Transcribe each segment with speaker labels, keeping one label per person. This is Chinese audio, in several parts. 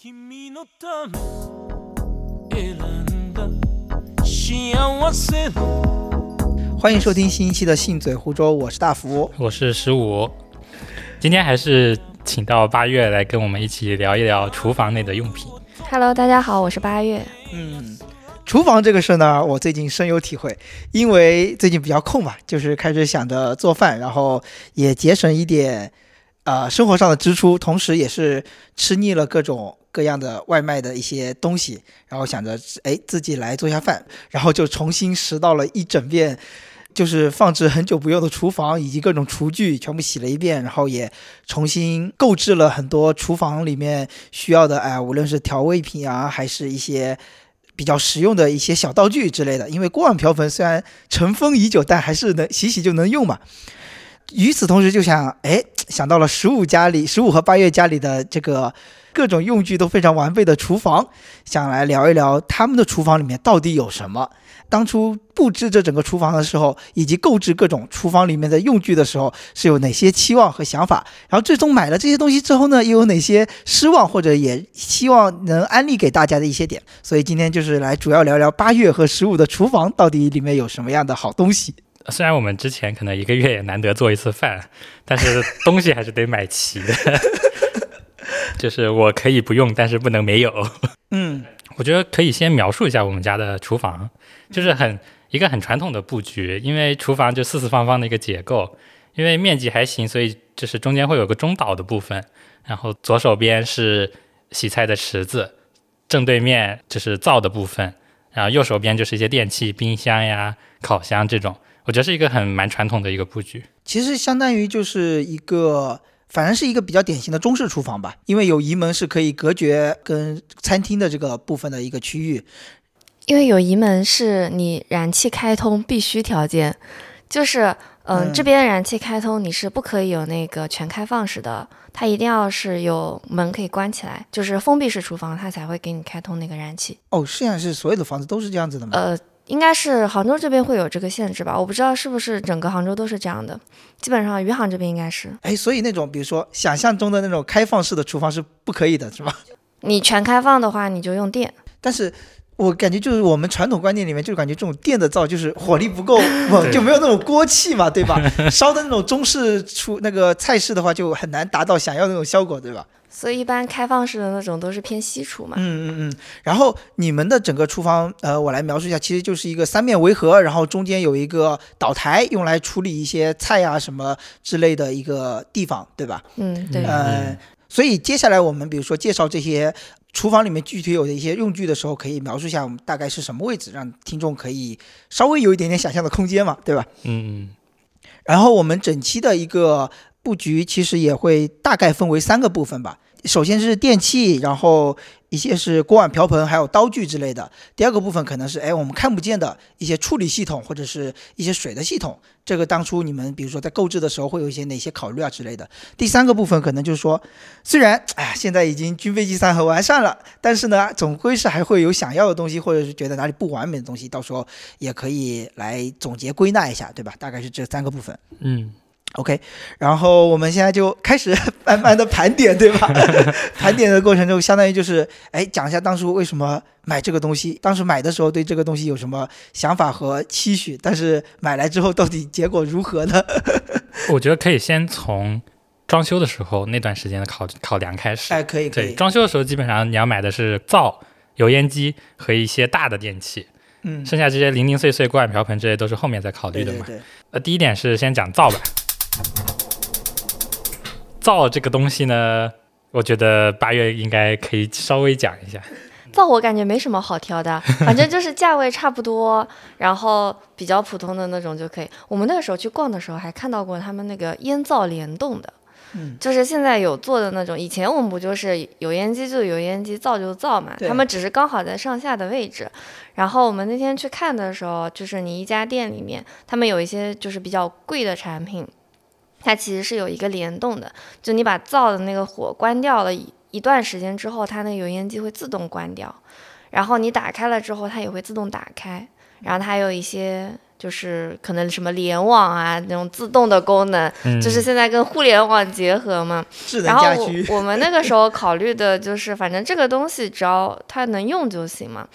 Speaker 1: 君のため選んだ幸せの
Speaker 2: 欢迎收听新一期的《信嘴胡诌》，我是大福。
Speaker 3: 我是十五，今天还是请到八月来跟我们一起聊一聊厨房内的用品。
Speaker 4: Hello，大家好，我是八月。
Speaker 2: 嗯，厨房这个事呢，我最近深有体会，因为最近比较空嘛，就是开始想着做饭，然后也节省一点呃生活上的支出，同时也是吃腻了各种各样的外卖的一些东西，然后想着哎自己来做一下饭，然后就重新拾到了一整遍。就是放置很久不用的厨房以及各种厨具全部洗了一遍，然后也重新购置了很多厨房里面需要的，哎，无论是调味品啊，还是一些比较实用的一些小道具之类的。因为锅碗瓢盆虽然尘封已久，但还是能洗洗就能用嘛。与此同时，就想哎想到了十五家里，十五和八月家里的这个各种用具都非常完备的厨房，想来聊一聊他们的厨房里面到底有什么。当初布置这整个厨房的时候，以及购置各种厨房里面的用具的时候，是有哪些期望和想法？然后最终买了这些东西之后呢，又有哪些失望，或者也希望能安利给大家的一些点？所以今天就是来主要聊聊八月和十五的厨房到底里面有什么样的好东西。
Speaker 3: 虽然我们之前可能一个月也难得做一次饭，但是东西还是得买齐的。 就是我可以不用，但是不能没有。
Speaker 2: 嗯
Speaker 3: 我觉得可以先描述一下我们家的厨房，就是很一个很传统的布局，因为厨房就四四方方的一个结构，因为面积还行，所以就是中间会有个中岛的部分，然后左手边是洗菜的池子，正对面就是灶的部分，然后右手边就是一些电器，冰箱呀、烤箱这种，我觉得是一个很蛮传统的一个布局。
Speaker 2: 其实相当于就是一个，反正是一个比较典型的中式厨房吧，因为有移门是可以隔绝跟餐厅的这个部分的一个区域。
Speaker 4: 因为有移门是你燃气开通必须条件，就是嗯、
Speaker 2: 嗯
Speaker 4: 这边燃气开通你是不可以有那个全开放式的，它一定要是有门可以关起来，就是封闭式厨房，它才会给你开通那个燃气。
Speaker 2: 哦，实际上是所有的房子都是这样子的吗？
Speaker 4: 呃，应该是杭州这边会有这个限制吧？我不知道是不是整个杭州都是这样的，基本上余杭这边应该是。
Speaker 2: 哎，所以那种比如说想象中的那种开放式的厨房是不可以的，是吧？
Speaker 4: 你全开放的话，你就用电。
Speaker 2: 但是我感觉就是我们传统观念里面，就感觉这种电的灶就是火力不够猛，
Speaker 3: 对
Speaker 2: 就没有那种锅气嘛，对吧？烧的那种中式厨那个菜式的话，就很难达到想要的那种效果，对吧？
Speaker 4: 所以一般开放式的那种都是偏西厨嘛。
Speaker 2: 嗯嗯嗯。然后你们的整个厨房，呃，我来描述一下，其实就是一个三面围合，然后中间有一个岛台，用来处理一些菜啊什么之类的一个地方，对吧？
Speaker 4: 嗯，对。
Speaker 2: 呃
Speaker 3: 嗯，
Speaker 2: 所以接下来我们比如说介绍这些厨房里面具体有的一些用具的时候，可以描述一下我们大概是什么位置，让听众可以稍微有一点点想象的空间嘛，对吧？
Speaker 3: 嗯，
Speaker 2: 然后我们整期的一个布局其实也会大概分为三个部分吧。首先是电器，然后一些是锅碗瓢盆，还有刀具之类的。第二个部分可能是哎我们看不见的一些处理系统或者是一些水的系统，这个当初你们比如说在购置的时候会有一些哪些考虑啊之类的。第三个部分可能就是说，虽然哎现在已经军备竞赛很完善了，但是呢总归是还会有想要的东西，或者是觉得哪里不完美的东西，到时候也可以来总结归纳一下，对吧？大概是这三个部分。
Speaker 3: 嗯
Speaker 2: OK，然后我们现在就开始慢慢的盘点，对吧？盘点的过程中，相当于就是，哎，讲一下当初为什么买这个东西，当时买的时候对这个东西有什么想法和期许，但是买来之后到底结果如何呢？
Speaker 3: 我觉得可以先从装修的时候那段时间的考考量开始。
Speaker 2: 哎，可以，可
Speaker 3: 对，
Speaker 2: 以，
Speaker 3: 装修的时候基本上你要买的是灶、油烟机和一些大的电器，
Speaker 2: 嗯，
Speaker 3: 剩下这些零零碎碎锅碗瓢盆这些都是后面再考
Speaker 2: 对
Speaker 3: 虑的
Speaker 2: 对
Speaker 3: 嘛。
Speaker 2: 对，
Speaker 3: 呃，第一点是先讲灶吧。灶这个东西呢，我觉得八月应该可以稍微讲一下。
Speaker 4: 灶我感觉没什么好挑的，反正就是价位差不多，然后比较普通的那种就可以。我们那个时候去逛的时候还看到过他们那个烟灶联动的，
Speaker 2: 嗯
Speaker 4: 就是现在有做的那种。以前我们不就是油烟机就油烟机，灶就灶嘛，
Speaker 2: 对
Speaker 4: 他们只是刚好在上下的位置。然后我们那天去看的时候，就是你一家店里面，他们有一些就是比较贵的产品，它其实是有一个联动的，就你把灶的那个火关掉了一一段时间之后，它那个油烟机会自动关掉，然后你打开了之后，它也会自动打开，然后它有一些就是可能什么联网啊那种自动的功能，
Speaker 3: 嗯，
Speaker 4: 就是现在跟互联网结合嘛。
Speaker 2: 智能
Speaker 4: 然后
Speaker 2: 家居，
Speaker 4: 我我们那个时候考虑的就是，反正这个东西只要它能用就行嘛，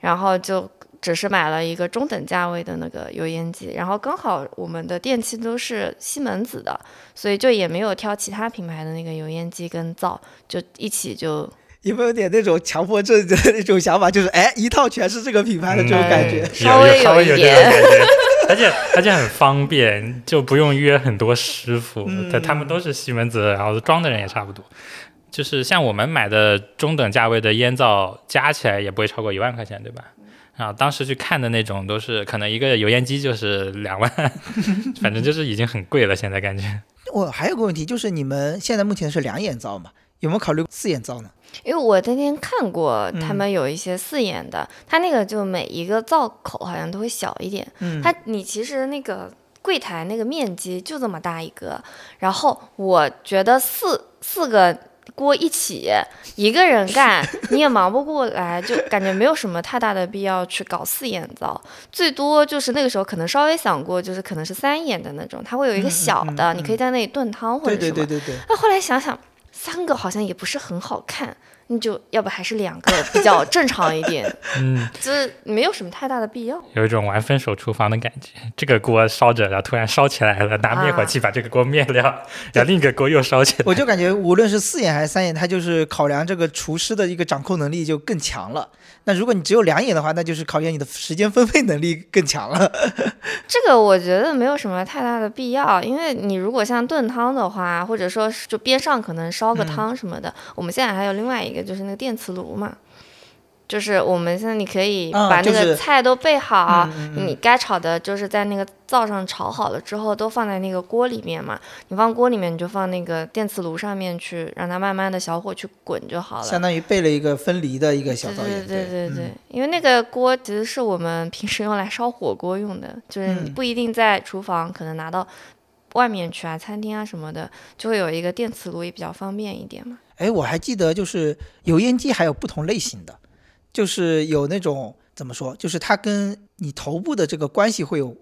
Speaker 4: 然后就只是买了一个中等价位的那个油烟机，然后刚好我们的电器都是西门子的，所以就也没有挑其他品牌的那个油烟机跟灶，就一起就
Speaker 2: 有没有点那种强迫症的那种想法？就是哎，一套全是这个品牌的这种感觉。
Speaker 3: 有
Speaker 4: 稍微
Speaker 3: 嗯有稍
Speaker 4: 有
Speaker 3: 微
Speaker 4: 一
Speaker 3: 有这
Speaker 4: 点
Speaker 3: 种感觉， 而且而且很方便，就不用约很多师傅，
Speaker 2: 嗯
Speaker 3: 对，他们都是西门子的，然后装的人也差不多。就是像我们买的中等价位的烟灶，加起来也不会超过一万块钱，对吧？然后当时去看的那种都是可能一个油烟机就是两万， 反正就是已经很贵了，现在感觉。
Speaker 2: 我还有个问题，就是你们现在目前是两眼灶嘛？有没有考虑四眼灶呢？
Speaker 4: 因为我那天看过他
Speaker 2: 嗯
Speaker 4: 们有一些四眼的，它那个就每一个灶口好像都会小一点，
Speaker 2: 嗯，
Speaker 4: 它你其实那个柜台那个面积就这么大一个，然后我觉得四四个锅一起一个人 干，你也忙不过来，就感觉没有什么太大的必要去搞四眼灶，最多就是那个时候可能稍微想过，就是可能是三眼的那种，它会有一
Speaker 2: 嗯嗯
Speaker 4: 个小的，
Speaker 2: 嗯
Speaker 4: 你可以在那里炖汤或者
Speaker 2: 对
Speaker 4: 什
Speaker 2: 对
Speaker 4: 么。
Speaker 2: 对对对，
Speaker 4: 那后来想想，三个好像也不是很好看。那就要不还是两个比较正常一点，
Speaker 3: 嗯，
Speaker 4: 就是没有什么太大的必要。
Speaker 3: 有一种玩分手厨房的感觉。这个锅烧着，然后突然烧起来了，拿灭火
Speaker 4: 啊
Speaker 3: 器把这个锅灭掉，然后另一个锅又烧起来。
Speaker 2: 我就感觉无论是四眼还是三眼，它就是考量这个厨师的一个掌控能力就更强了。那如果你只有两眼的话，那就是考验你的时间分配能力更强 了。
Speaker 4: 这个我觉得没有什么太大的必要，因为你如果像炖汤的话，或者说是就边上可能烧个
Speaker 2: 嗯
Speaker 4: 汤什么的，我们现在还有另外一个就是那个电磁炉嘛，就是我们现在你可以
Speaker 2: 啊
Speaker 4: 把那
Speaker 2: 就是
Speaker 4: 个菜都备好，
Speaker 2: 嗯嗯嗯
Speaker 4: 你该炒的就是在那个灶上炒好了之后都放在那个锅里面嘛，你放锅里面你就放那个电磁炉上面去，让它慢慢的小火去滚就好了。
Speaker 2: 相当于备了一个分离的一个小
Speaker 4: 对
Speaker 2: 灶眼。
Speaker 4: 对对
Speaker 2: 嗯
Speaker 4: 对，因为那个锅其实是我们平时用来烧火锅用的，就是你
Speaker 2: 嗯
Speaker 4: 不一定在厨房，可能拿到外面去啊、餐厅啊什么的，就会有一个电磁炉，也比较方便一点嘛。
Speaker 2: 哎，我还记得就是油烟机还有不同类型的，就是有那种怎么说，就是它跟你头部的这个关系会有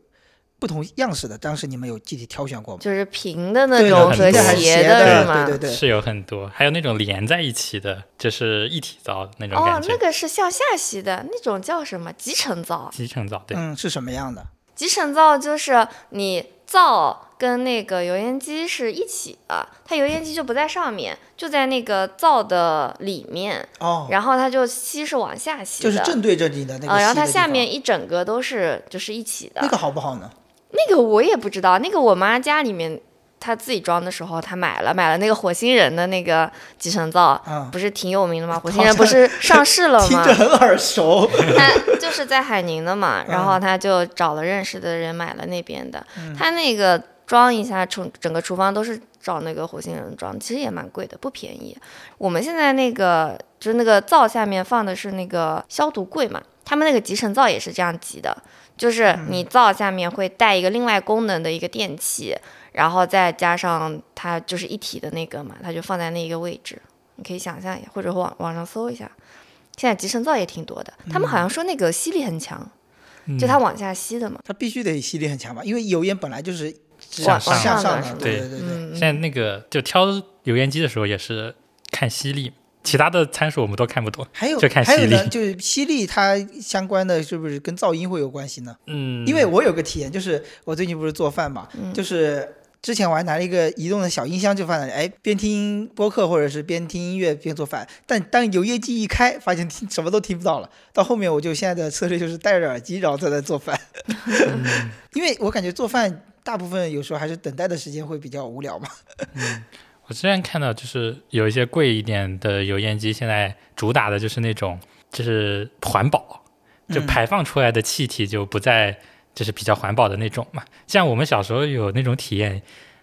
Speaker 2: 不同样式的。当时你们有具体挑选过吗？
Speaker 4: 就是平的那
Speaker 2: 对
Speaker 4: 种
Speaker 2: 有
Speaker 4: 和
Speaker 2: 平的还是
Speaker 4: 斜
Speaker 2: 斜的
Speaker 4: 是吗？
Speaker 2: 对对对
Speaker 3: 是有很多，还有那种连在一起的，就是一体灶的那种
Speaker 4: 哦
Speaker 3: 感，觉。
Speaker 4: 那个是向下吸的那种叫什么集成灶？
Speaker 3: 集成灶对，
Speaker 2: 嗯，是什么样的？
Speaker 4: 集成灶就是你灶跟那个油烟机是一起的，它油烟机就不在上面，就在那个灶的里面。
Speaker 2: 哦，
Speaker 4: 然后它就吸是往下吸
Speaker 2: 就
Speaker 4: 的，
Speaker 2: 是正对着你的那个、
Speaker 4: 啊，然后它下面。一整个都是就是一起的。
Speaker 2: 那个好不好呢？
Speaker 4: 那个我也不知道，那个我妈家里面她自己装的时候，她买了买了那个火星人的那个集成灶，
Speaker 2: 啊、
Speaker 4: 不是挺有名的吗？ 火星
Speaker 2: 好
Speaker 4: 人不是上市了
Speaker 2: 听
Speaker 4: 吗
Speaker 2: 着？很耳 熟。
Speaker 4: 她就是在海宁的嘛，然后
Speaker 2: 嗯
Speaker 4: 她就找了认识的人买了那边的，她那个装一下，整整个厨房都是找那个火星人装，其实也蛮贵的，不便宜。我们现在那个就是那个灶下面放的是那个消毒柜嘛，他们那个集成灶也是这样集的，就是你灶下面会带一个另外功能的一个电器，然后再加上它就是一体的那个嘛，它就放在那一个位置，你可以想象一下，或者网网上搜一下。现在集成灶也挺多的，他们好像
Speaker 2: 嗯
Speaker 4: 说那个吸力很强，
Speaker 3: 嗯
Speaker 4: 就它往下吸的嘛。
Speaker 2: 它必须得吸力很强吧，因为油烟本来就是直
Speaker 3: 往
Speaker 2: 向
Speaker 3: 上
Speaker 2: 上
Speaker 4: 的是
Speaker 2: 的。
Speaker 4: 吧
Speaker 2: 对
Speaker 3: 对
Speaker 2: 对对，
Speaker 4: 嗯，
Speaker 3: 现在那个就挑油烟机的时候也是看吸力，其他的参数我们都看不懂。
Speaker 2: 还有
Speaker 3: 就看
Speaker 2: 还有
Speaker 3: 吸力
Speaker 2: 呢，就是吸力它相关的是不是跟噪音会有关系呢？
Speaker 3: 嗯，
Speaker 2: 因为我有个体验，就是我最近不是做饭嘛，就是之前我还拿了一个移动的小音箱就放在那里，哎，边听播客或者是边听音乐边做饭。但当油烟机一开，发现听什么都听不到了。到后面我就现在的策略就是戴着耳机，然后在那做饭，
Speaker 3: 嗯
Speaker 2: 因为我感觉做饭大部分有时候还是等待的时间会比较无聊嘛。
Speaker 3: 我之前看到就是有一些贵一点的油烟机，现在主打的就是那种就是环保，就
Speaker 2: 嗯
Speaker 3: 排放出来的气体就不再就是比较环保的那种嘛。像我们小时候有那种体验。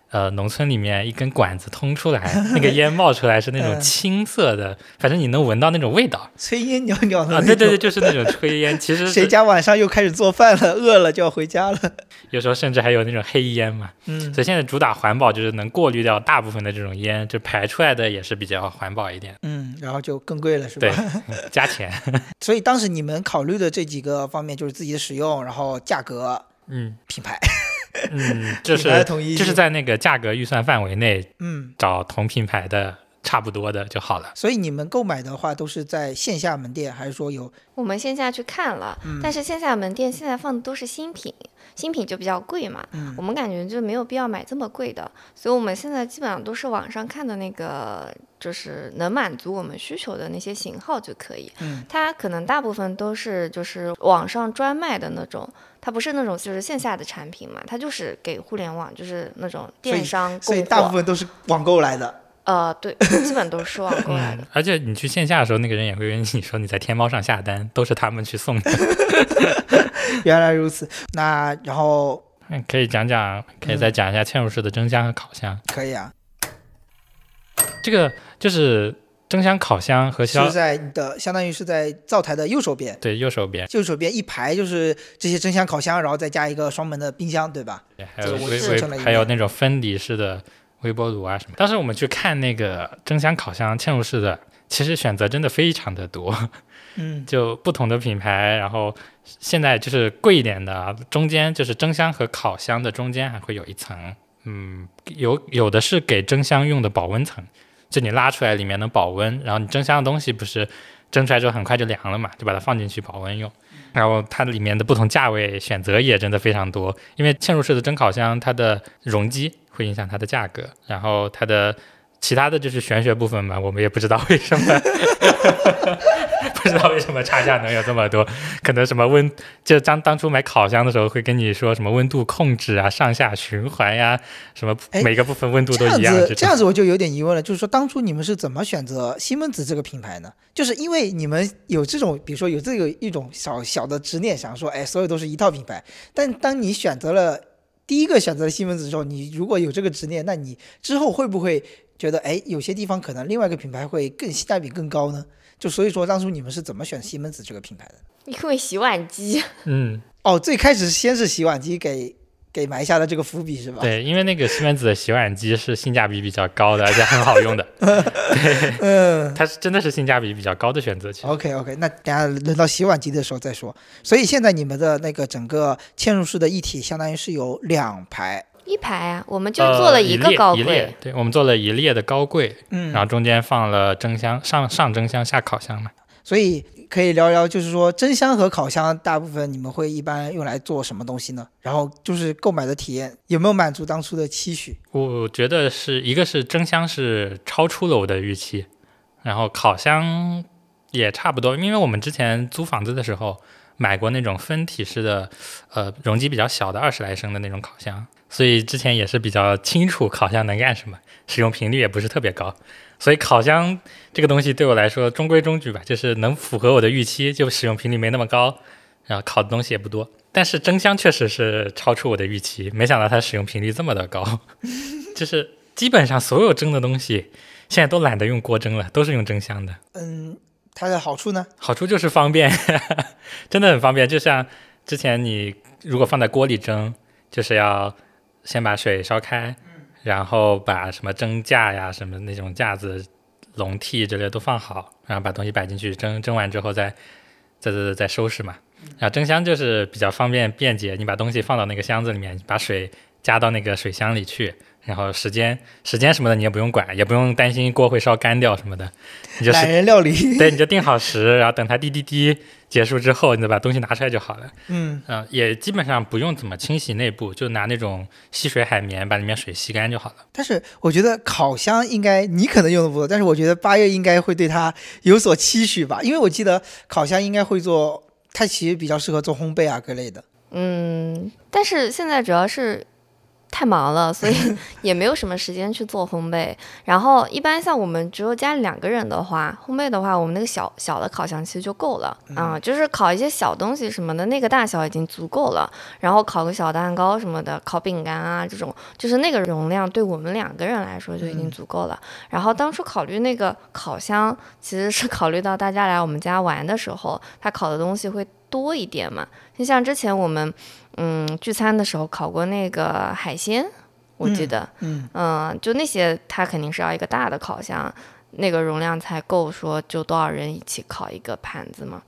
Speaker 3: 呃，农村里面一根管子通出来，那个烟冒出来是那种
Speaker 2: 嗯
Speaker 3: 青色的，反正你能闻到那种味道
Speaker 2: 炊烟袅袅的那
Speaker 3: 啊！
Speaker 2: 种。
Speaker 3: 对对对，就是那种炊烟。其实是
Speaker 2: 谁家晚上又开始做饭了，饿了就要回家了。
Speaker 3: 有时候甚至还有那种黑烟嘛。
Speaker 2: 嗯，
Speaker 3: 所以现在主打环保，就是能过滤掉大部分的这种烟，就排出来的也是比较环保一点，
Speaker 2: 嗯，然后就更贵了，是吧？
Speaker 3: 对嗯加钱。
Speaker 2: 所以当时你们考虑的这几个方面，就是自己的使用，然后价格，
Speaker 3: 嗯
Speaker 2: 品牌，
Speaker 3: 嗯，这
Speaker 2: 品牌
Speaker 3: 是
Speaker 2: 的统一
Speaker 3: 这是在那个价格预算范围内
Speaker 2: 嗯，
Speaker 3: 找同品牌的差不多的就好了。
Speaker 2: 所以你们购买的话都是在线下门店，还是说有
Speaker 4: 我们线下去看了，
Speaker 2: 嗯
Speaker 4: 但是线下门店现在放的都是新品，新品就比较贵嘛，
Speaker 2: 嗯
Speaker 4: 我们感觉就没有必要买这么贵的，所以我们现在基本上都是网上看的那个，就是能满足我们需求的那些型号就可以。
Speaker 2: 嗯
Speaker 4: 它可能大部分都是就是网上专卖的那种，它不是那种就是线下的产品嘛，它就是给互联网就是那种电商
Speaker 2: 所
Speaker 4: 供
Speaker 2: 以大部
Speaker 4: 货，
Speaker 2: 分都是网购来的。
Speaker 4: 呃，对，基本都是网购来 的。
Speaker 3: 嗯，而且你去线下的时候，那个人也会跟你说你在天猫上下单，都是他们去送的。
Speaker 2: 原来如此，那然后
Speaker 3: 嗯可以讲讲，可
Speaker 2: 嗯
Speaker 3: 以再讲一下嵌入式的蒸箱和烤箱。
Speaker 2: 可以啊，
Speaker 3: 这个就是蒸箱、烤箱和消
Speaker 2: 是在你的相当于是在灶台的右手边，
Speaker 3: 对右手边，
Speaker 2: 右手边一排就是这些蒸箱、烤箱，然后再加一个双门的冰箱，对吧？
Speaker 3: 还有
Speaker 2: 这个
Speaker 3: 微
Speaker 2: 我正常的
Speaker 3: 微
Speaker 2: 一
Speaker 3: 还有
Speaker 2: 面
Speaker 3: 那种分离式的微波炉啊什么。当时我们去看那个蒸箱、烤箱嵌入式的，其实选择真的非常的多。
Speaker 2: 嗯，
Speaker 3: 就不同的品牌，然后现在就是贵一点的，中间就是蒸箱和烤箱的中间还会有一层，嗯，有有的是给蒸箱用的保温层，就你拉出来里面能保温，然后你蒸箱的东西不是蒸出来之后很快就凉了嘛，就把它放进去保温用。然后它里面的不同价位选择也真的非常多，因为嵌入式的蒸烤箱它的容积会影响它的价格，然后它的其他的就是玄学部分嘛，我们也不知道为什么 不知道为什么差价能有这么多，可能什么温，就当当初买烤箱的时候会跟你说什么温度控制啊、上下循环呀、什么
Speaker 2: 哎
Speaker 3: 每个部分温度
Speaker 2: 这
Speaker 3: 都
Speaker 2: 样
Speaker 3: 一样
Speaker 2: 子
Speaker 3: 种
Speaker 2: 这样子我就有点疑问了，就是说当初你们是怎么选择西门子这个品牌呢？就是因为你们有这种，比如说有这个一种小小的执念，想说，哎，所有都是一套品牌。但当你选择了第一个选择了西门子之后，你如果有这个执念，那你之后会不会觉得，哎，有些地方可能另外一个品牌会更性价比更高呢？就所以说当初你们是怎么选西门子这个品牌的？
Speaker 4: 因为洗碗机，
Speaker 3: 嗯，
Speaker 2: 哦，最开始先是洗碗机给给埋下了这个伏笔是吧？，
Speaker 3: 对，因为那个西门子的洗碗机是性价比比较高的，而且很好 用的，
Speaker 2: 嗯。
Speaker 3: 它是真的是性价比比较高的选择。
Speaker 4: 哦
Speaker 3: 其实
Speaker 2: OK OK，那等下轮到洗碗机的时候再说。所以现在你们的那个整个嵌入式的一体，相当于是有两排，
Speaker 4: 一排啊，我们就做了
Speaker 3: 呃
Speaker 4: 一
Speaker 3: 一
Speaker 4: 个
Speaker 3: 列
Speaker 4: 高
Speaker 3: 一
Speaker 4: 柜
Speaker 3: 列，，对我们做了一列的高柜，
Speaker 2: 嗯
Speaker 3: 然后中间放了蒸箱，上上蒸箱下烤箱嘛。
Speaker 2: 所以可以聊聊，就是说蒸箱和烤箱，大部分你们会一般用来做什么东西呢？然后就是购买的体验有没有满足当初的期许？
Speaker 3: 我觉得是一个是蒸箱是超出了我的预期，然后烤箱也差不多，因为我们之前租房子的时候买过那种分体式的，呃，容积比较小的二十来升的那种烤箱，所以之前也是比较清楚烤箱能干什么，使用频率也不是特别高，所以烤箱这个东西对我来说中规中矩吧，就是能符合我的预期，就使用频率没那么高，然后烤的东西也不多。但是蒸箱确实是超出我的预期，没想到它使用频率这么的高。就是基本上所有蒸的东西，现在都懒得用锅蒸了，都是用蒸箱的。
Speaker 2: 嗯，它的好处呢？
Speaker 3: 好处就是方便， 真的很方便。就像之前你如果放在锅里蒸，就是要先把水烧开，然后把什么蒸架呀、什么那种架子、笼屉之类的都放好，然后把东西摆进去蒸，蒸完之后再再再再收拾嘛。然后蒸箱就是比较方便便捷，你把东西放到那个箱子里面，把水加到那个水箱里去，然后时间时间什么的你也不用管，也不用担心锅会烧干掉什么的，你就是
Speaker 2: 懒人料理，
Speaker 3: 对，你就定好时，然后等它滴滴滴结束之后，你再把东西拿出来就好了。
Speaker 2: 嗯，
Speaker 3: 嗯、也基本上不用怎么清洗内部，就拿那种吸水海绵把里面水吸干就好了。
Speaker 2: 但是我觉得烤箱应该你可能用的不多，但是我觉得八月应该会对它有所期许吧，因为我记得烤箱应该会做，它其实比较适合做烘焙啊各类的。
Speaker 4: 嗯，但是现在主要是太忙了，所以也没有什么时间去做烘焙。然后一般像我们只有家里两个人的话，烘焙的话，我们那个小小的烤箱其实就够了啊、就是烤一些小东西什么的，那个大小已经足够了。然后烤个小蛋糕什么的，烤饼干啊这种，就是那个容量对我们两个人来说就已经足够了。然后当初考虑那个烤箱，其实是考虑到大家来我们家玩的时候，他烤的东西会多一点嘛。就像之前我们嗯聚餐的时候烤过那个海鲜，我记得，
Speaker 2: 嗯
Speaker 4: 嗯、就那些它肯定是要一个大的烤箱，那个容量才够说就多少人一起烤一个盘子嘛。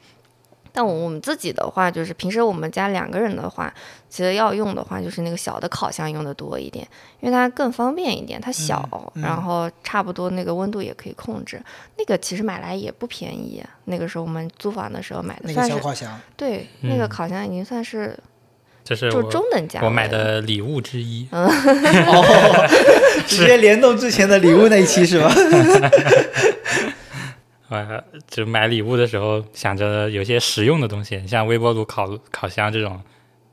Speaker 4: 但
Speaker 2: 嗯
Speaker 4: 我我们自己的话，就是平时我们家两个人的话，其实要用的话，就是那个小的烤箱用的多一点，因为它更方便一点，它小，
Speaker 2: 嗯嗯
Speaker 4: 然后差不多那个温度也可以控制。那个其实买来也不便宜，啊那个时候我们租房的时候买的，
Speaker 2: 那个
Speaker 4: 算
Speaker 2: 小
Speaker 4: 是
Speaker 2: 烤箱，
Speaker 4: 对那个
Speaker 3: 嗯
Speaker 4: 烤箱已经算是
Speaker 3: 这是
Speaker 4: 就中
Speaker 3: 我
Speaker 4: 等价位嗯
Speaker 3: 我买
Speaker 4: 了。
Speaker 3: 的礼物之一。
Speaker 2: 哦，直接联动之前的礼物那一期是吧？
Speaker 3: 呃，就买礼物的时候想着有些实用的东西，像微波炉、烤烤箱这种，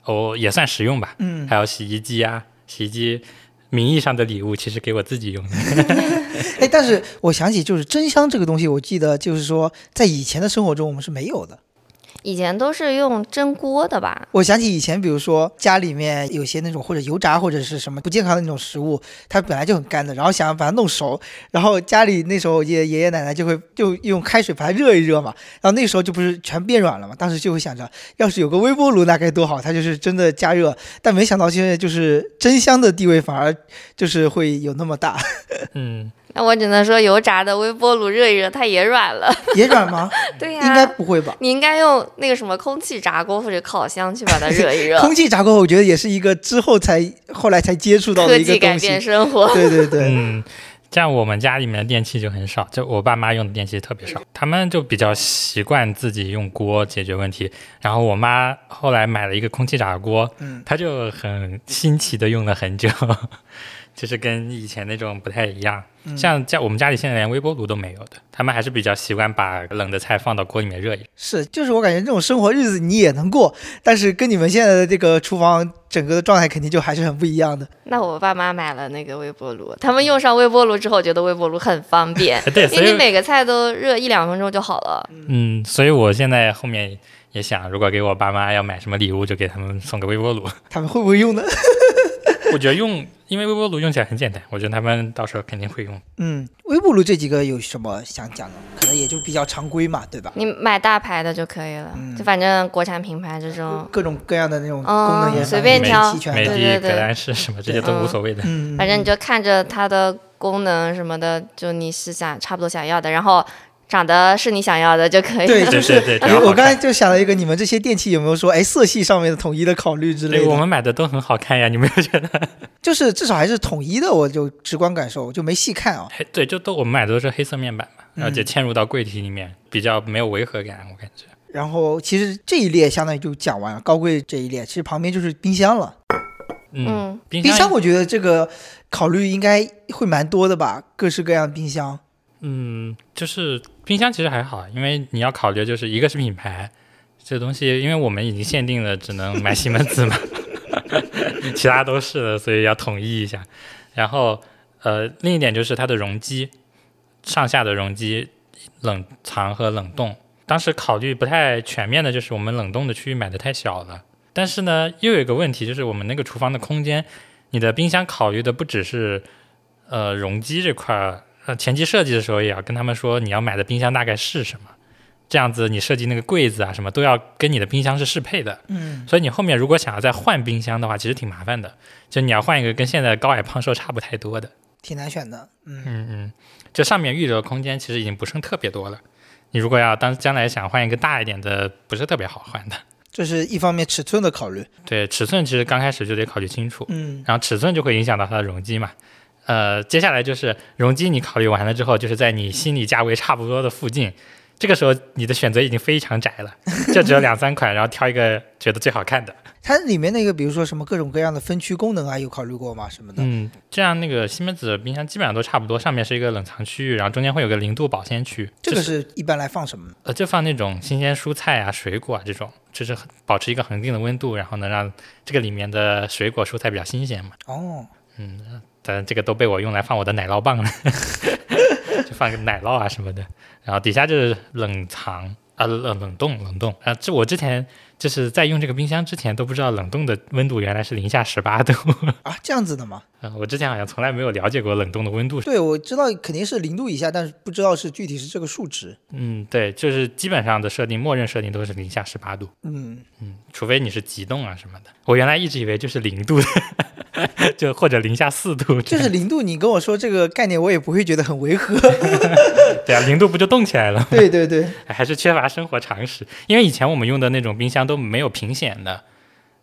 Speaker 3: 哦，也算实用吧。
Speaker 2: 嗯，
Speaker 3: 还有洗衣机啊，洗衣机名义上的礼物，其实给我自己用 的。
Speaker 2: 哎，但是我想起就是真香这个东西，我记得就是说在以前的生活中我们是没有的。
Speaker 4: 以前都是用蒸锅的吧？
Speaker 2: 我想起以前，比如说家里面有些那种或者油炸或者是什么不健康的那种食物，它本来就很干的，然后想要把它弄熟，然后家里那时候爷爷爷奶奶就会就用开水把它热一热嘛，然后那时候就不是全变软了嘛，当时就会想着，要是有个微波炉那该多好，它就是真的加热，但没想到现在就是真香的地位反而就是会有那么大，
Speaker 3: 嗯，
Speaker 4: 那我只能说油炸的微波炉热一热，它也软了。
Speaker 2: 也软吗？
Speaker 4: 对呀、
Speaker 2: 应该不会吧？
Speaker 4: 你应该用那个什么空气炸锅或者烤箱去把它热 一热。
Speaker 2: 空气炸锅，我觉得也是一个之后才后来才接触到的
Speaker 4: 科
Speaker 2: 一个
Speaker 4: 技改
Speaker 2: 东西
Speaker 4: 变。生活。
Speaker 2: 对对对，
Speaker 3: 嗯，这样我们家里面的电器就很少，就我爸妈用的电器特别少，他们就比较习惯自己用锅解决问题。然后我妈后来买了一个空气炸锅，
Speaker 2: 嗯
Speaker 3: 她就很新奇的用了很久，就是跟以前那种不太一样。
Speaker 2: 嗯
Speaker 3: 像家我们家里现在连微波炉都没有的，他们还是比较习惯把冷的菜放到锅里面热一热。，
Speaker 2: 是，就是我感觉这种生活日子你也能过，但是跟你们现在的这个厨房整个的状态肯定就还是很不一样的。
Speaker 4: 那我爸妈买了那个微波炉，他们用上微波炉之后，觉得微波炉很方便
Speaker 3: 对，
Speaker 4: 因
Speaker 3: 所
Speaker 4: 为你
Speaker 3: 以
Speaker 4: 每个菜都热一两分钟就好了。
Speaker 3: 嗯，所以我现在后面也想，如果给我爸妈要买什么礼物，就给他们送个微波炉。
Speaker 2: 他们会不会用呢？
Speaker 3: 我觉得用，因为微波炉用起来很简单，我觉得他们到时候肯定会用。
Speaker 2: 嗯，微波炉这几个有什么想讲的？可能也就比较常规嘛，对吧？
Speaker 4: 你买大牌的就可以了，就反正国产品牌这种，
Speaker 2: 各种各样的那种
Speaker 4: 嗯
Speaker 2: 功能也
Speaker 4: 随便
Speaker 2: 蛮
Speaker 4: 挑
Speaker 2: 齐全
Speaker 3: 美
Speaker 2: 的。
Speaker 4: 对
Speaker 3: 的、
Speaker 4: 对
Speaker 3: 格兰仕什么这些都无所谓的。
Speaker 2: 嗯，
Speaker 4: 反正你就看着它的功能什么的，就你是想差不多想要的，然后长得是你想要的就可以
Speaker 2: 对就
Speaker 4: 了。嗯
Speaker 3: 对
Speaker 2: 是
Speaker 3: 对对，只要
Speaker 2: 哎我
Speaker 3: 好
Speaker 2: 我刚才
Speaker 3: 看。
Speaker 2: 就想了一个，你们这些电器有没有说，哎，色系上面的统一的考虑之类
Speaker 3: 对哎我
Speaker 2: 的？
Speaker 3: 们买的都很好看呀，你没有觉得？
Speaker 2: 就是至少还是统一的，我就直观感受，我就没细看啊。
Speaker 3: 嘿对，就都我们买的都是黑色面板嘛，
Speaker 2: 嗯
Speaker 3: 而且嵌入到柜体里面，比较没有违和感，我感觉。
Speaker 2: 然后其实这一列相当于就讲完了，高贵这一列，其实旁边就是冰箱了。
Speaker 3: 嗯，
Speaker 4: 嗯，
Speaker 3: 冰
Speaker 2: 冰箱
Speaker 3: 箱，
Speaker 2: 我觉得这个考虑应该会蛮多的吧，各式各样的冰箱。
Speaker 3: 嗯，就是冰箱其实还好，因为你要考虑就是一个是品牌，这东西因为我们已经限定了只能买西门子嘛， 其他都是的，所以要统一一下。然后呃，另一点就是它的容积，上下的容积冷藏和冷冻。当时考虑不太全面的就是我们冷冻的区域买的太小了，但是呢，又有一个问题就是我们那个厨房的空间，你的冰箱考虑的不只是呃容积这块儿，呃前期设计的时候也要跟他们说你要买的冰箱大概是什么，这样子你设计那个柜子啊什么都要跟你的冰箱是适配的。
Speaker 2: 嗯，
Speaker 3: 所以你后面如果想要再换冰箱的话，其实挺麻烦的，就你要换一个跟现在的高矮胖瘦差不太多的。
Speaker 2: 挺难选的。嗯，
Speaker 3: 嗯嗯，这上面预留的空间其实已经不剩特别多了。你如果要当将来想换一个大一点的，不是特别好换的。
Speaker 2: 这是一方面尺寸的考虑。
Speaker 3: 对，尺寸其实刚开始就得考虑清楚，
Speaker 2: 嗯，
Speaker 3: 然后尺寸就会影响到它的容积嘛。呃，接下来就是容积，你考虑完了之后，就是在你心理价位差不多的附近，这个时候你的选择已经非常窄了，就只有两三款，然后挑一个觉得最好 看的。
Speaker 2: 它里面那个比如说什么各种各样的分区功能啊，有考虑过吗？什么的？
Speaker 3: 嗯，这样那个西门子冰箱基本上都差不多，上面是一个冷藏区域，然后中间会有个零度保鲜区，
Speaker 2: 这
Speaker 3: 就
Speaker 2: 个
Speaker 3: 是
Speaker 2: 是一般来放什么呢？
Speaker 3: 呃就放那种新鲜蔬菜啊、水果啊这种，就是很保持一个恒定的温度，然后能让这个里面的水果蔬菜比较新鲜嘛。
Speaker 2: 哦，
Speaker 3: 嗯，但这个都被我用来放我的奶酪棒了， 就放个奶酪啊什么的。然后底下就是冷藏啊，冷冷冻冷冻啊。这我之前就是在用这个冰箱之前都不知道冷冻的温度原来是零下十八度
Speaker 2: 啊，这样子的吗？
Speaker 3: 啊，我之前好像从来没有了解过冷冻的温度。
Speaker 2: 对，我知道肯定是零度以下，但是不知道是具体是这个数值。
Speaker 3: 嗯，对，就是基本上的设定，默认设定都是零下十八度。
Speaker 2: 嗯，
Speaker 3: 嗯，除非你是急冻啊什么的。我原来一直以为就是零度的， 就或者零下四度
Speaker 2: 就
Speaker 3: 这样，
Speaker 2: 是零度，你跟我说这个概念，我也不会觉得很违 和。
Speaker 3: 对啊，零度不就冻起来了？
Speaker 2: 对对对，
Speaker 3: 还是缺乏生活常识。因为以前我们用的那种冰箱都没有屏显的，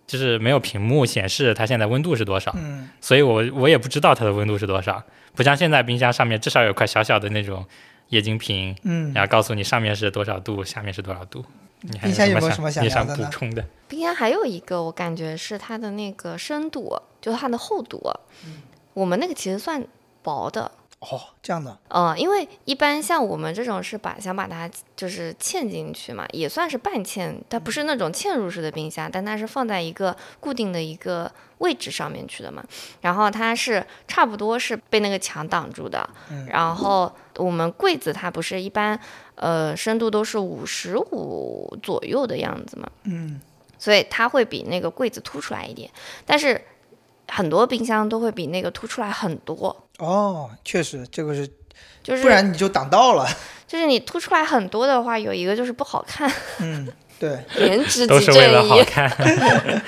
Speaker 3: 就是没有屏幕显示它现在温度是多少，
Speaker 2: 嗯，
Speaker 3: 所以我我也不知道它的温度是多少。不像现在冰箱上面至少有块小小的那种液晶屏，
Speaker 2: 嗯，
Speaker 3: 然后告诉你上面是多少度，下面是多少度。你还
Speaker 2: 冰箱有没有
Speaker 3: 有
Speaker 2: 什么想
Speaker 3: 你
Speaker 2: 聊
Speaker 3: 想
Speaker 2: 的
Speaker 3: 补
Speaker 2: 呢
Speaker 3: 充的？
Speaker 4: 冰箱还有一个，我感觉是它的那个深度，就是它的厚度。
Speaker 2: 嗯
Speaker 4: 我们那个其实算薄的，
Speaker 2: 哦，这样的，
Speaker 4: 呃，因为一般像我们这种是把想把它就是嵌进去嘛，也算是半嵌，它
Speaker 2: 嗯
Speaker 4: 不是那种嵌入式的冰箱，但它是放在一个固定的一个位置上面去的嘛。然后它是差不多是被那个墙挡住的，
Speaker 2: 嗯
Speaker 4: 然后我们柜子它不是一般呃深度都是五十五左右的样子嘛，
Speaker 2: 嗯，
Speaker 4: 所以它会比那个柜子凸出来一点，但是很多冰箱都会比那个凸出来很多，
Speaker 2: 哦，确实这个是，
Speaker 4: 就是
Speaker 2: 不然你就挡到了。
Speaker 4: 就是你凸出来很多的话，有一个就是不好 看，
Speaker 2: 嗯，对，
Speaker 4: 颜值
Speaker 3: 都
Speaker 4: 即
Speaker 3: 是为了
Speaker 4: 正
Speaker 3: 好
Speaker 4: 义。
Speaker 3: 看，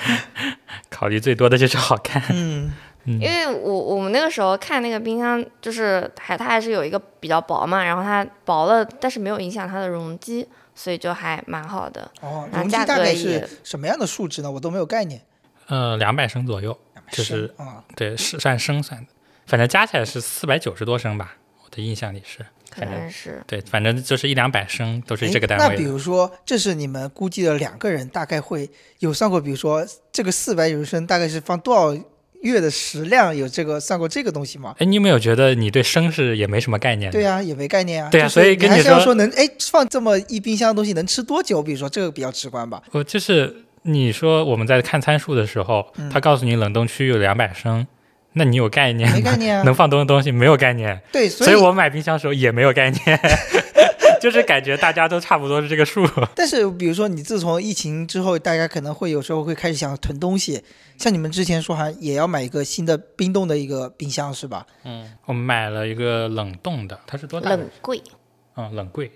Speaker 3: 考虑最多的就是好 看。
Speaker 2: 嗯，
Speaker 4: 因为我我们那个时候看那个冰箱，就是还它还是有一个比较薄嘛，然后它薄了，但是没有影响它的容积，所以就还蛮好的。
Speaker 2: 哦，
Speaker 4: 然后
Speaker 2: 容积
Speaker 4: 啊价
Speaker 2: 大
Speaker 4: 格
Speaker 2: 概
Speaker 4: 也
Speaker 2: 是什么样的数值呢？我都没有概念。
Speaker 3: 呃，两百升左右，就是
Speaker 2: 啊，
Speaker 3: 对，是按升算的，反正加起来是四百九十多升吧，我的印象里是，
Speaker 4: 可
Speaker 3: 反正
Speaker 4: 能是
Speaker 3: 对，反正就是一两百升都是
Speaker 2: 诶
Speaker 3: 这个单
Speaker 2: 那
Speaker 3: 位
Speaker 2: 比
Speaker 3: 的。
Speaker 2: 如说，这是你们估计的两个人大概会有算过，比如说这个四百有升大概是放多少月的食量，有这个算过这个东西吗？
Speaker 3: 哎，你有没有觉得你对升是也没什么概念？
Speaker 2: 对
Speaker 3: 呀、
Speaker 2: 呀、也没概念啊。
Speaker 3: 对呀
Speaker 2: 就是
Speaker 3: 所以
Speaker 2: 你
Speaker 3: 跟
Speaker 2: 还
Speaker 3: 你
Speaker 2: 是要
Speaker 3: 说
Speaker 2: 说能哎放这么一冰箱的东西能吃多久？比如说这个比较直观吧。
Speaker 3: 我就是你说我们在看参数的时候，
Speaker 2: 嗯
Speaker 3: 他告诉你冷冻区有两百升，那你有概念吗？
Speaker 2: 没概念啊
Speaker 3: 能放多少东西？没有概念，
Speaker 2: 对，
Speaker 3: 所
Speaker 2: 以
Speaker 3: 我买冰箱的时候也没有概念， 就是感觉大家都差不多是这个 数。
Speaker 2: 但是比如说你自从疫情之后，大家可能会有时候会开始想囤东西，像你们之前说还也要买一个新的冰冻的一个冰箱是吧？
Speaker 3: 我们买了一个冷冻的，它是多大的？
Speaker 4: 冷柜，
Speaker 3: 嗯，冷柜。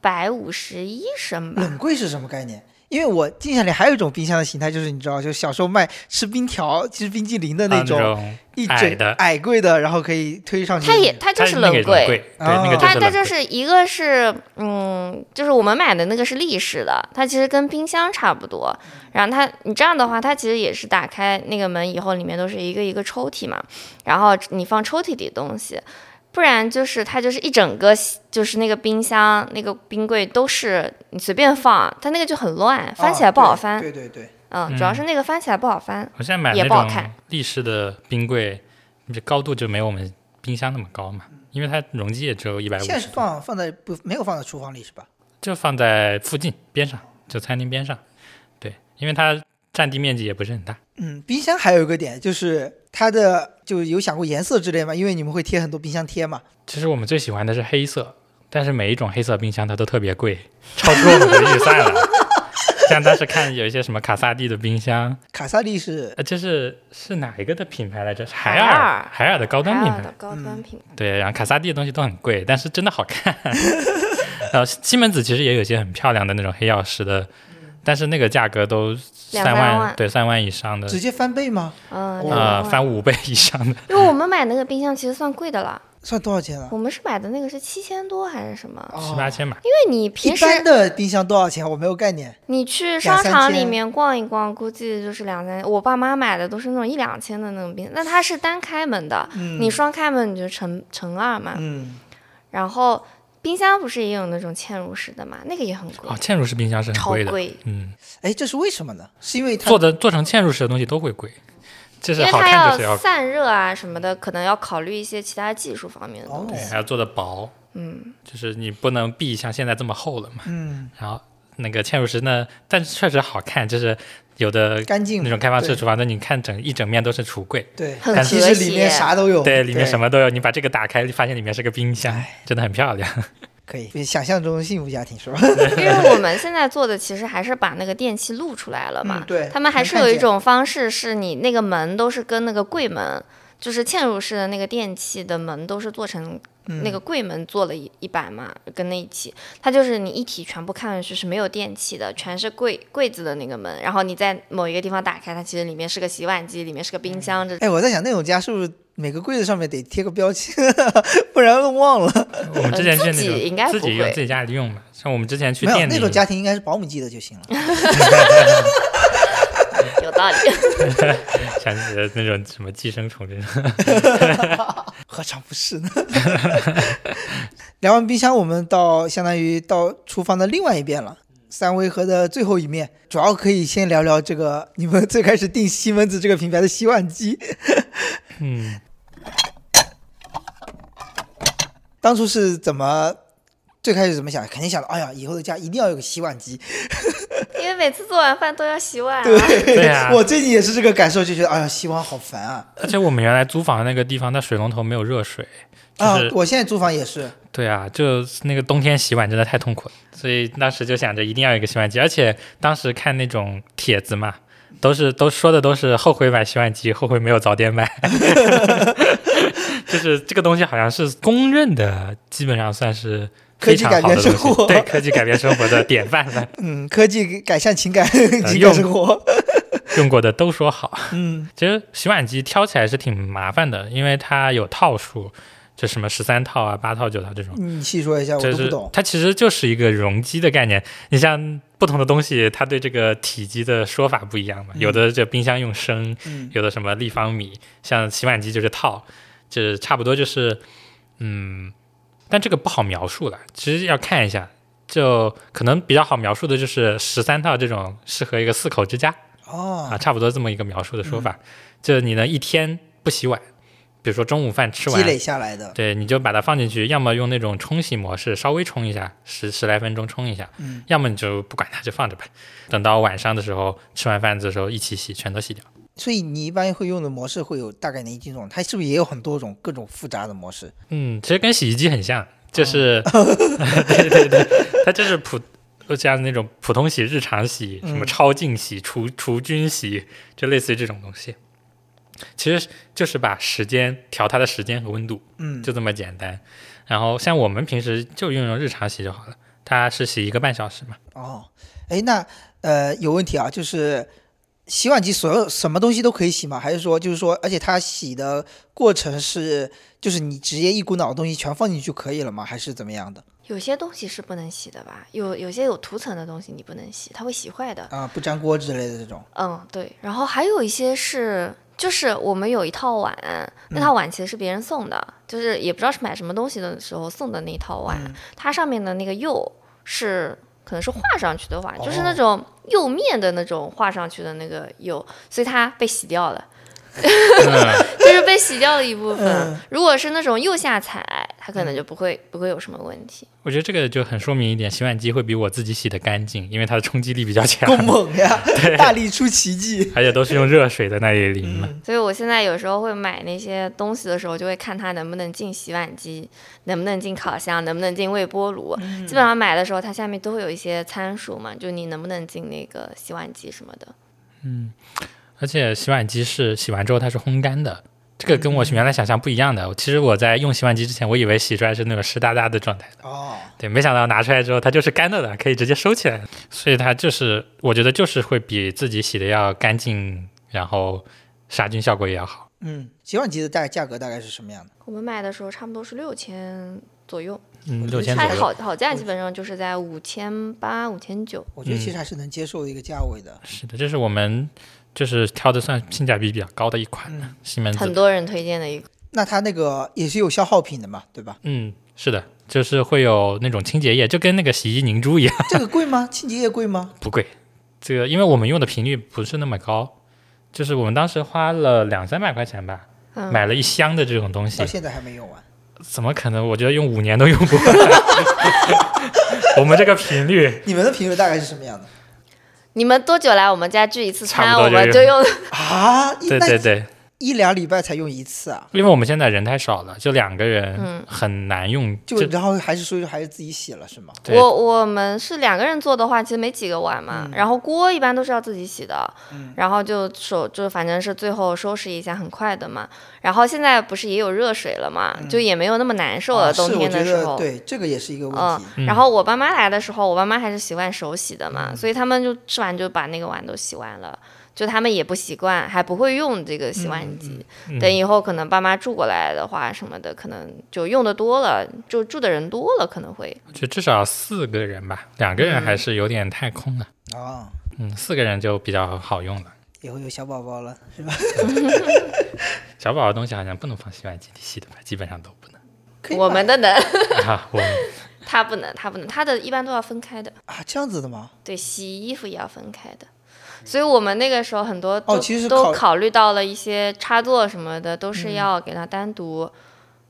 Speaker 4: 百五十一
Speaker 3: 嗯
Speaker 4: 升吧。
Speaker 2: 冷柜是什么概念？因为我印象里还有一种冰箱的形态，就是你知道，就小时候卖吃冰条、吃冰激凌的
Speaker 3: 啊
Speaker 2: 种，
Speaker 3: 种
Speaker 2: 一
Speaker 3: 矮
Speaker 2: 整
Speaker 3: 的
Speaker 2: 矮柜的，然后可以推上去。啊
Speaker 4: 它也它就
Speaker 3: 它
Speaker 4: 是
Speaker 3: 那个
Speaker 4: 冷
Speaker 3: 柜，
Speaker 4: 柜，
Speaker 3: 对，那
Speaker 2: 哦
Speaker 3: 个就
Speaker 4: 它
Speaker 3: 是
Speaker 4: 它
Speaker 3: 冷
Speaker 4: 就
Speaker 3: 柜。
Speaker 4: 是一个是嗯，就是我们买的那个是立式的，它其实跟冰箱差不多。
Speaker 3: 嗯
Speaker 4: 然后它你这样的话，它其实也是打开那个门以后，里面都是一个一个抽屉嘛，然后你放抽屉里东西。不然就是它就是一整个就是那个冰箱那个冰柜都是你随便放，它那个就很乱，翻起来不好翻。
Speaker 2: 哦对对对，
Speaker 4: 嗯，主要是那个翻起来不好翻。
Speaker 3: 我现在买
Speaker 4: 也
Speaker 3: 那
Speaker 4: 不好
Speaker 3: 种
Speaker 4: 看
Speaker 3: 立式的冰柜，这高度就没有我们冰箱那么高嘛，因为它容积也只有一百五
Speaker 2: 现在是
Speaker 3: 十，
Speaker 2: 放放在不没有放在厨房里是吧？
Speaker 3: 就放在附近边上，就餐厅边上。对，因为它占地面积也不是很大。
Speaker 2: 嗯，冰箱还有一个点就是它的就有想过颜色之类吗？因为你们会贴很多冰箱贴嘛。
Speaker 3: 其实我们最喜欢的是黑色，但是每一种黑色冰箱它都特别贵，超出我们的预算 了。像当时看有一些什么卡萨帝的冰箱，
Speaker 2: 卡萨利是
Speaker 3: 呃，这是是哪一个的品牌来着？海
Speaker 4: 海
Speaker 3: 尔
Speaker 4: 尔，
Speaker 3: 海尔的高端
Speaker 4: 海
Speaker 3: 品
Speaker 4: 尔
Speaker 3: 牌
Speaker 4: 的。高
Speaker 2: 嗯
Speaker 4: 端品牌，
Speaker 3: 对，然后卡萨帝的东西都很贵，但是真的好看。 然后西门子其实也有一些很漂亮的那种黑曜石的，但是那个价格都三
Speaker 4: 两三万
Speaker 3: 对三万以上的
Speaker 2: 直，接翻倍吗？
Speaker 4: 嗯，
Speaker 2: 哦
Speaker 4: 两万
Speaker 3: 呃，翻五倍以上的。
Speaker 4: 因为我们买那个冰箱其实算贵的了，
Speaker 2: 算多少钱啊？
Speaker 4: 我们是买的那个是七千多还是什么？
Speaker 2: 哦
Speaker 3: 七八千吧，
Speaker 4: 因为你平
Speaker 2: 一
Speaker 4: 时
Speaker 2: 般的冰箱多少钱？我没有概念。
Speaker 4: 你去
Speaker 2: 两
Speaker 4: 商
Speaker 2: 三
Speaker 4: 场
Speaker 2: 千
Speaker 4: 里面逛一逛，估计就是两三。我爸妈买的都是那种一两千的那种冰，那它是单开门的，
Speaker 2: 嗯，
Speaker 4: 你双开门你就乘乘二嘛。
Speaker 2: 嗯，
Speaker 4: 然后冰箱不是也有那种嵌入式的嘛，那个也很贵，
Speaker 3: 哦，嵌入式冰箱是很
Speaker 4: 超
Speaker 3: 的，
Speaker 4: 贵，
Speaker 3: 嗯，
Speaker 2: 哎，这是为什么呢？是因为它
Speaker 3: 做的做成嵌入式的东西都会贵，这
Speaker 4: 因
Speaker 3: 是
Speaker 4: 为
Speaker 3: 好
Speaker 4: 它
Speaker 3: 看就是
Speaker 4: 要
Speaker 3: 要
Speaker 4: 散热啊什么的，可能要考虑一些其他技术方面的东
Speaker 2: 哦
Speaker 4: 西。
Speaker 3: 哎对，还要做的薄，
Speaker 4: 嗯，
Speaker 3: 就是你不能壁像现在这么厚了嘛。
Speaker 2: 嗯
Speaker 3: 然后那个嵌入式呢，但是确实好看，就是有的
Speaker 2: 干净
Speaker 3: 那种开放式
Speaker 2: 对
Speaker 3: 厨房，那你看整一整面都是橱柜。
Speaker 2: 对，
Speaker 4: 很
Speaker 2: 其
Speaker 4: 和
Speaker 2: 实里面
Speaker 4: 谐
Speaker 2: 啥都有，
Speaker 3: 对，里面什么都有。你把这个打开，发现里面是个冰箱，
Speaker 2: 哎
Speaker 3: 真的很漂亮。
Speaker 2: 可以？比想象中的幸福家庭是吧？
Speaker 4: 因为我们现在做的其实还是把那个电器露出来了嘛，
Speaker 2: 嗯对
Speaker 4: 他们还
Speaker 2: 能
Speaker 4: 是
Speaker 2: 看
Speaker 4: 有一
Speaker 2: 见
Speaker 4: 种方式，是你那个门都是跟那个柜门，就是嵌入式的那个电器的门都是做成
Speaker 2: 嗯
Speaker 4: 那个柜门做了一一版嘛，跟那一起，它就是你一体全部看上去是没有电器的，全是柜柜子的那个门，然后你在某一个地方打开，它其实里面是个洗碗机，里面是个冰箱，这
Speaker 2: 哎，我在想那种家是不是每个柜子上面得贴个标签， 不然忘了。
Speaker 3: 我们之前去
Speaker 4: 自己应
Speaker 3: 那
Speaker 4: 该
Speaker 3: 种
Speaker 4: 不
Speaker 3: 自己用
Speaker 4: 会
Speaker 3: 自己家里用吧，像我们之前去
Speaker 2: 没有
Speaker 3: 店
Speaker 2: 那
Speaker 3: 里
Speaker 2: 种家庭应该是保姆记得就行了。
Speaker 4: 有道理。
Speaker 3: 想起了那种什么寄生虫这 种，
Speaker 2: 何尝不是呢？ 聊完冰箱，我们到相当于到厨房的另外一边了，三维河的最后一面，主要可以先聊聊这个你们最开始定西门子这个品牌的洗碗机，
Speaker 3: 嗯，
Speaker 2: 当初是怎么？最开始怎么想？肯定想到，哎呀，以后的家一定要有个洗碗机。
Speaker 4: 因为每次做完饭都要洗碗、啊，
Speaker 3: 对啊
Speaker 2: 我最近也是这个感受，就觉得，哎呀，洗碗好烦啊！
Speaker 3: 而且我们原来租房的那个地方，它水龙头没有热水，就是
Speaker 2: 啊，我现在租房也是，
Speaker 3: 对啊，就是那个冬天洗碗真的太痛苦了，所以当时就想着一定要有一个洗碗机，而且当时看那种帖子嘛，都是都说的都是后悔买洗碗机，后悔没有早点买， 就是这个东西好像是公认的，基本上算是非常好的
Speaker 2: 科技改变生
Speaker 3: 东西，
Speaker 2: 活
Speaker 3: 对科技改变生活的典范了，
Speaker 2: 嗯，科技改善情 感、情感
Speaker 3: 呃用
Speaker 2: 生活，
Speaker 3: 用过的都说好。
Speaker 2: 嗯，
Speaker 3: 其实洗碗机挑起来是挺麻烦的，因为它有套数，就什么十三套啊、八套、九套这种。
Speaker 2: 你细说一下，我
Speaker 3: 就
Speaker 2: 都不
Speaker 3: 是
Speaker 2: 懂。
Speaker 3: 它其实就是一个容积的概念。你像不同的东西，它对这个体积的说法不一样嘛，有的这冰箱用升，
Speaker 2: 嗯
Speaker 3: 有的什么立方米，像洗碗机就是套，就是差不多就是嗯，但这个不好描述了，其实要看一下。就可能比较好描述的就是十三套这种适合一个四口之家，啊，
Speaker 2: 哦，
Speaker 3: 差不多这么一个描述
Speaker 2: 嗯
Speaker 3: 的说法，就是你呢一天不洗碗，比如说中午饭
Speaker 2: 积
Speaker 3: 吃完，
Speaker 2: 累下来的，
Speaker 3: 对，你就把它放进去，要么用那种冲洗模式稍微冲一下，十十来分钟冲一下，
Speaker 2: 嗯
Speaker 3: 要么你就不管它就放着吧，等到晚上的时候吃完饭的时候一起洗，全都洗掉。
Speaker 2: 所以你一般会用的模式会有大概哪几种？它是不是也有很多种各种复杂的模式？
Speaker 3: 嗯，其实跟洗衣机很像，就是，
Speaker 2: 哦
Speaker 3: 对对对，它就是普，就像那种普通洗、日常洗、什么
Speaker 2: 嗯
Speaker 3: 超净洗、除除菌洗，就类似于这种东西。其实就是把时间调它的时间和温度，
Speaker 2: 嗯，
Speaker 3: 就这么简单。然后像我们平时就用用日常洗就好了，它是洗一个半小时 嘛。
Speaker 2: 哦，哎，那呃有问题啊，就是洗碗机所有什么东西都可以洗吗？还是说就是说，而且它洗的过程是就是你直接一股脑的东西全放进去就可以了吗？还是怎么样的？
Speaker 4: 有些东西是不能洗的吧？有有些有涂层的东西你不能洗，它会洗坏的。
Speaker 2: 啊、不粘锅之类的这 种，
Speaker 4: 嗯，对。然后还有一些是，就是我们有一套碗，
Speaker 2: 嗯
Speaker 4: 那套碗其实是别人送的，就是也不知道是买什么东西的时候送的那套碗，
Speaker 2: 嗯
Speaker 4: 它上面的那个釉是可能是画上去的碗，就是那
Speaker 2: 哦
Speaker 4: 种釉面的那种画上去的那个釉，所以它被洗掉了。 就是被洗掉了一部分。
Speaker 2: 嗯
Speaker 4: 如果是那种釉下彩，它可能就不会、不会有什么问题。
Speaker 3: 我觉得这个就很说明一点，洗碗机会比我自己洗的干净，因为它的冲击力比较强
Speaker 2: 够，猛呀，大力出奇迹。
Speaker 3: 而且都是用热水在那里
Speaker 2: 嗯
Speaker 3: 淋嘛。
Speaker 4: 所以我现在有时候会买那些东西的时候，就会看它能不能进洗碗机，能不能进烤箱，能不能进微波炉。基本上买的时候，它下面都会有一些参数嘛，就你能不能进那个洗碗机什么的。
Speaker 3: 而且洗碗机是洗完之后它是烘干的，这个跟
Speaker 2: 嗯
Speaker 3: 我原来想象不一样的。其实我在用洗碗机之前，我以为洗出来是那种湿哒哒的状态，
Speaker 2: 哦，
Speaker 3: 对，没想到拿出来之后它就是干的了，可以直接收起来。所以它就是，我觉得就是会比自己洗的要干净，然后杀菌效果也要好。
Speaker 2: 嗯，洗碗机的大价格大概是什么样的？
Speaker 4: 我们买的时候差不多是六千左右，
Speaker 3: 嗯，
Speaker 2: 我
Speaker 3: 六
Speaker 2: 觉得
Speaker 3: 千
Speaker 4: 它
Speaker 3: 左右。
Speaker 4: 好好价基本上就是在五千八、五千九。
Speaker 2: 我觉得其
Speaker 3: 嗯
Speaker 2: 实还是能接受的一个价位的。
Speaker 3: 是的，这是我们就是挑的算性价比比较高的一款
Speaker 2: 嗯
Speaker 3: 西门
Speaker 4: 很
Speaker 3: 子。
Speaker 4: 多人推荐的一个，
Speaker 2: 那它那个也是有消耗品的嘛，对 吧？
Speaker 3: 嗯，是的，就是会有那种清洁液，就跟那个洗衣凝珠一样，
Speaker 2: 这个贵吗？清洁液贵 吗？
Speaker 3: 不贵。这个因为我们用的频率不是那么高，就是我们当时花了两三百块钱吧，
Speaker 4: 嗯，
Speaker 3: 买了一箱的这种东西
Speaker 2: 到，现在还没啊用完。
Speaker 3: 怎么可能？我觉得用五年都用不完。 我们这个频率
Speaker 2: 你们的频率大概是什么样的
Speaker 4: 你们多久来我们家聚一次
Speaker 3: 差
Speaker 4: 餐？
Speaker 3: 不多
Speaker 4: 我们
Speaker 3: 就
Speaker 4: 就用
Speaker 2: 啊？一
Speaker 3: 对
Speaker 2: 那
Speaker 3: 对对，
Speaker 2: 一两礼拜才用一次啊，
Speaker 3: 因为我们现在人太少了，就两个人
Speaker 4: 嗯
Speaker 3: 很难用，
Speaker 2: 就然后还是所以说还是自己洗了是吗？
Speaker 3: 对
Speaker 4: 我我们是两个人做的话，其实没几个碗
Speaker 2: 嗯
Speaker 4: 嘛。然后锅一般都是要自己洗的，然后就手就反正是最后收拾一下，很快的嘛。然后现在不是也有热水了嘛，就也没有那么难受
Speaker 2: 嗯
Speaker 4: 了。
Speaker 2: 啊
Speaker 4: 冬
Speaker 2: 是我
Speaker 4: 天
Speaker 2: 觉
Speaker 4: 的时
Speaker 2: 得
Speaker 4: 候，
Speaker 2: 对这个也是一个问
Speaker 4: 嗯
Speaker 2: 题。
Speaker 3: 嗯
Speaker 4: 然后我爸妈来的时候，我爸妈还是习惯手洗的
Speaker 2: 嗯
Speaker 4: 嘛，所以他们就吃完就把那个碗都洗完了。就他们也不习惯，还不会用这个洗碗机。
Speaker 3: 嗯
Speaker 4: 等以后可能爸妈住过来的话，什么的，可能就用的多了，就住的人多了，可能会。
Speaker 3: 就至少四个人吧，两个人
Speaker 2: 嗯
Speaker 3: 还是有点太空了。
Speaker 2: 啊，
Speaker 3: 嗯，四个人就比较好用了。
Speaker 2: 以后有小宝宝了是吧？
Speaker 3: 小宝宝东西好像不能放洗碗机里洗的吧，基本上都不能。
Speaker 2: 可以
Speaker 4: 我
Speaker 2: 把
Speaker 4: 们的能，
Speaker 3: 啊，我
Speaker 4: 他不能，他不能，他的一般都要分开的，
Speaker 2: 啊这样子的吗？
Speaker 4: 对，洗衣服也要分开的。所以我们那个时候很多都、
Speaker 2: 哦其实考嗯
Speaker 4: 都考虑到了一些插座什么的，都是要给它单独、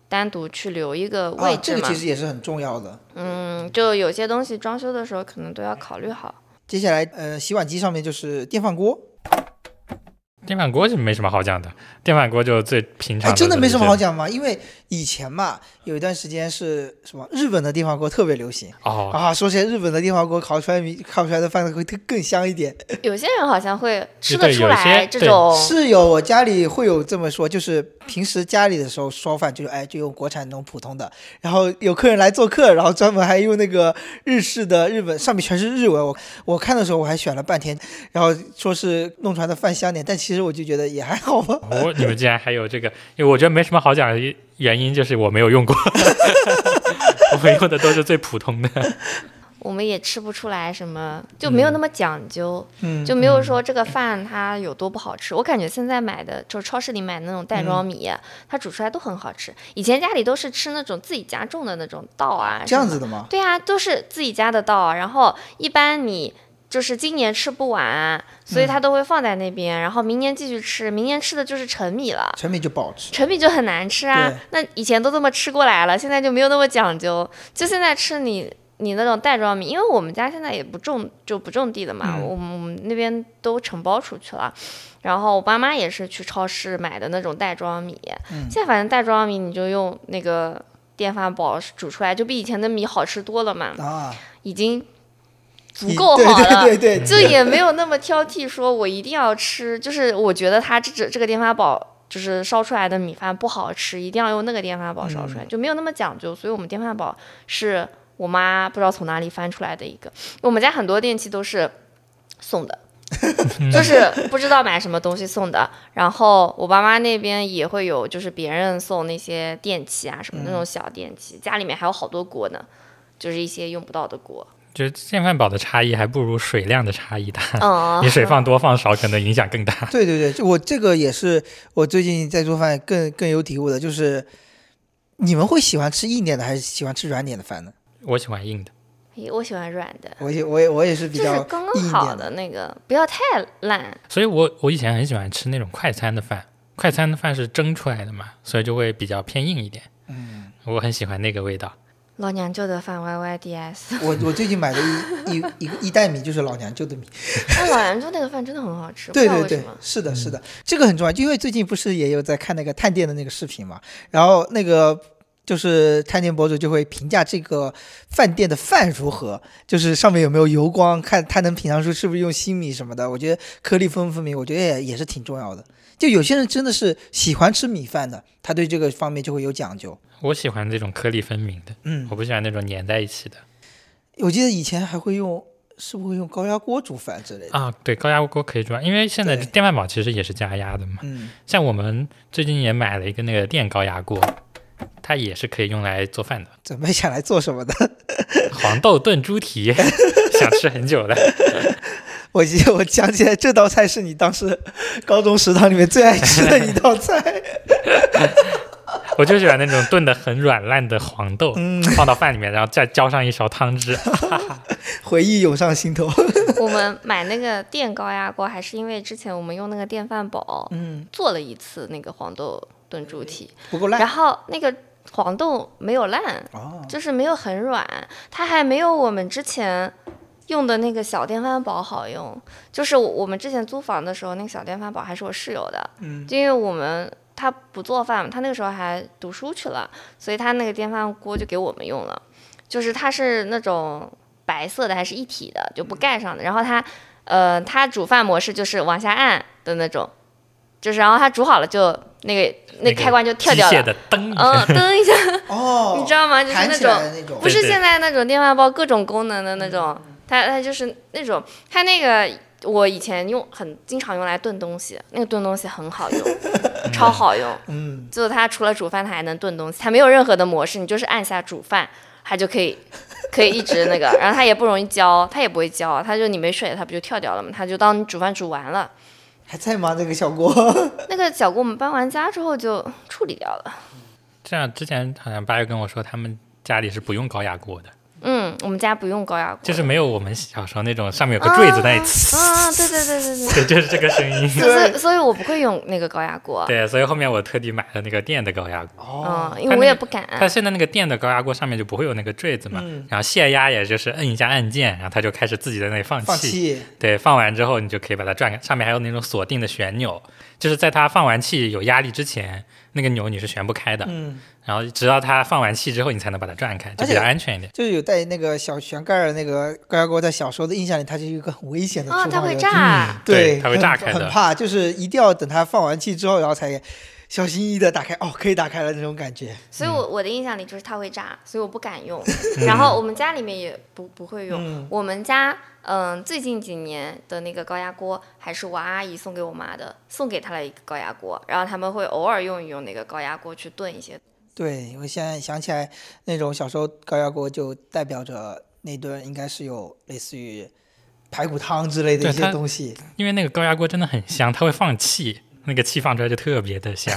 Speaker 4: 单独去留一个
Speaker 2: 啊，
Speaker 4: 位
Speaker 2: 这
Speaker 4: 置
Speaker 2: 个
Speaker 4: 嘛。
Speaker 2: 其实也是很重要的。
Speaker 4: 嗯，就有些东西装修的时候可能都要考 虑好。
Speaker 2: 接下来，呃，洗碗机上面就是电饭锅，
Speaker 3: 电饭锅是没什么好讲的，电饭锅就最平常
Speaker 2: 哎，
Speaker 3: 的、
Speaker 2: 真的没什么好。讲嘛，因为以前嘛，有一段时间是什么日本的电饭锅特别流行
Speaker 3: 哦，
Speaker 2: 啊，说起来日本的电饭锅烤出来米烤出来的饭会更更香一点。
Speaker 4: 有些人好像会吃
Speaker 3: 对
Speaker 4: 得出
Speaker 3: 有
Speaker 4: 来
Speaker 3: 些
Speaker 4: 这
Speaker 3: 对
Speaker 4: 种，
Speaker 2: 是有，我家里会有这么说，就是平时家里的时候烧饭就是哎就用国产那种普通的，然后有客人来做客，然后专门还用那个日式的日本上面全是日文，我我看的时候我还选了半天，然后说是弄出来的饭香点，但其实我就觉得也还好吧。
Speaker 3: 我你们竟然还有这个，因为我觉得没什么好讲的原因就是我没有用过， 我们用的都是最普通的。
Speaker 4: 我们也吃不出来什么，就没有那么讲究，
Speaker 2: 嗯
Speaker 4: 就没有说这个饭它有多不好吃。我感觉现在买的，就是超市里买的那种袋
Speaker 2: 嗯
Speaker 4: 装米，啊它煮出来都很好吃。以前家里都是吃那种自己家种的那种稻啊，
Speaker 2: 这样
Speaker 4: 什
Speaker 2: 子
Speaker 4: 么。
Speaker 2: 的吗？
Speaker 4: 对啊，都是自己家的稻，啊然后一般你。就是今年吃不完，啊所
Speaker 2: 嗯
Speaker 4: 以它都会放在那边，然后明年继续吃，明年吃的就是陈米了。
Speaker 2: 陈米就不好吃。
Speaker 4: 陈米就很难吃啊
Speaker 2: 对。
Speaker 4: 那以前都这么吃过来了，现在就没有那么讲究。就现在吃你你那种袋装米，因为我们家现在也不种就不种地的
Speaker 2: 嗯
Speaker 4: 嘛，我们我们那边都承包出去了。然后我爸妈也是去超市买的那种袋装米，
Speaker 2: 嗯
Speaker 4: 现在反正袋装米你就用那个电饭煲煮出来，就比以前的米好吃多了嘛，
Speaker 2: 啊，
Speaker 4: 已经足
Speaker 2: 你
Speaker 4: 够好了。
Speaker 2: 对对对对，
Speaker 4: 就也没有那么挑剔，说我一定要吃，就是我觉得它这这这个电饭煲。就是烧出来的米饭不好吃，一定要用那个电饭煲烧出
Speaker 3: 嗯
Speaker 4: 来，就没有那么讲究。所以我们电饭煲是我妈不知道从哪里翻出来的一个。我们家很多电器都是送的，
Speaker 3: 嗯
Speaker 4: 就是不知道买什么东西送的。然后我爸妈那边也会有，就是别人送那些电器啊，什么
Speaker 3: 嗯
Speaker 4: 那种小电器，家里面还有好多锅呢，就是一些用不到的锅。
Speaker 3: 觉得电饭煲的差异还不如水量的差异大，
Speaker 2: 啊
Speaker 4: 嗯，
Speaker 3: 你水放多放少可能影响更大。
Speaker 2: 对对对，就我这个也是我最近在做饭更更有体悟的，就是你们会喜欢吃硬点的还是喜欢吃软点的饭呢？
Speaker 3: 我喜欢硬的，
Speaker 4: 诶我喜欢软的。
Speaker 2: 我也我也我也是比
Speaker 4: 就是
Speaker 2: 较
Speaker 4: 刚刚
Speaker 2: 硬一
Speaker 4: 好
Speaker 2: 点
Speaker 4: 的那个，不要太烂。
Speaker 3: 所以我我以前很喜欢吃那种快餐的饭，快餐的饭是蒸出来的嘛，所以就会比较偏硬一点。嗯，我很喜欢那个味道。
Speaker 4: 老娘舅的饭 Y Y D S，
Speaker 2: 我我最近买的一一一个一袋米就是老娘舅的米，
Speaker 4: 但老娘舅那个饭真的很好吃，
Speaker 2: 对
Speaker 4: 不
Speaker 2: 对
Speaker 4: 知道为什
Speaker 2: 对
Speaker 4: 么，。
Speaker 2: 是的，是的，这个很重要，因为最近不是也有在看那个探店的那个视频嘛，然后那个就是探店博主就会评价这个饭店的饭如何，就是上面有没有油光，看他能品尝出是不是用新米什么的，我觉得颗粒分不分明，我觉得也也是挺重要的。就有些人真的是喜欢吃米饭的，他对这个方面就会有讲究。
Speaker 3: 我喜欢这种颗粒分明的，
Speaker 2: 嗯，
Speaker 3: 我不喜欢那种粘在一起的。
Speaker 2: 我记得以前还会用，是不是会用高压锅煮饭之类的？
Speaker 3: 啊，对，高压锅可以煮啊，因为现在
Speaker 2: 呃对
Speaker 3: 电饭煲其实也是加压的嘛。
Speaker 2: 嗯，
Speaker 3: 像我们最近也买了一个那个电高压锅，它也是可以用来做饭的。
Speaker 2: 准备想来做什么的？
Speaker 3: 黄豆炖猪蹄， 想吃很久了。
Speaker 2: 我记得我想起来，这道菜是你当时高中食堂里面最爱吃的一道菜。
Speaker 3: 我就喜欢那种炖的很软烂的黄豆，
Speaker 2: 嗯
Speaker 3: 放到饭里面，然后再浇上一勺汤汁。
Speaker 2: 回忆涌上心头。
Speaker 4: 我们买那个电高压锅，还是因为之前我们用那个电饭煲
Speaker 2: 嗯，
Speaker 4: 做了一次那个黄豆炖猪蹄，
Speaker 2: 不够
Speaker 4: 然
Speaker 2: 烂。
Speaker 4: 后那个黄豆没有烂，
Speaker 2: 哦，
Speaker 4: 就是没有很软，它还没有我们之前用的那个小电饭煲好用，就是我我们之前租房的时候，那个小电饭煲还是我室友的，
Speaker 2: 嗯，
Speaker 4: 就因为我们他不做饭嘛，他那个时候还读书去了，所以他那个电饭锅就给我们用了，就是它是那种白色的，还是一体的，就不盖上的。然后它，呃，它煮饭模式就是往下按的那种，就是然后它煮好了就那个那
Speaker 3: 那个
Speaker 4: 开关就跳
Speaker 3: 机
Speaker 4: 掉
Speaker 3: 械
Speaker 4: 了，
Speaker 3: 的噔一
Speaker 4: 嗯
Speaker 3: 下，，
Speaker 4: 噔一下，
Speaker 2: 哦，
Speaker 4: 你知道吗？就是
Speaker 2: 弹
Speaker 4: 那
Speaker 2: 起
Speaker 4: 种
Speaker 2: 来的那种，
Speaker 4: 不
Speaker 3: 对
Speaker 4: 是
Speaker 3: 对
Speaker 4: 现在那种电饭煲各种功能的那种，
Speaker 2: 嗯
Speaker 4: 它它就是那种它那个我以前用很经常用来炖东西，那个炖东西 很好用，超好用。
Speaker 2: 嗯，
Speaker 4: 就它除了煮饭，它还能炖东西，它没有任何的模式，你就是按下煮饭，它就可以可以一直那个，然后它也不容易焦，它也不会焦，它就你没水，它不就跳掉了吗？它就当你煮饭煮完了，
Speaker 2: 还在吗？这个小锅？
Speaker 4: 那个小锅我们搬完家之后就处理掉了。
Speaker 3: 这样之前好像八月跟我说，他们家里是不用高压锅的，
Speaker 4: 嗯，我们家不用高压锅，
Speaker 3: 就是没有我们小时候那种上面有个坠子那一次，
Speaker 4: 啊，对对对对对。
Speaker 3: 对，就是这个声 音。
Speaker 4: 所所以所嗯以我不会用那个高压锅，
Speaker 3: 对，所以后面我特地买了那个电的高压锅。
Speaker 2: 哦，
Speaker 4: 嗯，因为
Speaker 3: 它那
Speaker 4: 我也
Speaker 3: 个
Speaker 4: 不敢。
Speaker 3: 它现在那个电的高压锅上面就不会有那个坠子嘛，
Speaker 2: 嗯
Speaker 3: 然后泄压也就是摁一下按键，然后它就开始自己在那里放气。
Speaker 2: 放气，
Speaker 3: 对，放完之后你就可以把它转开，上面还有那种锁定的旋钮，就是在它放完气有压力之前，那个钮你是旋不开的，
Speaker 2: 嗯，
Speaker 3: 然后直到它放完气之后，你才能把它转开，就
Speaker 2: 而且
Speaker 3: 比较安全一点。
Speaker 2: 就是有带那个小旋盖儿的那个高压锅，在小时候的印象里，它是一个很危险的
Speaker 4: 啊，
Speaker 2: 厨
Speaker 4: 它
Speaker 2: 房
Speaker 4: 会
Speaker 2: 用具
Speaker 4: 炸，
Speaker 3: 对
Speaker 2: 对，
Speaker 3: 它会炸开
Speaker 2: 很，
Speaker 3: 的
Speaker 2: 很怕，就是一定要等它放完气之后，然后才小心翼翼的打开，哦，可以打开了那种感觉。
Speaker 4: 所以
Speaker 3: 嗯
Speaker 4: 我我的印象里就是它会炸，所以我不敢 用。然后我们家里面也不不会用。
Speaker 2: 嗯
Speaker 4: 我们家嗯，最近几年的那个高压锅还是我阿姨送给我妈的，送给她了一个高压锅，然后他们会偶尔用一用那个高压锅去炖一些。
Speaker 2: 对，我现在想起来，那种小时候高压锅就代表着那顿应该是有类似于排骨汤之类的
Speaker 3: 对
Speaker 2: 一些
Speaker 3: 它
Speaker 2: 东西。
Speaker 3: 因为那个高压锅真的很香，它会放气，那个气放出来就特别 的香。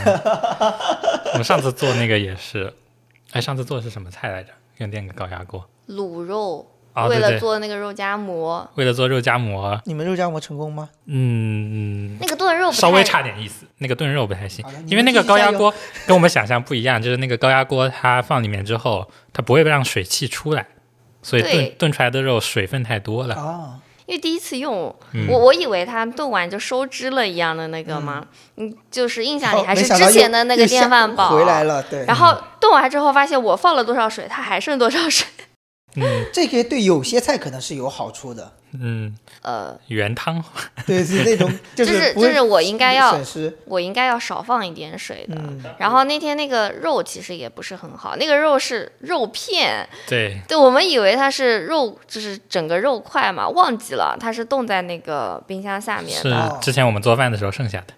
Speaker 3: 我上次做那个也是，哎，上次做的是什么菜来着？用电高压锅，
Speaker 4: 卤肉，
Speaker 3: 啊
Speaker 4: 为
Speaker 3: 对
Speaker 4: 了
Speaker 3: 对
Speaker 4: 做那个肉夹馍，
Speaker 3: 为了做肉夹馍，
Speaker 2: 你们肉夹馍成功吗？
Speaker 3: 嗯，
Speaker 4: 那个炖肉不
Speaker 3: 稍微
Speaker 4: 太
Speaker 3: 差点意思，那个炖肉不太行
Speaker 2: 好的，你
Speaker 3: 因为
Speaker 2: 们
Speaker 3: 那
Speaker 2: 继
Speaker 3: 个
Speaker 2: 续
Speaker 3: 高
Speaker 2: 加
Speaker 3: 压
Speaker 2: 油
Speaker 3: 锅跟我们想象不一样，就是那个高压锅它放里面之后，它不会让水汽出来，所以
Speaker 4: 对
Speaker 3: 炖炖出来的肉水分太多了。
Speaker 2: 啊，
Speaker 4: 因为第一次用，
Speaker 3: 嗯
Speaker 4: 我我以为它炖完就收汁了一样的那个嘛，嗯，就是印象里
Speaker 2: 哦
Speaker 4: 还
Speaker 2: 没
Speaker 4: 是
Speaker 2: 想到
Speaker 4: 之前
Speaker 2: 又
Speaker 4: 的那
Speaker 2: 又
Speaker 4: 个电
Speaker 2: 下
Speaker 4: 饭煲
Speaker 2: 回来。了，对。
Speaker 4: 然后炖完之后发现我放了多少水，它还剩多少水。
Speaker 3: 嗯
Speaker 2: 这些对有些菜可能是有好处的，
Speaker 3: 嗯，
Speaker 4: 呃，
Speaker 3: 原汤
Speaker 2: 对，是那 种就
Speaker 4: 就是
Speaker 2: 不会
Speaker 4: 就是我应该要
Speaker 2: 损失。
Speaker 4: 我应该要少放一点水的。
Speaker 2: 嗯，
Speaker 4: 然后那天那个肉其实也不是很好，那个肉是肉片，
Speaker 3: 对
Speaker 4: 对我们以为它是肉，就是整个肉块嘛，忘记了它是冻在那个冰箱下面
Speaker 3: 是
Speaker 4: 的。
Speaker 2: 哦
Speaker 3: 之前我们做饭的时候剩下的，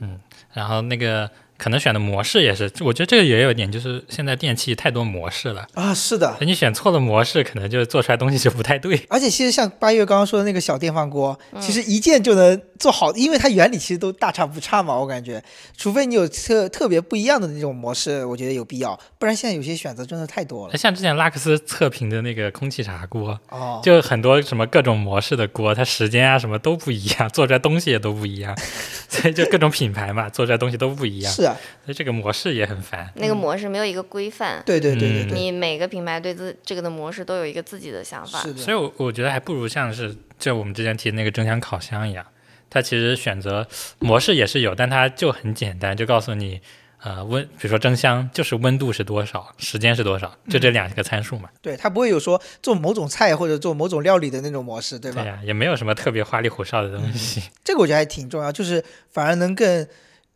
Speaker 3: 嗯，然后那个可能选的模式也是，我觉得这个也有一点，就是现在电器太多模式了，
Speaker 2: 啊，是的，
Speaker 3: 你选错了模式，可能就做出来东西就不太对。
Speaker 2: 而且其实像八月刚刚说的那个小电饭锅，其实一键就能做好，因为它原理其实都大差不差嘛，我感觉，除非你有特特别不一样的那种模式，我觉得有必要，不然现在有些选择真的太多了。
Speaker 3: 像之前拉克斯测评的那个空气炸锅，
Speaker 2: 哦，
Speaker 3: 就很多什么各种模式的锅，它时间啊什么都不一样，做出来东西也都不一样， 所以就各种品牌嘛，做出来东西都不一样，
Speaker 2: 是啊，
Speaker 3: 所以这个模式也很烦。
Speaker 4: 那个模式没有一个规范，
Speaker 2: 对对对对
Speaker 3: 嗯
Speaker 2: 对，
Speaker 4: 你每个品牌对自这个的模式都有一个自己的想法。
Speaker 2: 是
Speaker 3: 所
Speaker 2: 的，
Speaker 3: 以我，我觉得还不如像是就我们之前提的那个蒸箱烤箱一样，它其实选择模式也是有，但它就很简单，就告诉你，呃，温，比如说蒸箱就是温度是多少，时间是多少，
Speaker 2: 嗯
Speaker 3: 就这两个参数嘛。
Speaker 2: 对它不会有说做某种菜或者做某种料理的那种模式，对吧？嗯
Speaker 3: 对呀、也没有什么特别花里胡哨的东西。
Speaker 2: 这个我觉得还挺重要，就是反而能更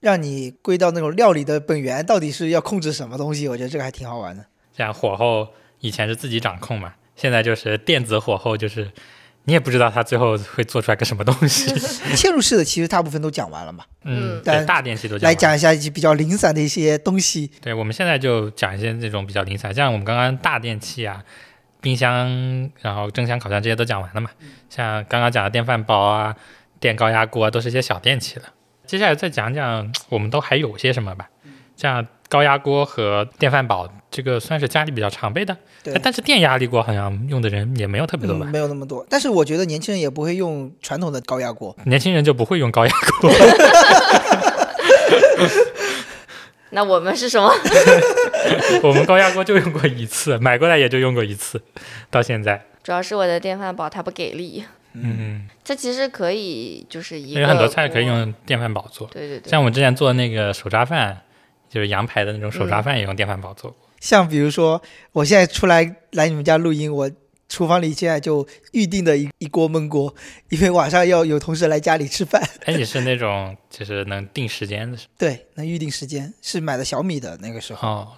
Speaker 2: 让你归到那种料理的本源，到底是要控制什么东西，我觉得这个还挺好玩的。
Speaker 3: 像火候以前是自己掌控嘛，现在就是电子火候，就是你也不知道它最后会做出来个什么东西。
Speaker 2: 嵌入式的其实大部分都讲完了嘛，
Speaker 4: 嗯
Speaker 3: 对，
Speaker 2: 但
Speaker 3: 大电器都讲
Speaker 2: 来
Speaker 3: 完
Speaker 2: 讲
Speaker 3: 了。
Speaker 2: 一下一些比较零散的一些东西。
Speaker 3: 对，我们现在就讲一些那种比较零散，像我们刚刚大电器啊、冰箱，然后蒸箱、烤箱这些都讲完了嘛。像刚刚讲的电饭煲啊、电高压锅啊，都是一些小电器了。接下来再讲讲我们都还有些什么吧，
Speaker 2: 嗯
Speaker 3: 像高压锅和电饭煲，这个算是家里比较常备的。
Speaker 2: 对
Speaker 3: 哎但是电压力锅好像用的人也没有特别多吧
Speaker 2: 嗯，？没有那么多。但是我觉得年轻人也不会用传统的高压锅，
Speaker 3: 年轻人就不会用高压锅。
Speaker 4: 那我们是什么？
Speaker 3: 我们高压锅就用过一次，买过来也就用过一次，到现在。
Speaker 4: 主要是我的电饭煲它不给力。
Speaker 3: 嗯，
Speaker 4: 这其实可以就是一个
Speaker 3: 有很多菜可以
Speaker 4: 锅，
Speaker 3: 用电饭煲做，
Speaker 4: 对对对，
Speaker 3: 像我之前做那个手抓饭，就是羊排的那种手
Speaker 2: 嗯
Speaker 3: 抓饭也用电饭煲做过。
Speaker 2: 像比如说，我现在出来来你们家录音，我厨房里现在就预定的一一锅焖锅，因为晚上要有同事来家里吃 饭，
Speaker 3: 而且是那种就是能定时间的时
Speaker 2: 对，能预定时间，是买的小米的那个时候。
Speaker 3: 候。哦，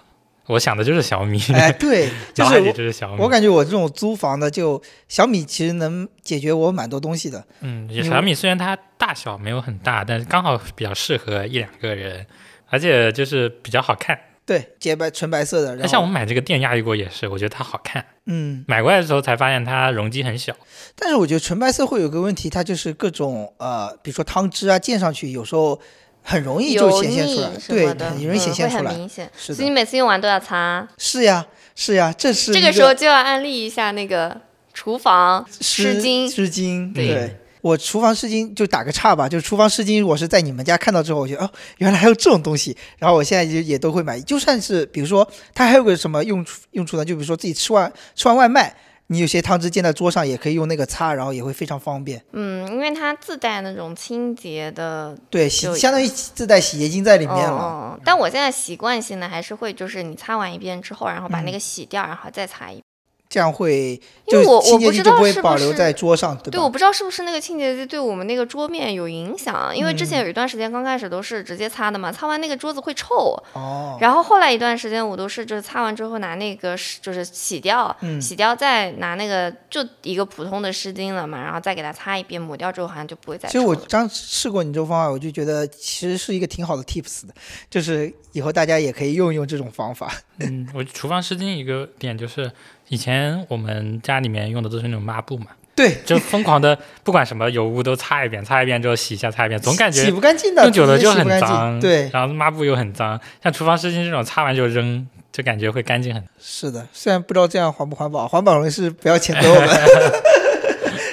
Speaker 3: 我想的就是小米，
Speaker 2: 哎，对，就
Speaker 3: 脑
Speaker 2: 是
Speaker 3: 海里
Speaker 2: 我
Speaker 3: 这是小米。
Speaker 2: 我感觉我这种租房的就，小米其实能解决我蛮多东西的。
Speaker 3: 嗯，
Speaker 2: 为
Speaker 3: 小米虽然它大小没有很大，但是刚好比较适合一两个人，而且就是比较好看。
Speaker 2: 对，洁白纯白色的，然后
Speaker 3: 像我们买这个电压力锅也是，我觉得它好看。
Speaker 2: 嗯，
Speaker 3: 买过来的时候才发现它容积很小。
Speaker 2: 但是我觉得纯白色会有个问题，它就是各种呃，比如说汤汁啊溅上去，有时候很容易就
Speaker 4: 油
Speaker 2: 显现
Speaker 4: 腻
Speaker 2: 出来，
Speaker 4: 什
Speaker 2: 对，
Speaker 4: 么的，
Speaker 2: 很容易显现
Speaker 4: 嗯、会
Speaker 2: 出
Speaker 4: 很
Speaker 2: 来。
Speaker 4: 明显。
Speaker 2: 是
Speaker 4: 所以
Speaker 2: 的，
Speaker 4: 你每次用完都要擦。
Speaker 2: 是呀，是呀，这是
Speaker 4: 这
Speaker 2: 一个
Speaker 4: 个时候就要安利一下那个厨房湿巾，
Speaker 2: 湿巾，
Speaker 3: 对
Speaker 2: 对。我厨房湿巾就打个岔吧，就是厨房湿巾，我是在你们家看到之后，我觉得哦，原来还有这种东西，然后我现在就也都会买，就算是比如说它还有个什么用处用处呢？就比如说自己吃完吃完外卖，你有些汤汁溅在桌上，也可以用那个擦，然后也会非常方便。
Speaker 4: 嗯，因为它自带那种清洁的
Speaker 2: 对，洗
Speaker 4: 就
Speaker 2: 相当于自带洗洁精在里面了。
Speaker 4: 哦但我现在习惯性的还是会，就是你擦完一遍之后，然后把
Speaker 2: 嗯
Speaker 4: 那个洗掉，然后再擦一遍。
Speaker 2: 这样会
Speaker 4: 因为
Speaker 2: 就
Speaker 4: 我
Speaker 2: 清
Speaker 4: 我
Speaker 2: 洁
Speaker 4: 不
Speaker 2: 剂
Speaker 4: 知
Speaker 2: 就
Speaker 4: 道
Speaker 2: 会
Speaker 4: 是
Speaker 2: 保
Speaker 4: 不
Speaker 2: 留
Speaker 4: 是
Speaker 2: 在桌上，对
Speaker 4: 对，我
Speaker 2: 吧？
Speaker 4: 不知道是不是那个清洁剂对我们那个桌面有影响，因为之
Speaker 2: 嗯
Speaker 4: 前有一段时间刚开始都是直接擦的嘛，擦完那个桌子会臭。
Speaker 2: 哦，
Speaker 4: 然后后来一段时间我都是就是擦完之后拿那个湿就是洗掉，
Speaker 2: 嗯
Speaker 4: 洗掉再拿那个就一个普通的湿巾了嘛，然后再给它擦一遍，抹掉之后好像就不会再
Speaker 2: 其
Speaker 4: 臭
Speaker 2: 实
Speaker 4: 了。
Speaker 2: 我刚试过你这个方法，我就觉得其实是一个挺好的 tips 的，就是以后大家也可以用一用这种方法。
Speaker 3: 嗯，我厨房湿巾一个点就是，以前我们家里面用的都是那种抹布嘛，
Speaker 2: 对，
Speaker 3: 就疯狂的不管什么油污都擦一遍，擦一遍之后洗一下，擦一遍，总感
Speaker 2: 洗
Speaker 3: 觉
Speaker 2: 不干净的，
Speaker 3: 用久了
Speaker 2: 直接
Speaker 3: 就
Speaker 2: 洗
Speaker 3: 很
Speaker 2: 不干
Speaker 3: 脏。
Speaker 2: 净。对，
Speaker 3: 然后抹布又很脏，像厨房湿巾这种擦完就扔，就感觉会干净很多。
Speaker 2: 是的，虽然不知道这样环不环保，环保人士不要谴 责我们，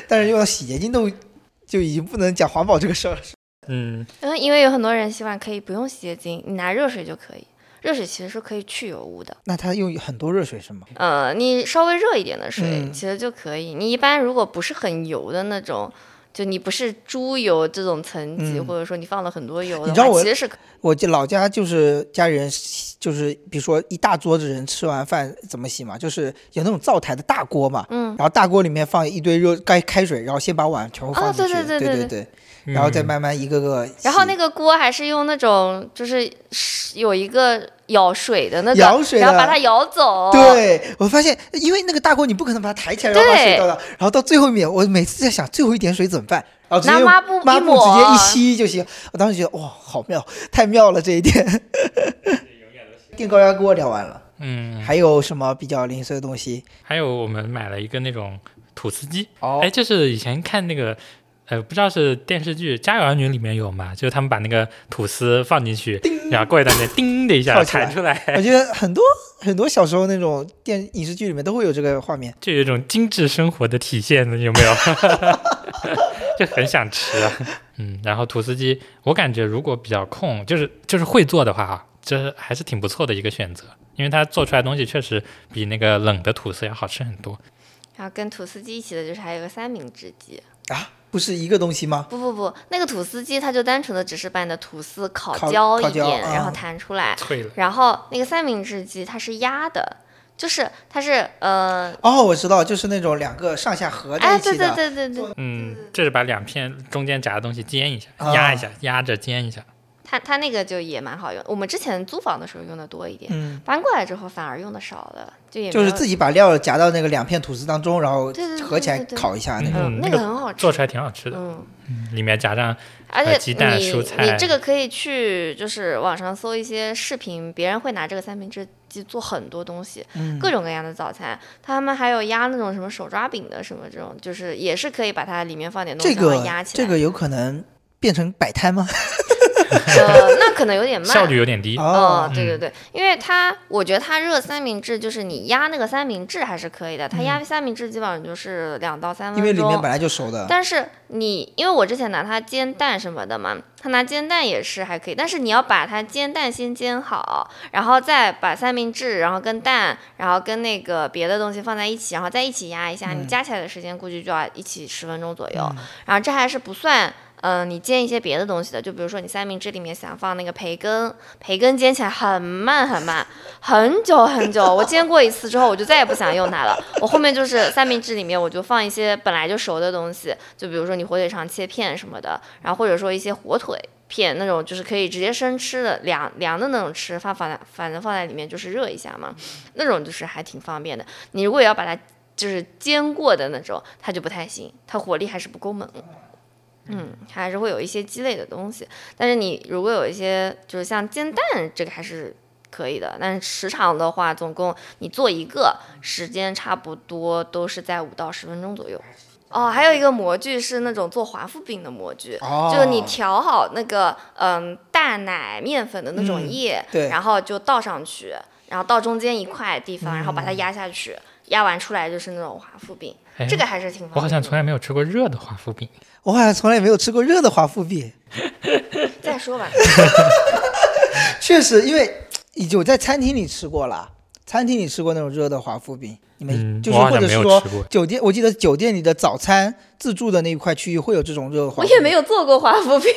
Speaker 2: 但是用到洗洁精都就已经不能讲环保这个事儿了。
Speaker 3: 嗯，
Speaker 4: 嗯，因为有很多人希望可以不用洗洁精，你拿热水就可以。热水其实是可以去油污的，
Speaker 2: 那它用很多热水是吗？
Speaker 4: 呃，你稍微热一点的水、
Speaker 2: 嗯
Speaker 4: 其实就可以。你一般如果不是很油的那种，就你不是猪油这种层级，
Speaker 2: 嗯
Speaker 4: 或者说你放了很多油
Speaker 2: 你
Speaker 4: 的
Speaker 2: 知道
Speaker 4: 话，
Speaker 2: 我
Speaker 4: 其实是可
Speaker 2: 我这老家就是家里人就是比如说一大桌子人吃完饭怎么洗嘛，就是有那种灶台的大锅嘛，
Speaker 4: 嗯
Speaker 2: 然后大锅里面放一堆热该开水，然后先把碗全部放
Speaker 4: 哦
Speaker 2: 进
Speaker 4: 对
Speaker 2: 去，
Speaker 4: 对对
Speaker 2: 对
Speaker 4: 对
Speaker 2: 然后再
Speaker 3: 嗯
Speaker 2: 慢慢一个个洗。
Speaker 4: 然后那个锅还是用那种就是是有一个舀水的那个，
Speaker 2: 舀水的
Speaker 4: 然后把它舀走。，
Speaker 2: 对，我发现，因为那个大锅你不可能把它抬起来，然后把水
Speaker 4: 对
Speaker 2: 倒到，然后到最后面，我每次在想最后一点水怎么办，然后直接
Speaker 4: 拿
Speaker 2: 用
Speaker 4: 抹布
Speaker 2: 抹
Speaker 4: 一
Speaker 2: 布直
Speaker 4: 抹
Speaker 2: 接一吸就行。我当时觉得哇，好妙，太妙了这一点。 电高压锅聊完了，
Speaker 3: 嗯，
Speaker 2: 还有什么比较零碎的东西？
Speaker 3: 还有我们买了一个那种吐司机，
Speaker 2: 哦
Speaker 3: 哎，就是以前看那个，呃，不知道是电视剧《家有儿女》里面有嘛，就是他们把那个吐司放进去，然后过一段时间叮的一
Speaker 2: 跳
Speaker 3: 下
Speaker 2: 起来
Speaker 3: 弹出来，
Speaker 2: 我觉得很多很多小时候那种电影视剧里面都会有这个画面。
Speaker 3: 就有一种精致生活的体现，有没有？ 就很想吃、啊，嗯，然后吐司机，我感觉如果比较空，就是就是会做的话啊，这还是挺不错的一个选择，因为它做出来的东西确实比那个冷的吐司要好吃很多。
Speaker 4: 然后跟吐司机一起的就是还有个三明治机，
Speaker 2: 啊，不是一个东西吗？
Speaker 4: 不不不，那个吐司机它就单纯的只是把你的吐司烤
Speaker 2: 烤
Speaker 4: 焦
Speaker 2: 烤
Speaker 4: 一
Speaker 2: 焦
Speaker 4: 点，然后
Speaker 2: 嗯
Speaker 4: 弹出来，
Speaker 3: 脆了，
Speaker 4: 然后那个三明治机它是压的，就是它是呃，
Speaker 2: 哦，我知道，就是那种两个上下合在
Speaker 4: 哎，
Speaker 2: 一起
Speaker 4: 对对
Speaker 2: 的。
Speaker 4: 对对对，
Speaker 3: 嗯，就是把两片中间夹的东西煎一下，
Speaker 2: 啊
Speaker 3: 压一下，压着煎一下。
Speaker 4: 它它那个就也蛮好用。我们之前租房的时候用的多一点，
Speaker 2: 嗯，
Speaker 4: 搬过来之后反而用的少了，就也没
Speaker 2: 就是
Speaker 4: 有
Speaker 2: 自己把料夹到那个两片吐司当中，然后
Speaker 4: 对对对
Speaker 2: 合起来
Speaker 4: 对对对
Speaker 2: 烤一下那个。
Speaker 4: 嗯
Speaker 3: 嗯
Speaker 4: 那
Speaker 3: 那
Speaker 4: 个
Speaker 3: 个
Speaker 4: 很好
Speaker 3: 做
Speaker 4: 吃，
Speaker 3: 出来挺好吃的，
Speaker 4: 嗯，
Speaker 3: 里面夹上
Speaker 4: 而
Speaker 3: 呃
Speaker 4: 且
Speaker 3: 鸡蛋
Speaker 4: 你
Speaker 3: 蔬菜
Speaker 4: 你这个可以去就是网上搜一些视频，别人会拿这个三明治机做很多东西，
Speaker 2: 嗯
Speaker 4: 各种各样的早餐，他们还有压那种什么手抓饼的什么这种，就是也是可以把它里面放点东
Speaker 2: 这
Speaker 4: 西然后
Speaker 2: 个
Speaker 4: 压起来，
Speaker 2: 这个有可能变成摆摊吗？
Speaker 4: 呃，那可能有点慢。
Speaker 3: 效率有嗯点低。
Speaker 2: 哦
Speaker 4: 哦，对对对，因为它，我觉得它热三明治就是你压那个三明治还是可以
Speaker 3: 嗯
Speaker 4: 的，它压三明治基本上就是两到三
Speaker 2: 因为
Speaker 4: 分
Speaker 2: 里面
Speaker 4: 钟
Speaker 2: 本。来就熟的，
Speaker 4: 但是你，因为我之前拿它煎蛋什么的嘛，它拿煎蛋也是还可以，但是你要把它煎蛋先煎好，然后再把三明治，然后跟蛋，然后跟那个别的东西放在一起，然后再一起压一下，你加起来的时间估计就要一起十分钟左右，然后这还是不算。嗯、你煎一些别的东西的，就比如说你三明治里面想放那个培根，培根煎起来很慢很慢，很久很久。我煎过一次之后，我就再也不想用它了。 我后面就是三明治里面，我就放一些本来就熟的东西，就比如说你火腿肠切片什么的，然后或者说一些火腿片那种，就是可以直接生吃的凉凉的那种吃，放放在反正放在里面就是热一下嘛，那种就是还挺方便的。你如果要把它就是煎过的那种，它就不太行，它火力还是不够猛。嗯，还是会有一些鸡肋的东西，但是你如果有一些就是像煎蛋，这个还是可以的。但是时长的话，总共你做一个时间差不多都是在五到十分钟左右。哦，还有一个模具是那种做华夫饼的模具，
Speaker 2: 哦
Speaker 4: 就是你调好那个嗯大奶面粉的那种
Speaker 2: 嗯
Speaker 4: 液，
Speaker 2: 对
Speaker 4: 然后就倒上去，然后到中间一块地
Speaker 2: 嗯
Speaker 4: 方，然后把它压下去，压完出来就是那种华夫饼，
Speaker 3: 哎
Speaker 4: 这个还是挺方便
Speaker 3: 我
Speaker 4: 的。
Speaker 3: 好像从来没有吃过热的华夫饼，
Speaker 2: 我好像从来也没有吃过热的华夫饼。
Speaker 4: 再 说吧，
Speaker 2: 确实，因为已经我在餐厅里吃过了，餐厅里吃过那种热的华夫饼，你们
Speaker 3: 嗯
Speaker 2: 就是
Speaker 3: 我好
Speaker 2: 或
Speaker 3: 像
Speaker 2: 者
Speaker 3: 没
Speaker 2: 是
Speaker 3: 有
Speaker 2: 说
Speaker 3: 吃过
Speaker 2: 酒店，我记得酒店里的早餐自助的那一块区域会有这种热的华
Speaker 4: 我
Speaker 2: 夫
Speaker 4: 也
Speaker 2: 饼。
Speaker 4: 没有做过华 夫饼，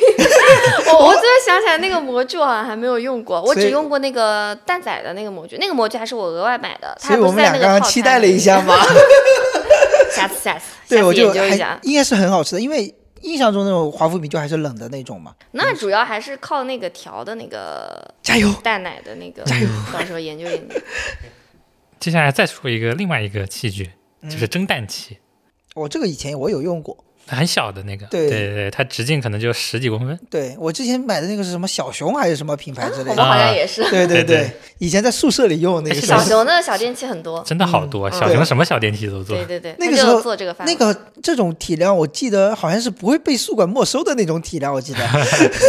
Speaker 4: 我我突然想起来那个模具我好像还没有用过，我
Speaker 2: 所
Speaker 4: 只
Speaker 2: 以
Speaker 4: 用过那个蛋仔的那个模具，那个模具还是我额外买的，它
Speaker 2: 所以
Speaker 4: 不
Speaker 2: 我
Speaker 4: 是
Speaker 2: 们
Speaker 4: 在
Speaker 2: 俩
Speaker 4: 那
Speaker 2: 刚
Speaker 4: 个
Speaker 2: 刚
Speaker 4: 套
Speaker 2: 期
Speaker 4: 餐
Speaker 2: 待了
Speaker 4: 里
Speaker 2: 一 下嘛，
Speaker 4: 下次下次
Speaker 2: 对，
Speaker 4: 下
Speaker 2: 我
Speaker 4: 次
Speaker 2: 就
Speaker 4: 研究一
Speaker 2: 还
Speaker 4: 下。
Speaker 2: 应该是很好吃的，因为印象中那种华夫饼就还是冷的那 种嘛。
Speaker 4: 那主要还是靠那个调的那个
Speaker 2: 加油！
Speaker 4: 蛋奶的那个，到时候研究研究。
Speaker 3: 接下来再说一个另外一个器具，
Speaker 2: 嗯
Speaker 3: 就是蒸蛋器，
Speaker 2: 我这个以前我有用过，
Speaker 3: 很小的那个，
Speaker 2: 对
Speaker 3: 对对，它直径可能就十几公分。
Speaker 2: 对我之前买的那个是什么小熊还是什么品牌之类
Speaker 4: 我们
Speaker 2: 的，
Speaker 4: 啊好像也是，
Speaker 2: 对对
Speaker 3: 对
Speaker 2: 对，以前在宿舍里用的那个
Speaker 3: 啊哎是
Speaker 2: 时候
Speaker 4: 小熊的小电器很多，
Speaker 3: 真的好多，小
Speaker 2: 嗯对
Speaker 3: 熊什么小电器都做
Speaker 4: 对。对对，
Speaker 2: 那
Speaker 4: 他
Speaker 2: 个
Speaker 4: 就
Speaker 2: 时候
Speaker 4: 做这个饭，
Speaker 2: 那个这种体量，我记得好像是不会被宿管没收的那种体量，我记 得。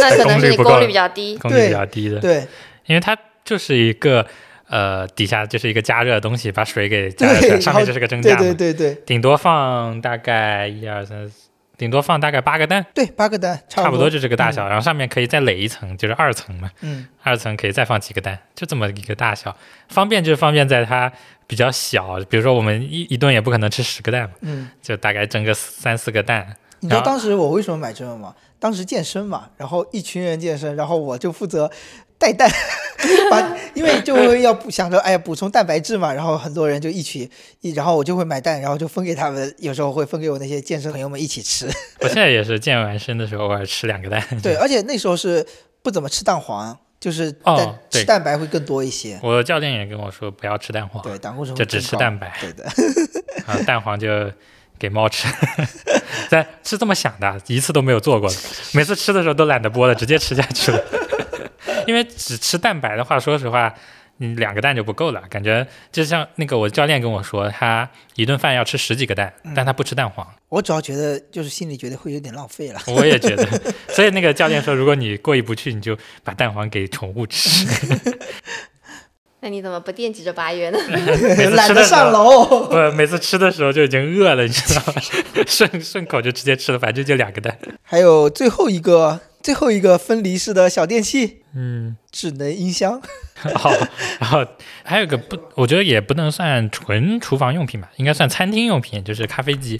Speaker 4: 那可能是
Speaker 3: 功率
Speaker 4: 你
Speaker 3: 不够
Speaker 4: 功率比较低，
Speaker 3: 功率比较低的，
Speaker 2: 对
Speaker 3: 因为它就是一个呃底下就是一个加热的东西，把水给加热出来，
Speaker 2: 对，然
Speaker 3: 上
Speaker 2: 后
Speaker 3: 面就是个蒸架嘛，
Speaker 2: 对对对对
Speaker 3: 顶多放大概一二三，四顶多放大概八个蛋，
Speaker 2: 对，八个蛋
Speaker 3: 差
Speaker 2: 不
Speaker 3: 不多就这个大小，然后上面可以再垒一层，就是二层嘛，
Speaker 2: 嗯，
Speaker 3: 二层可以再放几个蛋，就这么一个大小，方便就方便在它比较小，比如说我们一一顿也不可能吃十个蛋嘛，
Speaker 2: 嗯，
Speaker 3: 就大概蒸个三四个蛋，
Speaker 2: 你知道
Speaker 3: 然后
Speaker 2: 当时我为什么买这个吗？当时健身嘛，然后一群人健身，然后我就负责带蛋， 把因为就会要补想着哎呀补充蛋白质嘛，然后很多人就一起，一然后我就会买蛋，然后就分给他们，有时候会分给我那些健身朋友们一起吃。
Speaker 3: 我现在也是健完身的时候偶尔吃两个蛋，
Speaker 2: 对，而且那时候是不怎么吃蛋黄，就是
Speaker 3: 哦
Speaker 2: 蛋、吃
Speaker 3: 对
Speaker 2: 蛋白会更多一些。
Speaker 3: 我教练也跟我说不要吃蛋黄，
Speaker 2: 对，胆固醇
Speaker 3: 哦就
Speaker 2: 会
Speaker 3: 只
Speaker 2: 更
Speaker 3: 吃
Speaker 2: 高
Speaker 3: 蛋白
Speaker 2: 对的，
Speaker 3: 啊，蛋黄就给猫吃， 但是这么想的，一次都没有做过的，每次吃的时候都懒得剥了，直接吃下去了。 因为只吃蛋白的话，说实话，你两个蛋就不够了，感觉就像那个我教练跟我说，他一顿饭要吃十几个蛋，但他不吃蛋黄。
Speaker 2: 我主要觉得就是心里觉得会有点浪费 了。
Speaker 3: 我也觉得，所以那个教练说，如果你过意不去，你就把蛋黄给宠物吃。
Speaker 4: 那你怎么不惦记着八 元呢？
Speaker 3: 每次
Speaker 2: 懒
Speaker 3: 吃
Speaker 2: 得
Speaker 3: 的时
Speaker 2: 上
Speaker 3: 候。
Speaker 2: 楼。
Speaker 3: 我每次吃的时候就已经饿了，你知道吗？ 顺顺口就直接吃了，反正就两个蛋。
Speaker 2: 还有最后一个，最后一个分离式的小电器
Speaker 3: 嗯，
Speaker 2: 智能音箱，
Speaker 3: 哦， 然后还有一个不，我觉得也不能算纯厨房用品吧，应该算餐厅用品，就是咖啡机。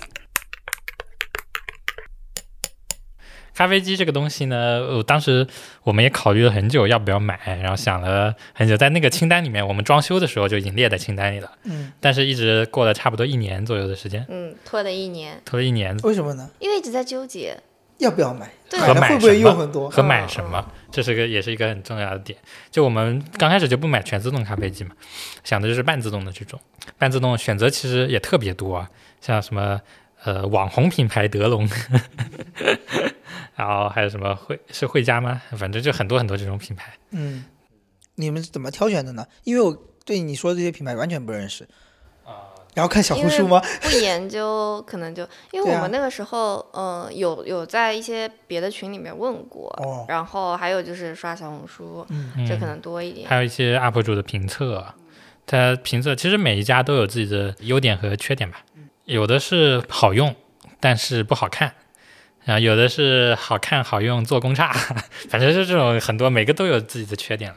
Speaker 3: 咖啡机这个东西呢，我当时我们也考虑了很久要不要买，然后想了很久，在那个清单里面，我们装修的时候就已经列在清单里了，
Speaker 2: 嗯，
Speaker 3: 但是一直过了差不多一年左右的时间，
Speaker 4: 嗯，拖了一年，
Speaker 3: 拖了一年
Speaker 2: 为什么呢？
Speaker 4: 因为一直在纠结，
Speaker 2: 要不要买？
Speaker 4: 对
Speaker 2: 买
Speaker 3: 和
Speaker 2: 了
Speaker 3: 买
Speaker 2: 会不
Speaker 3: 什
Speaker 2: 会用
Speaker 3: 么
Speaker 2: 很多？
Speaker 3: 和买什么，这是个也是一个很重要的点。就我们刚开始就不买全自动咖啡机嘛，想的就是半自动的这种。半自动选择其实也特别多、啊，像什么呃网红品牌德龙， 然后还有什么惠是惠家吗？反正就很多很多这种品牌。
Speaker 2: 嗯，
Speaker 3: 啊
Speaker 2: 你们是怎么挑选的呢？因为我对你说的这些品牌完全不认识。然后看小
Speaker 4: 因
Speaker 2: 红
Speaker 4: 为
Speaker 2: 书吗？
Speaker 4: 不研究可能就因为
Speaker 2: 对
Speaker 4: 我
Speaker 2: 啊
Speaker 4: 们那个时候，嗯、有有在一些别的群里面问过，
Speaker 2: 哦
Speaker 4: 然后还有就是刷小红书，
Speaker 3: 嗯
Speaker 4: 这可能多一点。
Speaker 3: 还有一些 UP 主的评测，它评测其实每一家都有自己的优点和缺点吧，有的是好用，但是不好看。啊，有的是好看好用，做工差， 反正是这种很多，每个都有自己的缺点了。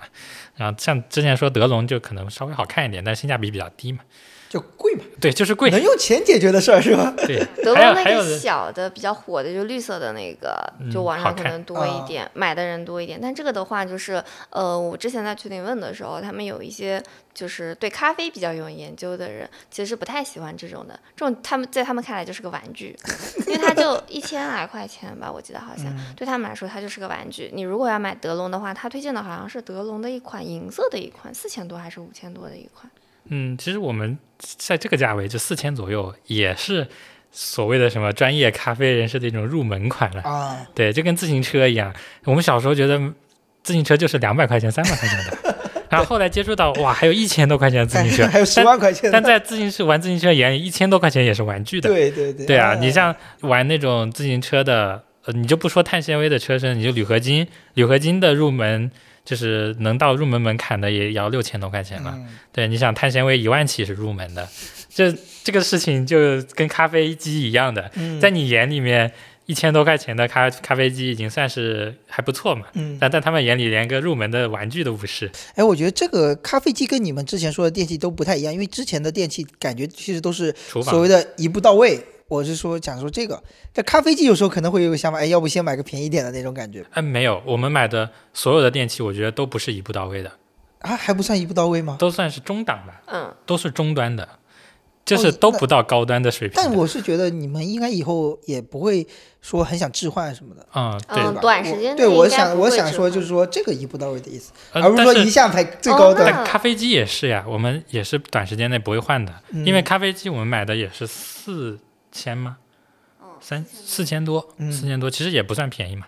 Speaker 3: 然后像之前说德龙就可能稍微好看一点，但性价比比较低嘛。
Speaker 2: 就贵嘛，
Speaker 3: 对，就是贵。
Speaker 2: 能用钱解决的事儿是吧？
Speaker 3: 对，
Speaker 4: 德
Speaker 3: 还有
Speaker 4: 龙那
Speaker 3: 还有的
Speaker 4: 个小的比较火的，就绿色的那个，
Speaker 3: 嗯
Speaker 4: 就网
Speaker 3: 好
Speaker 4: 上可
Speaker 3: 看
Speaker 4: 能多一点，买的人多一点。但这个的话，就是呃，我之前在群里问的时候，他们有一些就是对咖啡比较有研究的人，其实是不太喜欢这种的。这种他们在他们看来就是个玩具， 因为它就一千来块钱吧，我记得好像、
Speaker 3: 嗯
Speaker 4: 对他们来说它就是个玩具。你如果要买德龙的话，他推荐的好像是德龙的一款银色的一款，四千多还是五千多的一款。
Speaker 3: 嗯，其实我们在这个价位就四千左右，也是所谓的什么专业咖啡人士的一种入门款了。
Speaker 2: 啊，
Speaker 3: 对，就跟自行车一样，我们小时候觉得自行车就是两百块钱、三百块钱的，然后后来接触到哇，还有一千多块钱的自行车，
Speaker 2: 还有十万块钱
Speaker 3: 但
Speaker 2: 的，
Speaker 3: 但在自行车玩自行车眼里，一千多块钱也是玩具的。
Speaker 2: 对对对，
Speaker 3: 对啊，
Speaker 2: 嗯
Speaker 3: 你像玩那种自行车的，呃，你就不说碳纤维的车身，你就铝合金，铝合金的入门就是能到入门门槛的也要六千多块钱了。
Speaker 2: 嗯
Speaker 3: 对，你想碳纤维一万起是入门的，这这个事情就跟咖啡机一样的，
Speaker 2: 嗯
Speaker 3: 在你眼里面一千多块钱的咖咖啡机已经算是还不错嘛，
Speaker 2: 嗯，
Speaker 3: 但在他们眼里连个入门的玩具都不是。
Speaker 2: 哎，我觉得这个咖啡机跟你们之前说的电器都不太一样，因为之前的电器感觉其实都是
Speaker 3: 厨
Speaker 2: 所
Speaker 3: 房
Speaker 2: 谓的一步到位。我是说，讲说这个，但咖啡机有时候可能会有个想法，哎，要不先买个便宜点的那种感觉
Speaker 3: 哎，没有，我们买的所有的电器，我觉得都不是一步到位的，
Speaker 2: 啊，还不算一步到位吗？
Speaker 3: 都算是中档吧，
Speaker 4: 嗯，
Speaker 3: 都是中端的，就
Speaker 2: 哦
Speaker 3: 是都
Speaker 2: 那
Speaker 3: 不到高端的水平的。
Speaker 2: 但我是觉得你们应该以后也不会说很想置换什么的，
Speaker 3: 嗯，对，
Speaker 2: 对
Speaker 4: 嗯
Speaker 2: 吧？
Speaker 4: 短
Speaker 2: 我
Speaker 4: 时间内
Speaker 2: 对我
Speaker 4: 应该
Speaker 2: 想
Speaker 4: 不
Speaker 2: 我
Speaker 4: 会
Speaker 2: 想
Speaker 4: 置
Speaker 2: 说
Speaker 4: 换
Speaker 2: 就是说这个一步到位的意思，
Speaker 3: 呃
Speaker 2: 而不是
Speaker 3: 但
Speaker 2: 说
Speaker 3: 是
Speaker 2: 一下排最高
Speaker 4: 哦
Speaker 2: 端。
Speaker 4: 那
Speaker 3: 但咖啡机也是呀，我们也是短时间内不会换的，
Speaker 2: 嗯
Speaker 3: 因为咖啡机我们买的也是四千吗？
Speaker 2: 哦
Speaker 3: 三四千多，
Speaker 2: 嗯
Speaker 3: 四千多，其实也不算便宜嘛，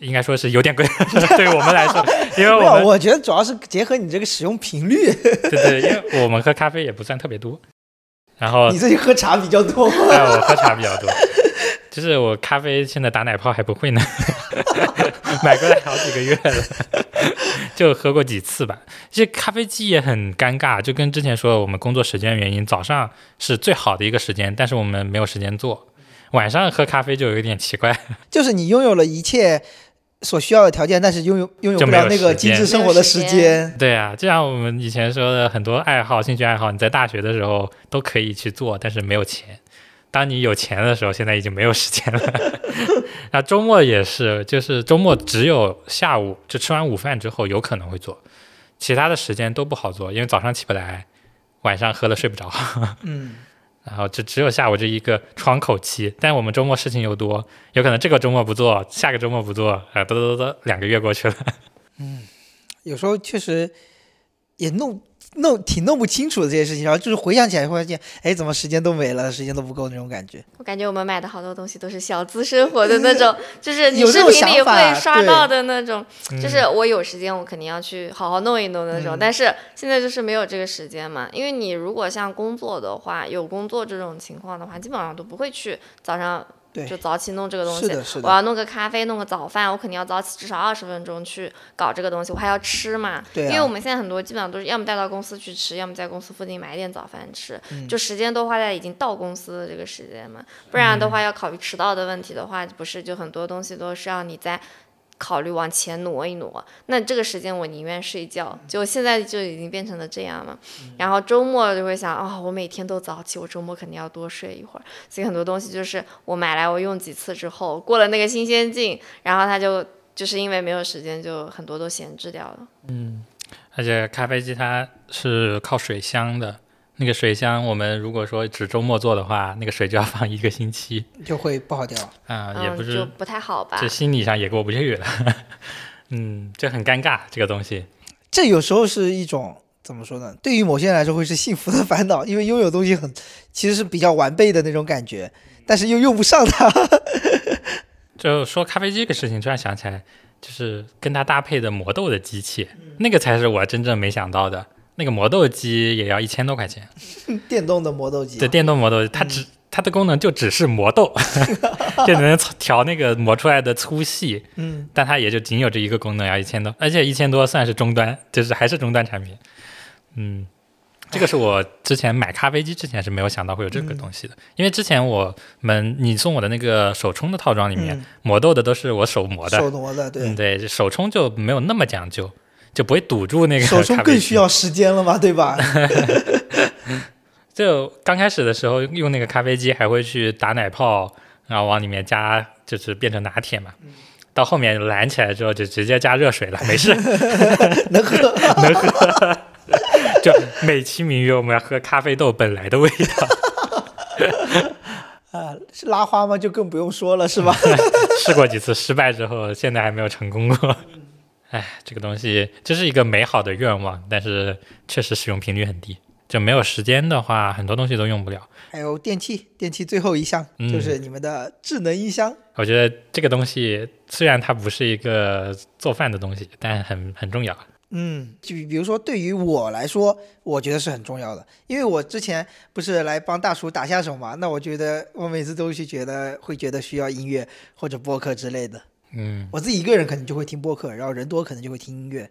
Speaker 3: 应该说是有点贵， 对于我们来说，因为
Speaker 2: 没
Speaker 3: 我
Speaker 2: 有，
Speaker 3: 们
Speaker 2: 我觉得主要是结合你这个使用频率，
Speaker 3: 对对，因为我们喝咖啡也不算特别多，然后
Speaker 2: 你自己喝茶比较多。
Speaker 3: 哎，我喝茶比较多，就是我咖啡现在打奶泡还不会呢， 买过来好几个月了，就喝过几次吧。其实咖啡机也很尴尬，就跟之前说的我们工作时间原因，早上是最好的一个时间，但是我们没有时间做。晚上喝咖啡就有一点奇怪，
Speaker 2: 就是你拥有了一切所需要的条件，但是拥有拥有
Speaker 3: 就
Speaker 2: 不
Speaker 3: 没有
Speaker 2: 了那个
Speaker 3: 时
Speaker 2: 精
Speaker 3: 间
Speaker 2: 致生活的时
Speaker 4: 时
Speaker 2: 间。
Speaker 3: 对啊，就像我们以前说的，很多爱好、兴趣爱好，你在大学的时候都可以去做，但是没有钱。当你有钱的时候，现在已经没有时间了。 那周末也是，就是周末只有下午，就吃完午饭之后有可能会做，其他的时间都不好做，因为早上起不来，晚上喝了睡不着，
Speaker 2: 嗯，
Speaker 3: 然后就只有下午这一个窗口期。但我们周末事情又多，有可能这个周末不做，下个周末不做，啊、呃，嘚嘚嘚嘚，两个月过去了。
Speaker 2: 有时候确实也弄弄挺弄不清楚的这些事情，然后就是回想起来会发现，哎，怎么时间都没了，时间都不够那种感觉。
Speaker 4: 我感觉我们买的好多东西都是小资生活的 那种，就是你
Speaker 2: 有这
Speaker 4: 视
Speaker 2: 种
Speaker 4: 频里
Speaker 2: 想法
Speaker 4: 会刷
Speaker 2: 对
Speaker 4: 到的那种，
Speaker 3: 嗯
Speaker 4: 就是我有时间我肯定要去好好弄一弄那种。
Speaker 2: 嗯
Speaker 4: 但是现在就是没有这个时间嘛，因为你如果像工作的话，有工作这种情况的话，基本上都不会去早上
Speaker 2: 对，
Speaker 4: 就早起弄这个东西。
Speaker 2: 是的，是
Speaker 4: 我
Speaker 2: 的，
Speaker 4: 要弄个咖啡，弄个早饭，我肯定要早起至少二十分钟去搞这个东西，我还要吃嘛。
Speaker 2: 对啊
Speaker 4: 因为我们现在很多基本上都是要么带到公司去吃，要么在公司附近买一点早饭吃，
Speaker 2: 嗯
Speaker 4: 就时间都花在已经到公司的这个时间嘛。不然
Speaker 2: 嗯
Speaker 4: 的话，要考虑迟到的问题的话，不是就很多东西都是要你在。考虑往前挪一挪，那这个时间我宁愿睡觉，
Speaker 2: 嗯
Speaker 4: 就现在就已经变成了这样嘛。然后周末就会想，哦，我每天都早起，我周末肯定要多睡一会儿。所以很多东西就是我买来我用几次之后，过了那个新鲜劲，然后它就就是因为没有时间，就很多都闲置掉了。
Speaker 3: 而且咖啡机它是靠水箱的，那个水箱我们如果说只周末做的话，那个水就要放一个星期
Speaker 2: 就会不好掉。
Speaker 3: 啊、也
Speaker 4: 嗯，
Speaker 3: 不，
Speaker 4: 就是不太好吧
Speaker 3: 这？心理上也过不去了， 嗯，这很尴尬这个东西。
Speaker 2: 这有时候是一种怎么说呢？对于某些人来说会是幸福的烦恼，因为拥有东西很其实是比较完备的那种感觉，但是又用不上它。
Speaker 3: 就说咖啡机这个事情，突然想
Speaker 4: 嗯
Speaker 3: 起来，就是跟它搭配的磨豆的机器，那个才是我真正没想到的。那个磨豆机也要一千多块钱，
Speaker 2: 电动的磨豆机，
Speaker 3: 对，电动磨豆机，它
Speaker 4: 嗯
Speaker 3: 只、它的功能就只是磨豆， 就能调那个磨出来的粗细，
Speaker 2: 嗯，
Speaker 3: 但它也就仅有这一个功能，要一千多，而且一千多算是终端，就是还是终端产品。嗯，这个是我之前买咖啡机之前是没有想到会有这个东西的，
Speaker 2: 嗯
Speaker 3: 因为之前我们你送我的那个手冲的套装里面、
Speaker 2: 嗯
Speaker 3: 磨豆的都是我手磨的，
Speaker 2: 手磨的，
Speaker 3: 嗯，
Speaker 2: 对，
Speaker 3: 对，手冲就没有那么讲究，就不会堵住那个
Speaker 2: 手冲
Speaker 3: 咖啡
Speaker 2: 更
Speaker 3: 机
Speaker 2: 需要时间了嘛，对 吧？
Speaker 3: 就刚开始的时候用那个咖啡机，还会去打奶泡，然后往里面加，就是变成拿铁嘛。
Speaker 2: 嗯
Speaker 3: 到后面燃起来之后，就直接加热水了，没事，
Speaker 2: 能喝，
Speaker 3: 能喝。 就美其名曰我们要喝咖啡豆本来的味道。
Speaker 2: 是 拉花吗？就更不用说了，是吧？
Speaker 3: 嗯试过几次失败之后，现在还没有成功过。 哎，这个东西这是一个美好的愿望，但是确实使用频率很低。就没有时间的话，很多东西都用不了。
Speaker 2: 还有电器，电器最后一项、
Speaker 3: 嗯
Speaker 2: 就是你们的智能音箱，
Speaker 3: 我觉得这个东西虽然它不是一个做饭的东西，但很很重要。
Speaker 2: 嗯，就比如说对于我来说，我觉得是很重要的，因为我之前不是来帮大叔打下手嘛，那我觉得我每次都是觉得会觉得需要音乐或者播客之类的，
Speaker 3: 嗯，
Speaker 2: 我自己一个人可能就会听播客，然后人多可能就会听音乐，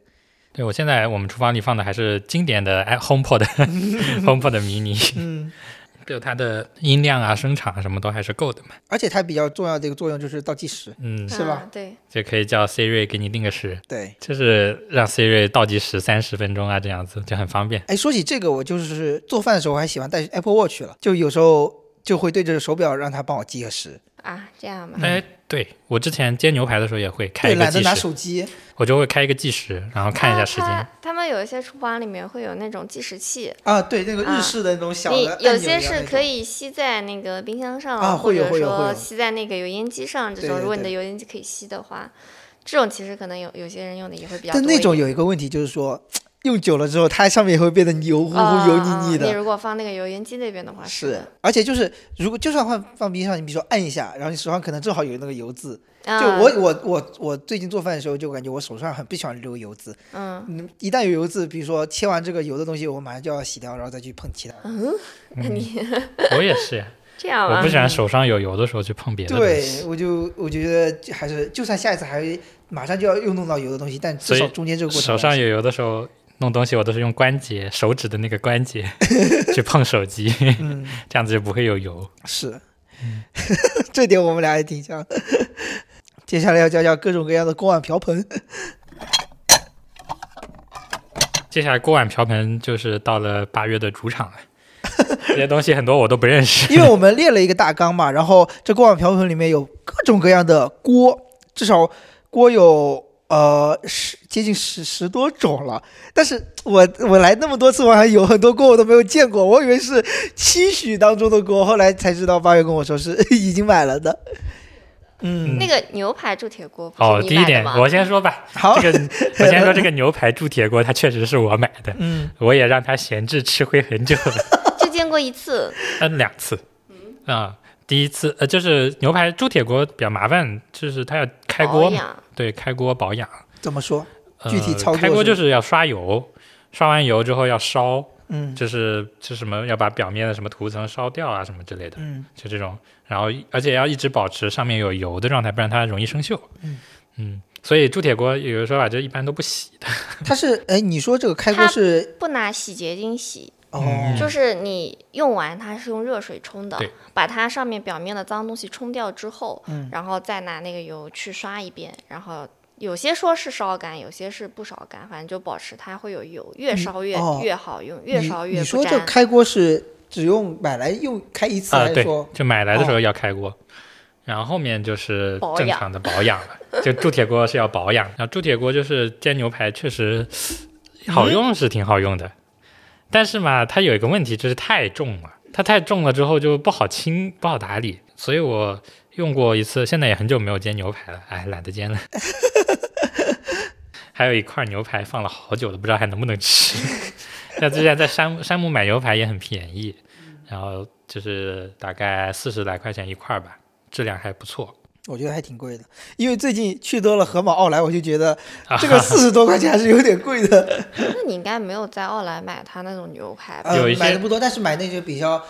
Speaker 3: 对我现在我们厨房里放的还是经典 的哎 HomePod ，HomePod mini，
Speaker 2: 嗯，
Speaker 3: 就它的音量啊、声场啊什么都还是够的嘛。
Speaker 2: 而且它比较重要的一个作用就是倒计时，
Speaker 3: 嗯，
Speaker 2: 是吧
Speaker 4: 啊对，
Speaker 3: 就可以叫 Siri 给你定个时，
Speaker 2: 对。
Speaker 3: 就是让 Siri 倒计时三十分钟啊，这样子就很方便。
Speaker 2: 哎，说起这个，我就是做饭的时候我还喜欢带 Apple Watch 了，就有时候就会对着手表让它帮我计个时，
Speaker 4: 啊，这样吧，
Speaker 3: 哎，对我之前煎牛排的时候也会
Speaker 2: 嗯
Speaker 3: 开
Speaker 2: 对，
Speaker 3: 一个
Speaker 2: 懒得
Speaker 3: 计
Speaker 2: 拿
Speaker 3: 时，
Speaker 2: 手机，
Speaker 3: 我就会开一个计时，然后看一下
Speaker 4: 啊
Speaker 3: 时间。
Speaker 4: 他他们有一些厨房里面会有那种计时器，
Speaker 2: 啊，对，那个日
Speaker 4: 啊
Speaker 2: 式的那种小
Speaker 4: 你
Speaker 2: 的按钮一样那种，
Speaker 4: 有些是可以吸在那个冰箱上，
Speaker 2: 啊
Speaker 4: 或
Speaker 2: 会有
Speaker 4: 者
Speaker 2: 会有会有
Speaker 4: 说吸在那个油烟机上，这
Speaker 2: 对
Speaker 4: 种
Speaker 2: 对
Speaker 4: 如果你
Speaker 2: 对
Speaker 4: 的油烟机可以吸的话，这种其实可能有有些人用的也会比较多
Speaker 2: 但
Speaker 4: 一点。
Speaker 2: 那种有一个问题就是说，用久了之后，它上面也会变得油乎
Speaker 4: 啊
Speaker 2: 乎、油腻腻
Speaker 4: 啊你
Speaker 2: 的。
Speaker 4: 如果放那个油烟机那边的话，
Speaker 2: 是
Speaker 4: 的，
Speaker 2: 而且就是，如果就算放放冰箱，你比如说按一下，然后你手上可能正好有那个油渍。就
Speaker 4: 啊
Speaker 2: 我我我我最近做饭的时候，就感觉我手上很不喜欢留油渍。
Speaker 4: 嗯，
Speaker 2: 嗯，一旦有油渍，比如说切完这个油的东西，我马上就要洗掉，然后再去碰其他的。
Speaker 4: 那你
Speaker 3: 我也是，
Speaker 4: 这样
Speaker 3: 我
Speaker 4: 吧
Speaker 3: 不，喜欢手上有油的时候去碰别的东西。
Speaker 2: 对，我就我觉得就还是，就算下一次还马上就要用弄到油的东西，但至
Speaker 3: 所以
Speaker 2: 少中间这个过程
Speaker 3: 手上有油的时候弄东西，我都是用 关节手指的那个关节去碰手机，
Speaker 2: 嗯
Speaker 3: 这样子就不会有油。
Speaker 2: 是，
Speaker 3: 嗯
Speaker 2: 这点我们俩也挺像。 接下来要教教各种各样的锅碗瓢盆，
Speaker 3: 接下来锅碗瓢盆就是到了八月的 主场了，这些东西很多我都不认识。
Speaker 2: 因为我们列了一个大纲嘛，然后这锅碗瓢盆里面有各种各样的锅，至少锅有呃十接近十十多种了。但是我我来那么多次，我还有很多锅我都没有见过，我以为是期许当中的锅，后来才知道八月跟我说是已经买了的。嗯，
Speaker 4: 那个牛排铸铁锅不
Speaker 3: 哦，
Speaker 4: 是你
Speaker 3: 第一
Speaker 4: 买的嗯
Speaker 3: 点
Speaker 4: 吗？
Speaker 3: 我先说吧，
Speaker 2: 好，
Speaker 3: 这个我先说这个牛排铸铁锅，它确实是我买的，
Speaker 2: 嗯，
Speaker 3: 我也让它闲置吃灰很久 了。
Speaker 4: 就见过一 次，
Speaker 3: 嗯，两次。啊、第一次呃，就是牛排铸铁锅比较麻烦，就是它要开锅
Speaker 4: 保
Speaker 3: 嘛，
Speaker 4: 养
Speaker 3: 对，开锅保养。
Speaker 2: 怎么说？具体
Speaker 3: 呃
Speaker 2: 操作
Speaker 3: 开锅
Speaker 2: 是
Speaker 3: 就是要刷油，刷完油之后要烧，
Speaker 2: 嗯
Speaker 3: 就是就是什么要把表面的什么涂层烧掉啊什么之类的，
Speaker 2: 嗯，
Speaker 3: 就这种。然后而且要一直保持上面有油的状态，不然它容易生锈。
Speaker 2: 嗯
Speaker 3: 嗯所以铸铁锅有的说法就一般都不洗的。
Speaker 2: 它是哎，你说这个开锅
Speaker 4: 它
Speaker 2: 是
Speaker 4: 不拿洗洁精洗，
Speaker 2: 哦。
Speaker 3: 嗯
Speaker 4: 就是你用完它是用热水冲的
Speaker 3: 对，
Speaker 4: 把它上面表面的脏东西冲掉之后，
Speaker 2: 嗯
Speaker 4: 然后再拿那个油去刷一遍，然后。有些说是烧干，有些是不烧干，反正就保持它会有油，越烧越、
Speaker 2: 哦
Speaker 4: 越好用，越烧
Speaker 2: 你。
Speaker 4: 越
Speaker 2: 你说
Speaker 4: 不粘
Speaker 2: 这。开锅是只用买来用开一次，
Speaker 3: 啊、
Speaker 2: 还是
Speaker 3: 对哦
Speaker 2: 说，
Speaker 3: 就买来的时候要开锅，然后后面就是
Speaker 4: 保
Speaker 3: 正
Speaker 4: 养
Speaker 3: 常的保养了。 就铸铁锅是要保养，然后铸铁锅就是煎牛排，确实好用是挺好用的，但是嘛，它有一个问题就是太重了，它太重了之后就不好清，不好打理，所以我。用过一次，现在也很久没有煎牛排了，哎，懒得煎 了。还有一块牛排放了好久了，不知道还能不能吃。 像之前在山姆山姆买牛排也很便宜，然后就是大概四十来块钱一块儿吧，质量还不错。
Speaker 2: 我觉得还挺贵的，因为最近去多了盒马、奥莱，我就觉得
Speaker 3: 啊
Speaker 2: 这个四十多块钱还是有点贵 的。
Speaker 4: 那你应该没有在奥莱买他那种牛排吧？
Speaker 2: 呃
Speaker 3: 有一些
Speaker 2: 买的不多，但是买那些比较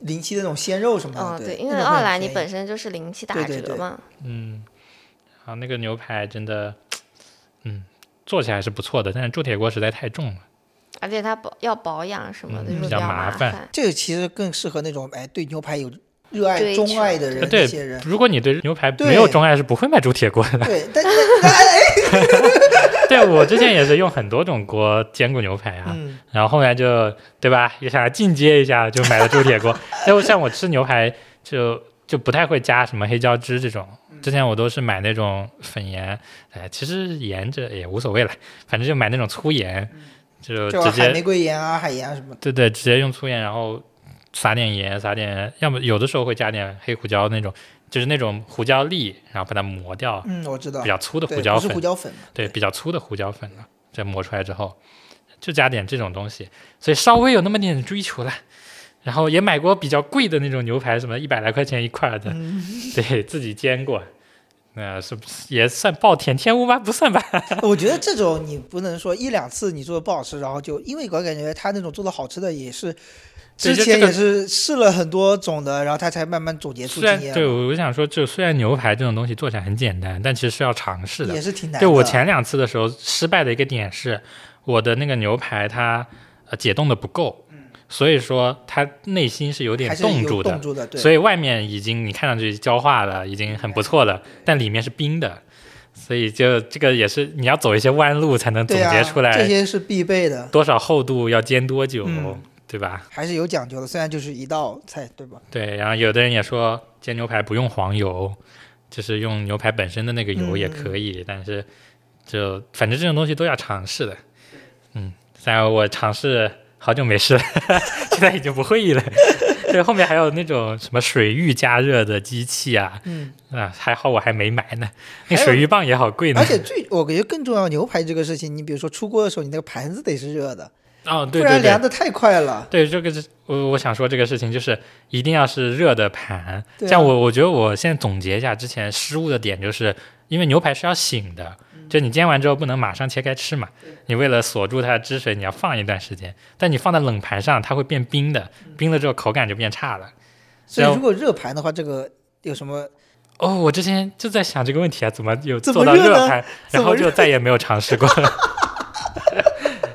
Speaker 2: 灵气的那种鲜肉什么的。
Speaker 4: 嗯，
Speaker 2: 对，
Speaker 4: 因
Speaker 2: 那
Speaker 4: 为
Speaker 2: 种会
Speaker 4: 奥
Speaker 2: 很
Speaker 4: 莱你
Speaker 2: 便宜
Speaker 4: 本身就是零七打
Speaker 2: 对对
Speaker 4: 折
Speaker 2: 对
Speaker 4: 嘛，
Speaker 3: 嗯，啊，那个牛排真的，嗯，做起来是不错的，但是铸铁锅实在太重了。
Speaker 4: 而且它保要保养什么的，
Speaker 3: 嗯
Speaker 4: 就是
Speaker 3: 比
Speaker 4: 比
Speaker 3: 较
Speaker 4: 较
Speaker 3: 麻烦
Speaker 4: 烦。
Speaker 2: 这个其实更适合那种哎对牛排有热爱、
Speaker 4: 追
Speaker 2: 钟
Speaker 4: 求
Speaker 2: 爱的
Speaker 3: 啊
Speaker 2: 人，
Speaker 3: 对
Speaker 2: 那 些人，。
Speaker 3: 如果你对牛排
Speaker 2: 对
Speaker 3: 没有钟爱，是不会买铸铁锅的。
Speaker 2: 对，但但
Speaker 3: 对我之前也是用很多种锅煎过牛排啊，
Speaker 2: 嗯，
Speaker 3: 然后后来就对吧，也想要进阶一下，就买了铸铁锅。 但我像我吃牛排就就不太会加什么黑椒汁这种，
Speaker 2: 嗯
Speaker 3: 之前我都是买那种粉盐，哎，其实盐这也无所谓了，反正就买那种粗盐，
Speaker 2: 嗯
Speaker 3: 就
Speaker 2: 就
Speaker 3: 直
Speaker 2: 海
Speaker 3: 接
Speaker 2: 玫瑰盐啊、海盐啊什么的。
Speaker 3: 对对，直接用粗盐，然后撒点盐，撒点，要么有的时候会加点黑胡椒那种，就是那种胡椒粒，然后把它磨掉，
Speaker 2: 嗯，我知道
Speaker 3: 比。较粗的
Speaker 2: 对
Speaker 3: 胡椒
Speaker 2: 不是
Speaker 3: 粉，
Speaker 2: 胡椒粉嘛，
Speaker 3: 对，比较粗的胡椒粉了，这磨出来之后，就加点这种东西，所以稍微有那么点追求了。然后也买过比较贵的那种牛排，什么一百来块钱一块儿的，
Speaker 2: 嗯
Speaker 3: 对自己煎过，那、是不是也算暴殄天物吗？不算吧。
Speaker 2: 我觉得这种你不能说一两次你做的不好吃，然后就因为我感觉他那种做的好吃的也是
Speaker 3: 对
Speaker 2: 之
Speaker 3: 就
Speaker 2: 前
Speaker 3: 这个
Speaker 2: 也是试了很多种的，然后他才慢慢总结出
Speaker 3: 虽然
Speaker 2: 经验
Speaker 3: 对
Speaker 2: 嘛，
Speaker 3: 我我想说，就虽然牛排这种东西做起来很简单，但其实是要尝试的
Speaker 2: 也。是挺难的。
Speaker 3: 对我前两次的时候失败的一个点是，我的那个牛排它呃解冻的不够，所以说它内心是有点
Speaker 2: 嗯还是
Speaker 3: 冻
Speaker 2: 有
Speaker 3: 住的
Speaker 2: 冻，住的，对，
Speaker 3: 所以外面已经你看上去焦化了，已经很不错了，但里面是冰的，所以就这个也是你要走一些弯路才能总
Speaker 2: 对啊
Speaker 3: 结出
Speaker 2: 这
Speaker 3: 来
Speaker 2: 些是必备的，
Speaker 3: 多少厚度要煎多久，
Speaker 2: 嗯
Speaker 3: 对吧？
Speaker 2: 还是有讲究的。虽然就是一道菜，对吧？
Speaker 3: 对，然后有的人也说煎牛排不用黄油，就是用牛排本身的那个油
Speaker 2: 嗯
Speaker 3: 也可以，但是就反正这种东西都要尝试的，嗯，但我尝试好久没试了， 现在已经不会意了。 对，后面还有那种什么水域加热的机器啊，
Speaker 2: 嗯，
Speaker 3: 啊，还好我还没买呢，那
Speaker 2: 还有
Speaker 3: 水鱼棒也好贵呢。
Speaker 2: 而且最我感觉更重要，牛排这个事情，你比如说出锅的时候，你那个盘子得是热的，
Speaker 3: 哦，对
Speaker 2: 不
Speaker 3: 对
Speaker 2: 然凉
Speaker 3: 对，
Speaker 2: 的太快了。
Speaker 3: 对这个是我我想说这个事情，就是一定要是热的盘。
Speaker 2: 对啊
Speaker 3: 像我我觉得我现在总结一下之前失误的点，就是因为牛排是要醒的，
Speaker 2: 嗯
Speaker 3: 就你煎完之后不能马上切开吃嘛，你为了锁住它的汁水，你要放一段时间。但你放在冷盘上，它会变冰的，
Speaker 2: 嗯
Speaker 3: 冰了之后口感就变差了。
Speaker 2: 所以
Speaker 3: 然后
Speaker 2: 如果热盘的话，这个有什么？
Speaker 3: 哦，我之前就在想这个问题啊，怎么有
Speaker 2: 怎
Speaker 3: 做
Speaker 2: 么
Speaker 3: 到
Speaker 2: 热呢
Speaker 3: 盘，
Speaker 2: 怎
Speaker 3: 然
Speaker 2: 么
Speaker 3: 后就
Speaker 2: 热
Speaker 3: 再也没有尝试过。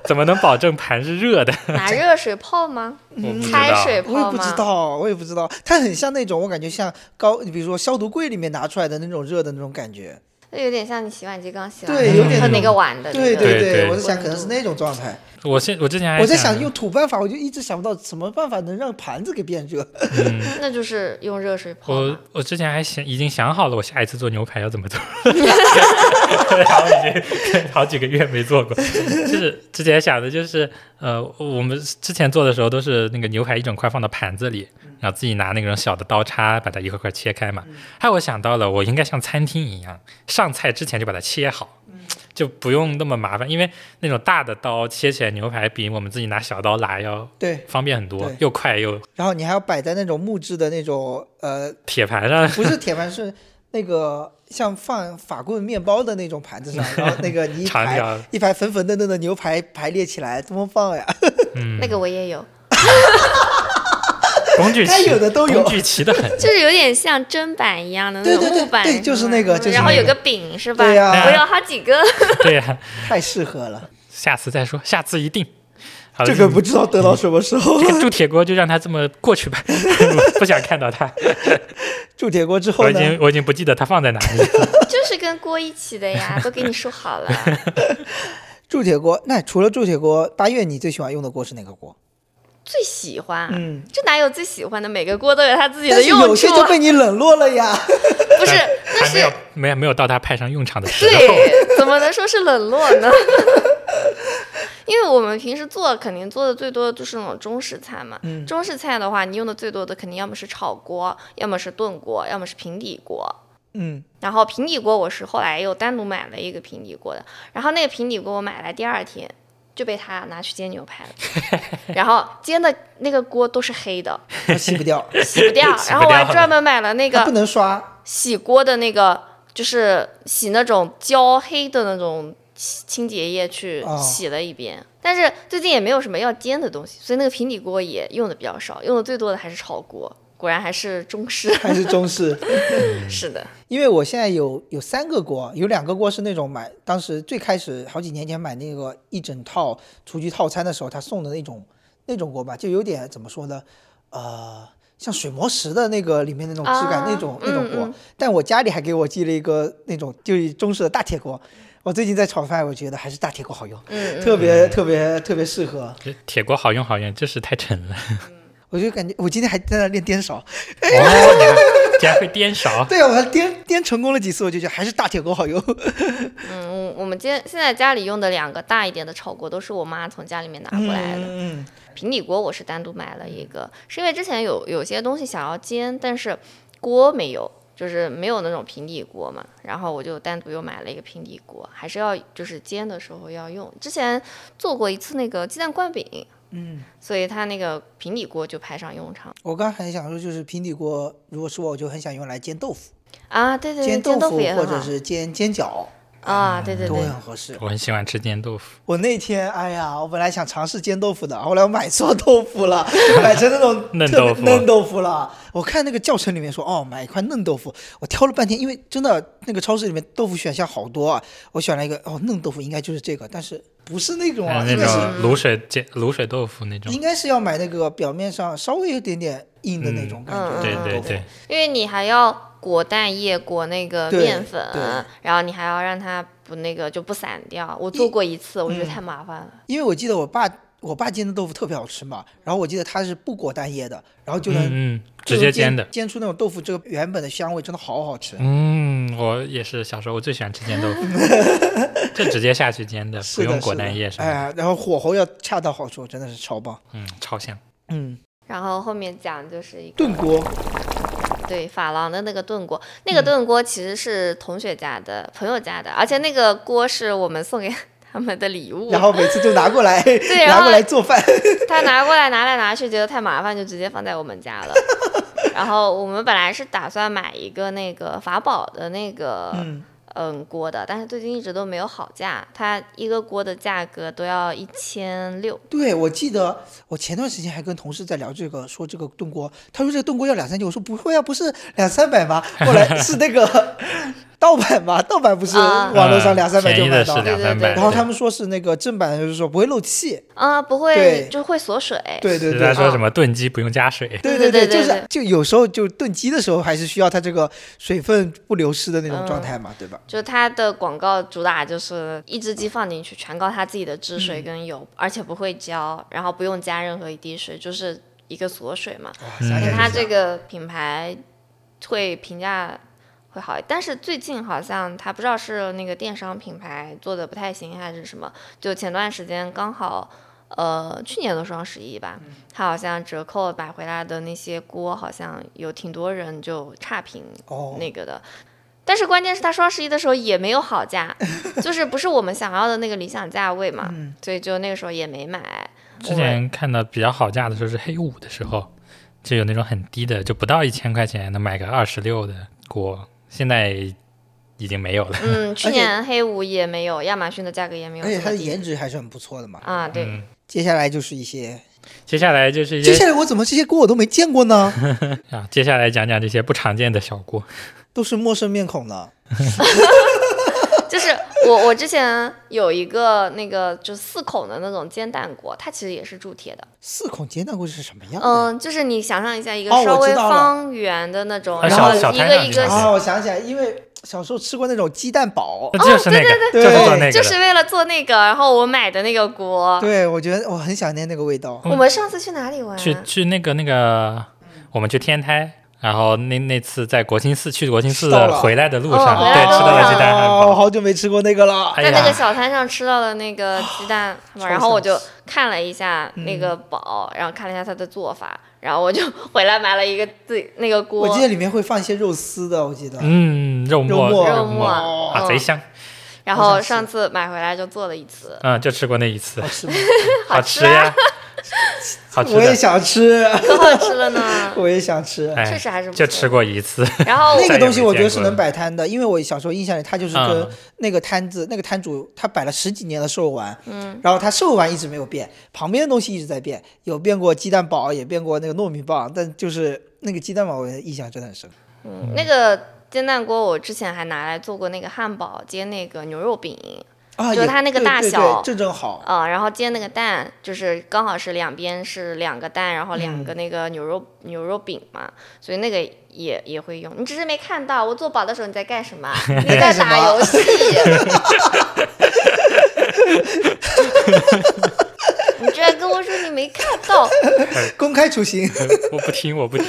Speaker 3: 怎么能保证盘是热的？
Speaker 4: 拿热水泡吗？
Speaker 2: 嗯
Speaker 3: 我不知
Speaker 4: 开
Speaker 3: 道。
Speaker 4: 水
Speaker 2: 我也
Speaker 4: 泡
Speaker 2: 不知
Speaker 4: 吗？
Speaker 2: 道，我也不知道，它很像那种我感觉像高，你比如说消毒柜里面拿出来的那种热的那种感觉。
Speaker 4: 那有点像你洗碗机刚洗完，
Speaker 2: 对
Speaker 3: 有点
Speaker 4: 和
Speaker 3: 那
Speaker 4: 那个
Speaker 2: 种
Speaker 4: 碗的那
Speaker 2: 对
Speaker 4: 个
Speaker 3: 对
Speaker 2: 对，
Speaker 3: 对
Speaker 2: 我是想可能是那种状态。
Speaker 3: 我现我之前还
Speaker 2: 我在想用土办法，我就一直想不到什么办法能让盘子给变热。
Speaker 4: 那就是用热水泡
Speaker 3: 我
Speaker 4: 嘛。
Speaker 3: 我之前还想已经想好了，我下一次做牛排要怎 么做， 然后已经好几个月没做过。就是之前想的就是，呃，我们之前做的时候都是那个牛排一整块放到盘子里，
Speaker 2: 嗯
Speaker 3: 然后自己拿那种小的刀叉把它一块块切开嘛。还有我想到了，我应该像餐厅一样，上菜之前就把它切好。
Speaker 2: 嗯
Speaker 3: 就不用那么麻烦，因为那种大的刀切起来牛排比我们自己拿小刀拿要
Speaker 2: 对，
Speaker 3: 方便很多
Speaker 2: 对，
Speaker 3: 又快又
Speaker 2: 然后你还要摆在那种木质的那种呃，
Speaker 3: 铁盘上
Speaker 2: 不是铁盘，是那个像放法棍面包的那种盘子上，然后那个你一
Speaker 3: 长
Speaker 2: 排
Speaker 3: 条。
Speaker 2: 一排粉粉嫩嫩的牛排排列起来，怎么放呀？
Speaker 3: 嗯，
Speaker 4: 那个我也有，
Speaker 3: 工具
Speaker 2: 该
Speaker 3: 齐，
Speaker 2: 有的都有
Speaker 3: 工具齐的 很。
Speaker 4: 就是有点像砧板一样的那
Speaker 2: 对
Speaker 4: 种
Speaker 2: 对对
Speaker 4: 木板
Speaker 2: 对
Speaker 4: 是吗，
Speaker 2: 就是那个就是
Speaker 4: 然后
Speaker 3: 那
Speaker 4: 有
Speaker 3: 个
Speaker 4: 个柄是吧？
Speaker 2: 对呀
Speaker 4: 我有好几个。
Speaker 3: 对呀、
Speaker 2: 太适合了，
Speaker 3: 下次再说，下次一定。好了
Speaker 2: 这个不知道等到什么时候
Speaker 3: 这
Speaker 2: 了。
Speaker 3: 个铸铁锅就让它这么过去吧， 不想看到它。
Speaker 2: 铸铁锅之后
Speaker 3: 我已
Speaker 2: 呢
Speaker 3: 经？我已经不记得它放在哪里了。
Speaker 4: 就是跟锅一起的 呀，都给你说好了。
Speaker 2: 铸铁锅，那除了铸铁锅，八月你最喜欢用的锅是哪个锅？
Speaker 4: 最喜欢，
Speaker 2: 嗯，
Speaker 4: 这哪有最喜欢的？每个锅都有它自己
Speaker 2: 但
Speaker 4: 的
Speaker 2: 是
Speaker 4: 用
Speaker 2: 有些
Speaker 4: 处，
Speaker 2: 就被你冷落了呀。
Speaker 4: 不是？那
Speaker 3: 还没
Speaker 4: 是
Speaker 3: 有没有没有到它派上用场的时候。
Speaker 4: 对，怎么能说是冷落呢？ 因为我们平时做肯定做的最多的就是那种中式菜嘛。
Speaker 2: 嗯
Speaker 4: 中式菜的话，你用的最多的肯定要么是炒锅，要么是炖锅，要么是平底锅。
Speaker 2: 嗯，
Speaker 4: 然后平底锅我是后来又单独买了一个平底锅的，然后那个平底锅我买来第二天就被他拿去煎牛排了，然后煎的那个锅都是黑的，
Speaker 2: 我洗不掉，
Speaker 4: 洗不掉。
Speaker 3: 洗不
Speaker 4: 然后我还
Speaker 3: 掉
Speaker 4: 专门买了那
Speaker 2: 它不
Speaker 4: 个，
Speaker 2: 能刷。
Speaker 4: 洗锅的那个，就是洗那种焦黑的那种清清洁液去
Speaker 2: 哦
Speaker 4: 洗了一遍。但是最近也没有什么要煎的东西，所以那个平底锅也用的比较少，用的最多的还是炒锅。果然还是中式，
Speaker 2: 还是中式。
Speaker 4: 是的，
Speaker 2: 因为我现在有有三个锅，有两个锅是那种买，当时最开始好几年前买那个一整套厨具套餐的时候，他送的那种那种锅吧，就有点怎么说呢，呃，像水磨石的那个里面那种质感，
Speaker 4: 啊
Speaker 2: 那种那种
Speaker 4: 嗯
Speaker 2: 锅。
Speaker 4: 嗯
Speaker 2: 但我家里还给我寄了一个那种就是中式的大铁锅，我最近在炒饭，我觉得还是大铁锅好用，
Speaker 4: 嗯，
Speaker 2: 特别特别特别适合。
Speaker 3: 这铁锅好用好用，就是太沉了。
Speaker 2: 我就感觉我今天还在那练颠勺，
Speaker 3: 哦，你还竟然会颠勺，
Speaker 2: 哎对啊，我还颠颠成功了几次，我就觉得还是大铁锅好用。
Speaker 4: 嗯，我我们今现在家里用的两个大一点的炒锅都是我妈从家里面拿过来的。
Speaker 2: 嗯，嗯
Speaker 4: 平底锅我是单独买了一个，是因为之前有有些东西想要煎，但是锅没有，就是没有那种平底锅嘛，然后我就单独又买了一个平底锅，还是要就是煎的时候要用。之前做过一次那个鸡蛋灌饼，嗯，所以它那个平底锅就派上用场
Speaker 2: 我刚还想说，就是平底锅，如果是我，我就很想用来煎豆腐，
Speaker 4: 啊。对对对，
Speaker 2: 煎
Speaker 4: 煎
Speaker 2: 豆
Speaker 4: 豆
Speaker 2: 腐
Speaker 4: 也
Speaker 2: 或
Speaker 4: 很
Speaker 2: 者
Speaker 4: 好
Speaker 2: 是煎煎饺
Speaker 4: 啊，对对
Speaker 2: 都
Speaker 4: 对
Speaker 2: 会，很合适。
Speaker 3: 我很喜欢吃煎豆腐。
Speaker 2: 我那天，哎呀，我本来想尝试煎豆腐的，后来我买错豆腐了，买成那种
Speaker 3: 嫩
Speaker 2: 特别
Speaker 3: 豆腐
Speaker 2: 嫩豆腐了。我看那个教程里面说，哦，买一块嫩豆腐，我挑了半天，因为真的那个超市里面豆腐选项好多啊，我选了一个，哦，嫩豆腐应该就是这个，但是不是那种啊，
Speaker 3: 嗯那
Speaker 2: 应该是
Speaker 3: 种卤水煎卤水豆腐那种
Speaker 2: 应，该是要买那个表面上稍微有点点硬的那种感觉
Speaker 4: 嗯
Speaker 3: 对
Speaker 2: 的豆
Speaker 3: 对
Speaker 2: 腐
Speaker 3: 对，
Speaker 4: 因为你还要裹蛋液、裹那个
Speaker 2: 对
Speaker 4: 面粉
Speaker 2: 对，
Speaker 4: 然后你还要让它不那个就不散掉。我做过一次，
Speaker 2: 嗯
Speaker 4: 我觉得太麻烦了。
Speaker 2: 因为我记得我爸我爸煎的豆腐特别好吃嘛，然后我记得他是不裹蛋液的，然后就能、
Speaker 3: 嗯嗯，
Speaker 2: 就能
Speaker 3: 直接煎的。
Speaker 2: 煎出那种豆腐这个原本的香味，真的好好吃。
Speaker 3: 嗯，我也是小时候我最喜欢吃 煎豆腐，就直接下去煎的，不
Speaker 2: 是的，
Speaker 3: 用
Speaker 2: 是
Speaker 3: 裹
Speaker 2: 的
Speaker 3: 蛋液什么
Speaker 2: 哎
Speaker 3: 的，
Speaker 2: 呀，然后火候要恰到好处，真的是超棒。
Speaker 3: 嗯，超香。
Speaker 2: 嗯，
Speaker 4: 然后后面讲就是一个
Speaker 2: 炖锅
Speaker 4: 对珐琅的那个炖锅，那
Speaker 2: 嗯
Speaker 4: 个炖锅其实是同学家的、朋友家的，而且那个锅是我们送给他们的礼物。
Speaker 2: 然后每次就拿过来，
Speaker 4: 然
Speaker 2: 拿
Speaker 4: 后
Speaker 2: 过来做饭。
Speaker 4: 他拿过来拿来拿去，觉得太麻烦，就直接放在我们家 了。然后我们本来是打算买一个那个法宝的那个
Speaker 2: 嗯
Speaker 4: 嗯锅的，但是最近一直都没有好价，它一个锅的价格都要一千六。
Speaker 2: 对，我记得我前段时间还跟同事在聊这个，说这个炖锅，他说这个炖锅要两三千，我说不会啊，不是两三百吗？后来是那个 盗版吧，盗版不是
Speaker 4: 啊
Speaker 2: 网络上两三百
Speaker 3: 嗯便
Speaker 2: 就
Speaker 3: 宜
Speaker 2: 买
Speaker 3: 的
Speaker 2: 到
Speaker 3: 是
Speaker 2: 了。
Speaker 3: 两
Speaker 4: 对
Speaker 3: 三
Speaker 4: 对
Speaker 3: 百，
Speaker 4: 对
Speaker 2: 然后他们说是那个正版，就是说不会漏气。
Speaker 4: 啊，不
Speaker 2: 对
Speaker 4: 会就会锁水。
Speaker 2: 对对
Speaker 3: 他
Speaker 2: 对。
Speaker 3: 哎说什么炖鸡不用加水，
Speaker 2: 对
Speaker 4: 对
Speaker 2: 对，
Speaker 4: 对
Speaker 2: 就
Speaker 4: 对
Speaker 2: 是就有时候就炖鸡的时候，还是需要它这个水分不流失的那种
Speaker 4: 嗯
Speaker 2: 状态嘛，对吧？
Speaker 4: 就它的广告主打就是一只鸡放进去，全靠它自己的汁水跟油，而且不会焦，然后不用加任何一滴水，就是一个锁水嘛。
Speaker 2: 哇，
Speaker 3: 嗯
Speaker 2: 想想
Speaker 4: 可能
Speaker 2: 就
Speaker 4: 它
Speaker 2: 是
Speaker 4: 这个品牌会评价会好一点，但是最近好像它不知道是那个电商品牌做的不太行还是什么，就前段时间刚好。呃，去年的双十一吧，它好像折扣买回来的那些锅，好像有挺多人就差评
Speaker 2: 哦，
Speaker 4: 那个的。但是关键是它双十一的时候也没有 好价，就是不是我们想要的那个理想价位嘛，
Speaker 2: 嗯
Speaker 4: 所以就那个时候也没买。
Speaker 3: 之前看到比较好价的时候是黑五的时候，就有那种很低的，就不到一千块钱能买个二十六的锅，现在已经没有了。
Speaker 4: 嗯，去
Speaker 2: 而且
Speaker 4: 年黑五也没有，亚马逊的价格也没有
Speaker 2: 而且
Speaker 4: 这
Speaker 2: 它
Speaker 4: 么
Speaker 2: 的
Speaker 4: 低
Speaker 2: 颜值还是很不错的嘛。
Speaker 4: 啊，对，
Speaker 3: 嗯
Speaker 2: 接下来就是一些，
Speaker 3: 接下来就是一
Speaker 2: 接下
Speaker 3: 些
Speaker 2: 来我怎么这些锅我都没见过呢？
Speaker 3: 啊，接下来讲讲这些不常见的小锅。
Speaker 2: 都是陌生面孔呢。
Speaker 4: 就是我我之前有一个那个就是四孔的那种煎蛋锅，它其实也是铸铁的，
Speaker 2: 四孔煎蛋锅是什么样的？
Speaker 4: 嗯，就是你想象一下一个
Speaker 2: 哦我
Speaker 4: 稍微
Speaker 2: 知道了
Speaker 4: 方圆的那种，
Speaker 3: 啊
Speaker 4: 然
Speaker 2: 小
Speaker 4: 后
Speaker 3: 小
Speaker 4: 一
Speaker 3: 摊
Speaker 4: 个
Speaker 3: 上
Speaker 4: 一
Speaker 3: 去
Speaker 4: 个
Speaker 3: 的
Speaker 2: 啊，我想起来，因为小时候吃过那种鸡蛋堡。
Speaker 3: 那就是那个，
Speaker 2: 哦对对对
Speaker 3: 就是做那个的，嗯
Speaker 4: 就是为了做那个，然后我买的那个锅。
Speaker 2: 对，我觉得我很想念那个味道。
Speaker 4: 我们上次去哪里玩？啊
Speaker 3: 去去那个那个，我们去天台，然后那那次在国清寺去国清寺
Speaker 2: 吃到了
Speaker 3: 的回来的路上，
Speaker 4: 哦回来
Speaker 3: 对，
Speaker 4: 的
Speaker 3: 吃到
Speaker 4: 路
Speaker 3: 了
Speaker 4: 上
Speaker 3: 鸡蛋汉
Speaker 2: 哦，
Speaker 3: 堡。
Speaker 2: 好久没吃过那个了。
Speaker 3: 哎
Speaker 4: 在那个
Speaker 3: 呀，
Speaker 4: 小摊上吃到了那个鸡蛋，
Speaker 2: 啊超
Speaker 4: 然后我就
Speaker 2: 想嗯
Speaker 4: 看了一下那个宝，然后看了一下它的做法，然后我就 回来买了一个自己那个锅
Speaker 2: 我。记得里面会放一些肉丝的，我记得。
Speaker 3: 嗯，肉末
Speaker 2: 肉末
Speaker 4: 肉
Speaker 3: 末
Speaker 4: 末
Speaker 3: 啊，
Speaker 4: 嗯
Speaker 3: 贼香。
Speaker 4: 然后上次买回来就做了一次，哦
Speaker 3: 嗯，就吃过那一
Speaker 2: 好，
Speaker 3: 次
Speaker 2: 吃吗？
Speaker 4: 啊
Speaker 3: 好吃呀。 好吃
Speaker 2: 我也
Speaker 3: 的，
Speaker 2: 想吃，
Speaker 4: 可好吃了呢，
Speaker 2: 我也想吃。
Speaker 3: 哎，
Speaker 4: 确实还是不
Speaker 3: 就
Speaker 4: 错
Speaker 3: 吃过一次，
Speaker 4: 然后
Speaker 2: 那
Speaker 3: 再
Speaker 2: 个
Speaker 3: 也
Speaker 2: 东西
Speaker 3: 没
Speaker 2: 我觉
Speaker 3: 见
Speaker 2: 得是
Speaker 3: 过
Speaker 2: 能
Speaker 3: 了
Speaker 2: 摆摊的，因为我小时候印象里，他就是跟
Speaker 3: 嗯
Speaker 2: 那个摊子、那个摊主，他摆了十几年的寿丸，嗯，然后他寿丸一直没有变，旁边的东西一直在变，有变过鸡蛋堡，也变过那个糯米棒，但就是那个鸡蛋堡，我印象真的很深。
Speaker 4: 嗯那个煎蛋锅，我之前还拿来做过那个汉堡，煎那个牛肉饼
Speaker 2: 啊，
Speaker 4: 哦就
Speaker 2: 也
Speaker 4: 它那个
Speaker 2: 对
Speaker 4: 大
Speaker 2: 对对
Speaker 4: 小
Speaker 2: 正正好，
Speaker 4: 啊、然后煎那个蛋，就是刚好是两边是两个蛋，然后两
Speaker 2: 嗯
Speaker 4: 个那个牛肉、牛肉饼嘛，所以那个也也会用。你只是没看到我做饱的时候你在干 什么？啊你在
Speaker 2: 干什么
Speaker 4: 打游戏。 你居然跟我说你没看到，
Speaker 2: 公开处刑，
Speaker 3: 我不听，我不听。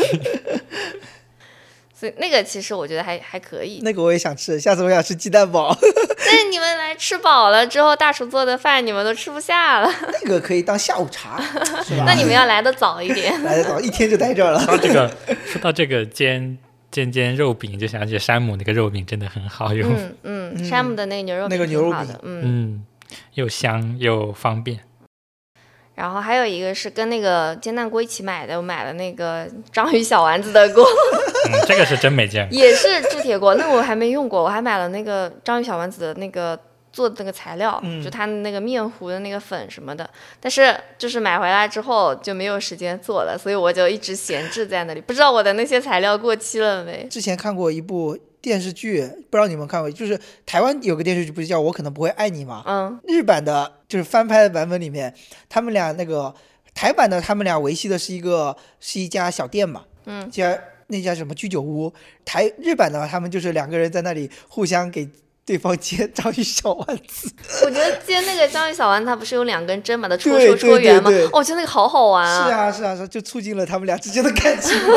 Speaker 4: 所以那个其实我觉得还还可以。
Speaker 2: 那个我也想吃，下次我想吃鸡蛋 堡，
Speaker 4: 但是你们来吃饱了之后，大厨做的饭你们都吃不下了，
Speaker 2: 那个可以当下午茶， 是吧？
Speaker 4: 那你们要来的早一 点。
Speaker 2: 来得早，一天就待这儿了。
Speaker 3: 说到这个，说到这个煎煎煎肉饼，就想起山姆那个肉饼真的很好用，
Speaker 4: 嗯嗯，山姆的那个牛肉
Speaker 2: 那个
Speaker 4: 挺
Speaker 2: 牛肉
Speaker 4: 好
Speaker 2: 饼
Speaker 4: 的，嗯。
Speaker 3: 嗯，又香又方便。
Speaker 4: 然后还有一个是跟那个煎蛋锅一起买的，我买了那个章鱼小丸子的锅，
Speaker 3: 嗯，这个是真没见过。
Speaker 4: 也是铸铁锅，那个我还没用过，我还买了那个章鱼小丸子的那个。做的那个材料，
Speaker 2: 嗯
Speaker 4: 就它那个面糊的那个粉什么的，但是就是买回来之后就没有时间做了，所以我就一直闲置在那里，不知道我的那些材料过期了没。
Speaker 2: 之前看过一部电视剧，不知道你们看过，就是台湾有个电视剧，不是叫《我可能不会爱你》吗？
Speaker 4: 嗯，
Speaker 2: 日版的就是翻拍的版本里面，他们俩那个台版的他们俩维系的是一个是一家小店嘛，
Speaker 4: 嗯，
Speaker 2: 家那家什么居酒屋，台日版的话，他们就是两个人在那里互相给对方接章鱼小丸子，
Speaker 4: 我觉得煎那个章鱼小丸，它不是有两根针把它戳
Speaker 2: 对
Speaker 4: 戳戳
Speaker 2: 对对
Speaker 4: 圆吗？
Speaker 2: 对
Speaker 4: 哦，我觉得那个好好玩啊！
Speaker 2: 是啊是啊是啊，就促进了他们俩之间的感 情嘛。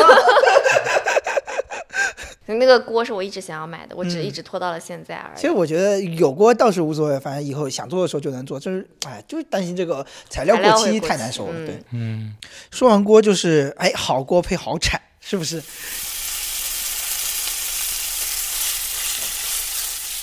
Speaker 4: 那个锅是我一直想要买的，我只
Speaker 2: 嗯
Speaker 4: 一直拖到了现在而已。
Speaker 2: 其实我觉得有锅倒是无所谓，反正以后想做的时候就能做，就是哎，就是担心这个材料
Speaker 4: 材料
Speaker 2: 过
Speaker 4: 会
Speaker 2: 期
Speaker 4: 过
Speaker 2: 太
Speaker 4: 期
Speaker 2: 难受了，
Speaker 4: 嗯
Speaker 2: 对。
Speaker 3: 嗯，
Speaker 2: 说完锅就是，哎，好锅配好铲，是不是？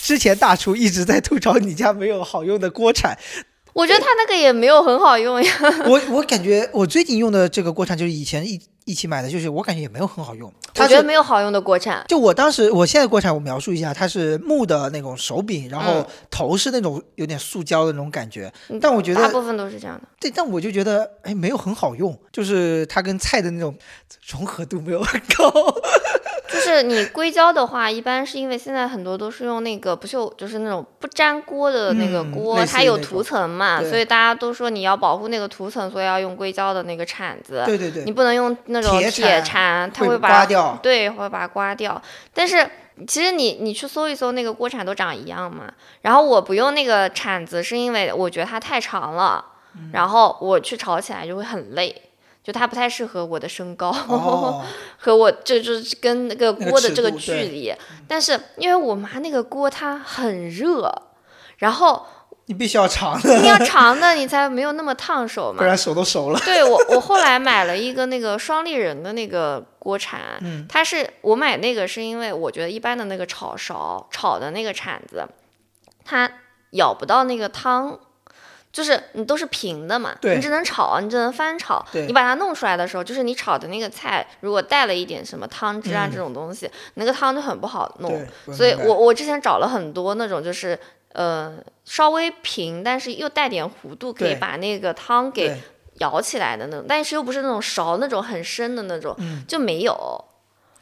Speaker 2: 之前大厨一直在吐槽你家没有好用的锅铲，
Speaker 4: 我觉得它那个也没有很好用呀。
Speaker 2: 我我感觉我最近用的这个锅铲就是以前一一起买的，就是我感觉也没有很好用。它
Speaker 4: 我觉得
Speaker 2: 是
Speaker 4: 没有好用的锅铲。
Speaker 2: 就我当时，我现在锅铲我描述一下，它是木的那种手柄，然后
Speaker 4: 嗯
Speaker 2: 头是那种有点塑胶的那种感觉，
Speaker 4: 嗯
Speaker 2: 但我觉
Speaker 4: 大
Speaker 2: 得
Speaker 4: 部分都是这样的，
Speaker 2: 对，但我就觉得哎没有很好用，就是它跟菜的那种融合度没有很高。
Speaker 4: 就是你硅胶的话，一般是因为现在很多都是用那个不锈，就是那种不粘锅的那个
Speaker 2: 嗯
Speaker 4: 锅，
Speaker 2: 类似
Speaker 4: 它
Speaker 2: 于
Speaker 4: 有
Speaker 2: 那
Speaker 4: 涂
Speaker 2: 种
Speaker 4: 层嘛，
Speaker 2: 对
Speaker 4: 所以大家都说你要保护那个涂层，所以要用硅胶的那个铲子。
Speaker 2: 对对对，
Speaker 4: 你不能用那种
Speaker 2: 铁
Speaker 4: 铁
Speaker 2: 铲
Speaker 4: 铲，它
Speaker 2: 会
Speaker 4: 会把
Speaker 2: 刮掉
Speaker 4: 对，会把它刮掉。但是其实你你去搜一搜，那个锅铲都长一样嘛。然后我不用那个铲子，是因为我觉得它太长了，
Speaker 2: 嗯
Speaker 4: 然后我去炒起来就会很累。就它不太适合我的身高、
Speaker 2: 哦，
Speaker 4: 和我这就是跟那个
Speaker 2: 那个
Speaker 4: 锅的
Speaker 2: 尺
Speaker 4: 这个
Speaker 2: 度
Speaker 4: 距
Speaker 2: 对
Speaker 4: 离， 但是因为我妈那个锅它很热，然 后
Speaker 2: 你必须要尝 的，
Speaker 4: 你要长的你才没有那么烫手嘛，
Speaker 2: 不然手都熟了。
Speaker 4: 对我，我后来买了一个那个双立人的那个锅铲，
Speaker 2: 嗯
Speaker 4: 它是我买那个是因为我觉得一般的那个炒勺炒的那个铲子，它舀不到那个汤。就是你都是平的嘛，
Speaker 2: 对
Speaker 4: 你只能炒，啊你只能翻炒。
Speaker 2: 对
Speaker 4: 你把它弄出来的时候，就是你炒的那个菜，如果带了一点什么汤汁啊、
Speaker 2: 嗯
Speaker 4: 这种东西，那个汤就很不好弄。
Speaker 2: 对，明
Speaker 4: 所以
Speaker 2: 白
Speaker 4: 我我之前找了很多那种就是呃稍微平，但是又带点弧度，可以
Speaker 2: 对
Speaker 4: 把那个汤给
Speaker 2: 对
Speaker 4: 舀起来的那种，但是又不是那种勺那种很深的那种，
Speaker 2: 嗯
Speaker 4: 就没有。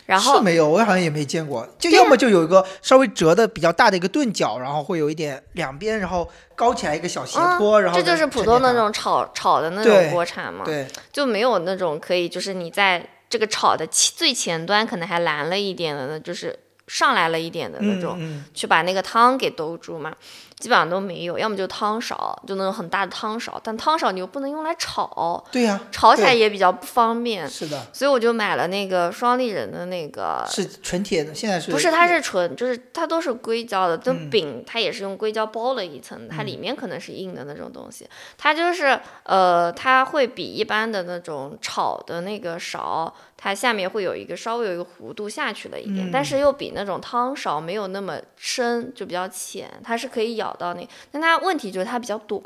Speaker 4: 然后
Speaker 2: 是没有，我好像也没见过，就
Speaker 4: 对啊
Speaker 2: 要
Speaker 4: 呀
Speaker 2: 么就有一个稍微折的比较大的一个钝角，然后会有一点两边，然后高起来一个小斜坡，
Speaker 4: 嗯
Speaker 2: 然后
Speaker 4: 这就
Speaker 2: 再
Speaker 4: 是
Speaker 2: 沉
Speaker 4: 普通
Speaker 2: 淀
Speaker 4: 的那
Speaker 2: 它
Speaker 4: 种炒炒的那
Speaker 2: 对
Speaker 4: 种锅铲嘛，
Speaker 2: 对
Speaker 4: 就没有那种可以就是你在这个炒的起最前端可能还蓝了一点的呢，就是上来了一点的那种，
Speaker 2: 嗯嗯
Speaker 4: 去把那个汤给兜住嘛，基本上都没有，要么就汤勺，就那种很大的汤勺，但汤勺你又不能用来炒，
Speaker 2: 对呀，
Speaker 4: 炒起来
Speaker 2: 对
Speaker 4: 也比较不方便，
Speaker 2: 是的，
Speaker 4: 所以我就买了那个双立人的那个，
Speaker 2: 是纯铁的，现在是
Speaker 4: 呃不是它是纯，就是它都是硅胶的，就
Speaker 2: 嗯
Speaker 4: 饼它也是用硅胶包了一层，它里面可能是硬的那种东西，它就是呃，它会比一般的那种炒的那个勺，它下面会有一个稍微有一个弧度下去了一点，但是
Speaker 2: 嗯
Speaker 4: 又比那种汤勺没有那么深，就比较浅，它是可以咬到那，但它问题就是它比较短，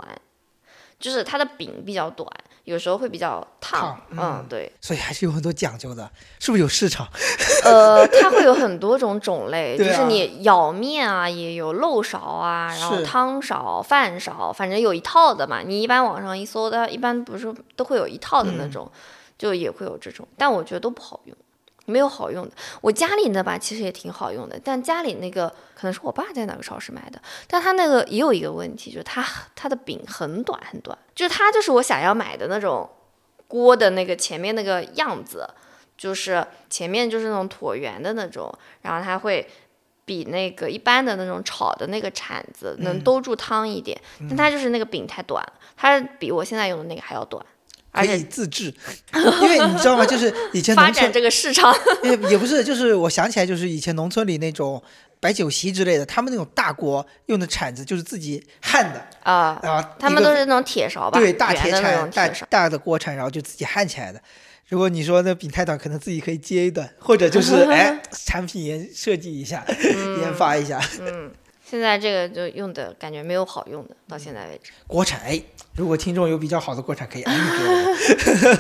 Speaker 4: 就是它的柄比较短，有时候会比较烫。
Speaker 2: 烫嗯
Speaker 4: 对，
Speaker 2: 所以还是有很多讲究的，是不是有市场？
Speaker 4: 呃，它会有很多种种类，就
Speaker 2: 对
Speaker 4: 是
Speaker 2: 啊
Speaker 4: 你舀面啊，也有漏勺啊，然后
Speaker 2: 是
Speaker 4: 汤勺、饭勺，反正有一套的嘛。你一般网上一搜，它一般不是都会有一套的那种，就也会有这种，但我觉得都不好用。没有好用的，我家里那把其实也挺好用的，但家里那个可能是我爸在哪个超市买的，但他那个也有一个问题，就是它它的柄很短很短，就是它就是我想要买的那种锅的那个前面那个样子，就是前面就是那种椭圆的那种，然后它会比那个一般的那种炒的那个铲子能
Speaker 2: 嗯
Speaker 4: 兜住汤一点，但它就是那个柄太短了，它比我现在用的那个还要短，而
Speaker 2: 可以
Speaker 4: 且
Speaker 2: 自制， 因为你知道吗？就是以前
Speaker 4: 发
Speaker 2: 农
Speaker 4: 展
Speaker 2: 村
Speaker 4: 这个市场，
Speaker 2: 也也不是，就是我想起来，就是以前农村里那种摆酒席之类的，他们那种大锅用的铲子就是自己焊的
Speaker 4: 啊、
Speaker 2: 啊，然后
Speaker 4: 他
Speaker 2: 一
Speaker 4: 们
Speaker 2: 个
Speaker 4: 都是那种铁勺吧，
Speaker 2: 对大铁
Speaker 4: 圆的那
Speaker 2: 铲、
Speaker 4: 种
Speaker 2: 大
Speaker 4: 铁勺。
Speaker 2: 大的锅铲，然后就自己焊起来的。如果你说那柄太短，可能自己可以接一段，或者就是 哎，产品研设计一下，
Speaker 4: 嗯
Speaker 2: 研发一下
Speaker 4: 现在这个就用的感觉没有好用的，
Speaker 2: 嗯
Speaker 4: 到现在为止。
Speaker 2: 锅铲。哎，如果听众有比较好的锅铲，可以安利给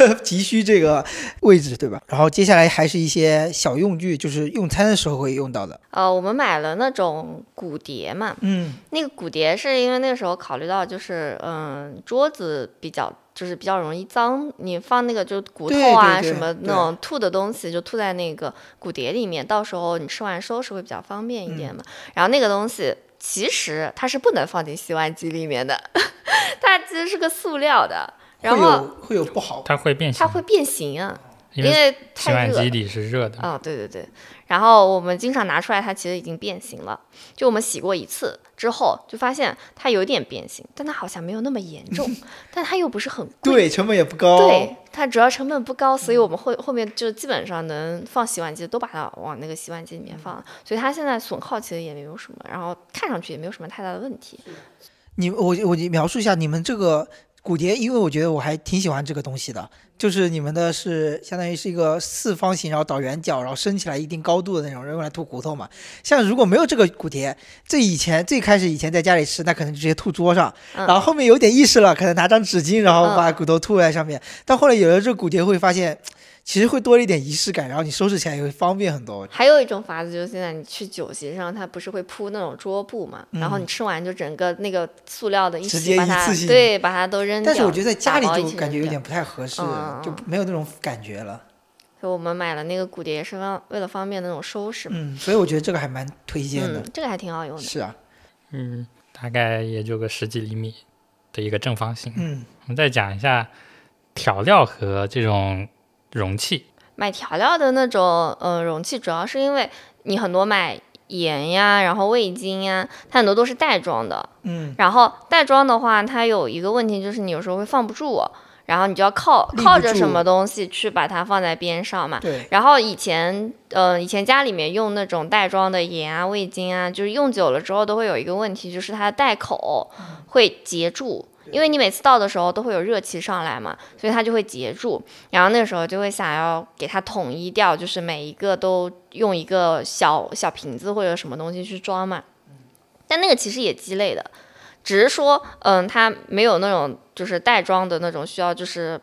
Speaker 2: 我， 急需这个位置，对吧？然后接下来还是一些小用具，就是用餐的时候会用到的。
Speaker 4: 呃，我们买了那种骨碟嘛，
Speaker 2: 嗯，
Speaker 4: 那个骨碟是因为那个时候考虑到就是嗯桌子比较就是比较容易脏，你放那个就骨头啊
Speaker 2: 对对对
Speaker 4: 什么那种吐的东西就吐在那个骨碟里面，到时候你吃完收拾会比较方便一
Speaker 2: 嗯
Speaker 4: 点嘛。然后那个东西其实它是不能放进洗碗机里面的， 它其实是个塑料的，然
Speaker 2: 会
Speaker 4: 后
Speaker 2: 有会有不好
Speaker 3: 它会变形
Speaker 4: 它，会变形啊，
Speaker 3: 因
Speaker 4: 因
Speaker 3: 为
Speaker 4: 为
Speaker 3: 洗
Speaker 4: 太
Speaker 3: 碗
Speaker 4: 热了
Speaker 3: 机。里是热的。
Speaker 4: 啊、对对对，然后我们经常拿出来，它其实已经变形了。就我们洗过一次之后，就发现它有点变形，但它好像没有那么严重，但它又不是很贵。
Speaker 2: 对，哦成本也不高。
Speaker 4: 对，它主要成本不高，所以我们后后面就基本上能放洗碗机都把它往那个洗碗机里面放了，所以它现在损耗其实也没有什么，然后看上去也没有什么太大的问题。
Speaker 2: 你我我描述一下你们这个骨碟，因为我觉得我还挺喜欢这个东西的，就是你们的是相当于是一个四方形，然后倒圆角，然后升起来一定高度的那种，用来吐骨头嘛。像如果没有这个骨碟，最以前最开始以前在家里吃，那可能就直接吐桌上，
Speaker 4: 嗯
Speaker 2: 然后后面有点意识了，可能拿张纸巾，然后把骨头吐在上面。但后来有了这个骨碟，会发现其实会多了一点仪式感，然后你收拾起来也会方便很多。
Speaker 4: 还有一种法子就是现在你去酒席上，它不是会铺那种桌布嘛，然后
Speaker 2: 嗯
Speaker 4: 你吃完就整个那个塑料的一
Speaker 2: 直
Speaker 4: 起
Speaker 2: 接
Speaker 4: 把
Speaker 2: 一
Speaker 4: 它
Speaker 2: 次性
Speaker 4: 对把它都扔掉。
Speaker 2: 但是我觉得在家里
Speaker 4: 打包一
Speaker 2: 就
Speaker 4: 起
Speaker 2: 感觉有
Speaker 4: 扔掉
Speaker 2: 点不太合适
Speaker 4: 嗯嗯，
Speaker 2: 就
Speaker 4: 嗯
Speaker 2: 没有那种感觉了。
Speaker 4: 所以我们买了那个骨碟也是方为了方便那种收拾嘛。
Speaker 2: 嗯，所以我觉得这个还蛮推荐的。
Speaker 4: 嗯，这个还挺好用的。
Speaker 2: 是啊，
Speaker 3: 嗯，大概也就个十几厘米的一个正方形。
Speaker 2: 嗯，
Speaker 3: 我们再讲一下调料和这种容器。
Speaker 4: 买调料的那种呃容器，主要是因为你很多买盐呀，然后味精呀，它很多都是袋装的。
Speaker 2: 嗯，
Speaker 4: 然后袋装的话，它有一个问题就是你有时候会放不住，然后你就要靠
Speaker 2: 立不
Speaker 4: 靠着
Speaker 2: 住
Speaker 4: 什么东西去把它放在边上嘛。
Speaker 2: 对，
Speaker 4: 然后以前，呃，以前家里面用那种袋装的盐啊、味精啊，就是用久了之后都会有一个问题，就是它的袋口会结住，因为你每次倒的时候都会有热气上来嘛，所以它就会结住。然后那时候就会想要给它统一掉，就是每一个都用一个小小瓶子或者什么东西去装嘛。但那个其实也鸡肋的，只是说，嗯，它没有那种就是袋装的那种需要就是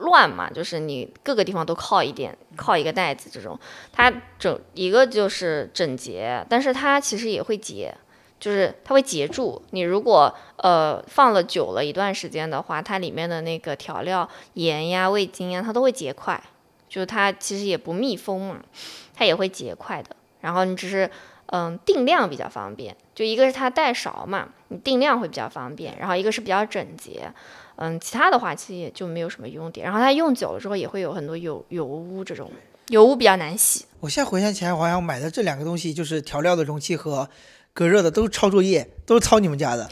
Speaker 4: 乱嘛，就是你各个地方都靠一点，靠一个袋子这种。它整一个就是整洁，但是它其实也会结，就是它会结住。你如果呃放了久了一段时间的话，它里面的那个调料盐呀、味精呀，它都会结块，就是它其实也不密封嘛，它也会结块的。然后你只是嗯定量比较方便，就一个是它带勺嘛，你定量会比较方便，然后一个是比较整洁。嗯，其他的话其实也就没有什么优点，然后它用久了之后也会有很多油油污这种，油污比较难洗。
Speaker 2: 我现在回想起来，我好像买的这两个东西，就是调料的容器和隔热的，都是抄作业，都是抄你们家的。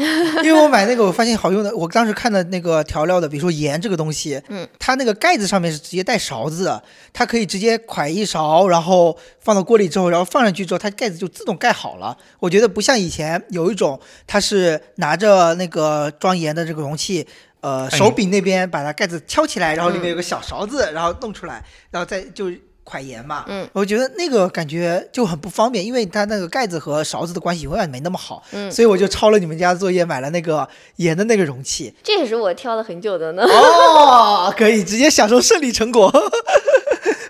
Speaker 2: 因为我买那个，我发现好用的。我当时看的那个调料的，比如说盐这个东西，
Speaker 4: 嗯，
Speaker 2: 它那个盖子上面是直接带勺子的，它可以直接㧟一勺，然后放到锅里之后，然后放上去之后，它盖子就自动盖好了。我觉得不像以前有一种，它是拿着那个装盐的这个容器。呃，
Speaker 3: 哎
Speaker 2: 手柄那边把它盖子挑起来，然后里面有个小勺子，然后弄出来，然后再就快盐嘛，
Speaker 4: 嗯，
Speaker 2: 我觉得那个感觉就很不方便，因为它那个盖子和勺子的关系永远没那么好，
Speaker 4: 嗯
Speaker 2: 所以我就抄了你们家的作业，买了那个盐的那个容器。
Speaker 4: 这也是我挑了很久的呢。
Speaker 2: 哦，可以直接享受胜利成果。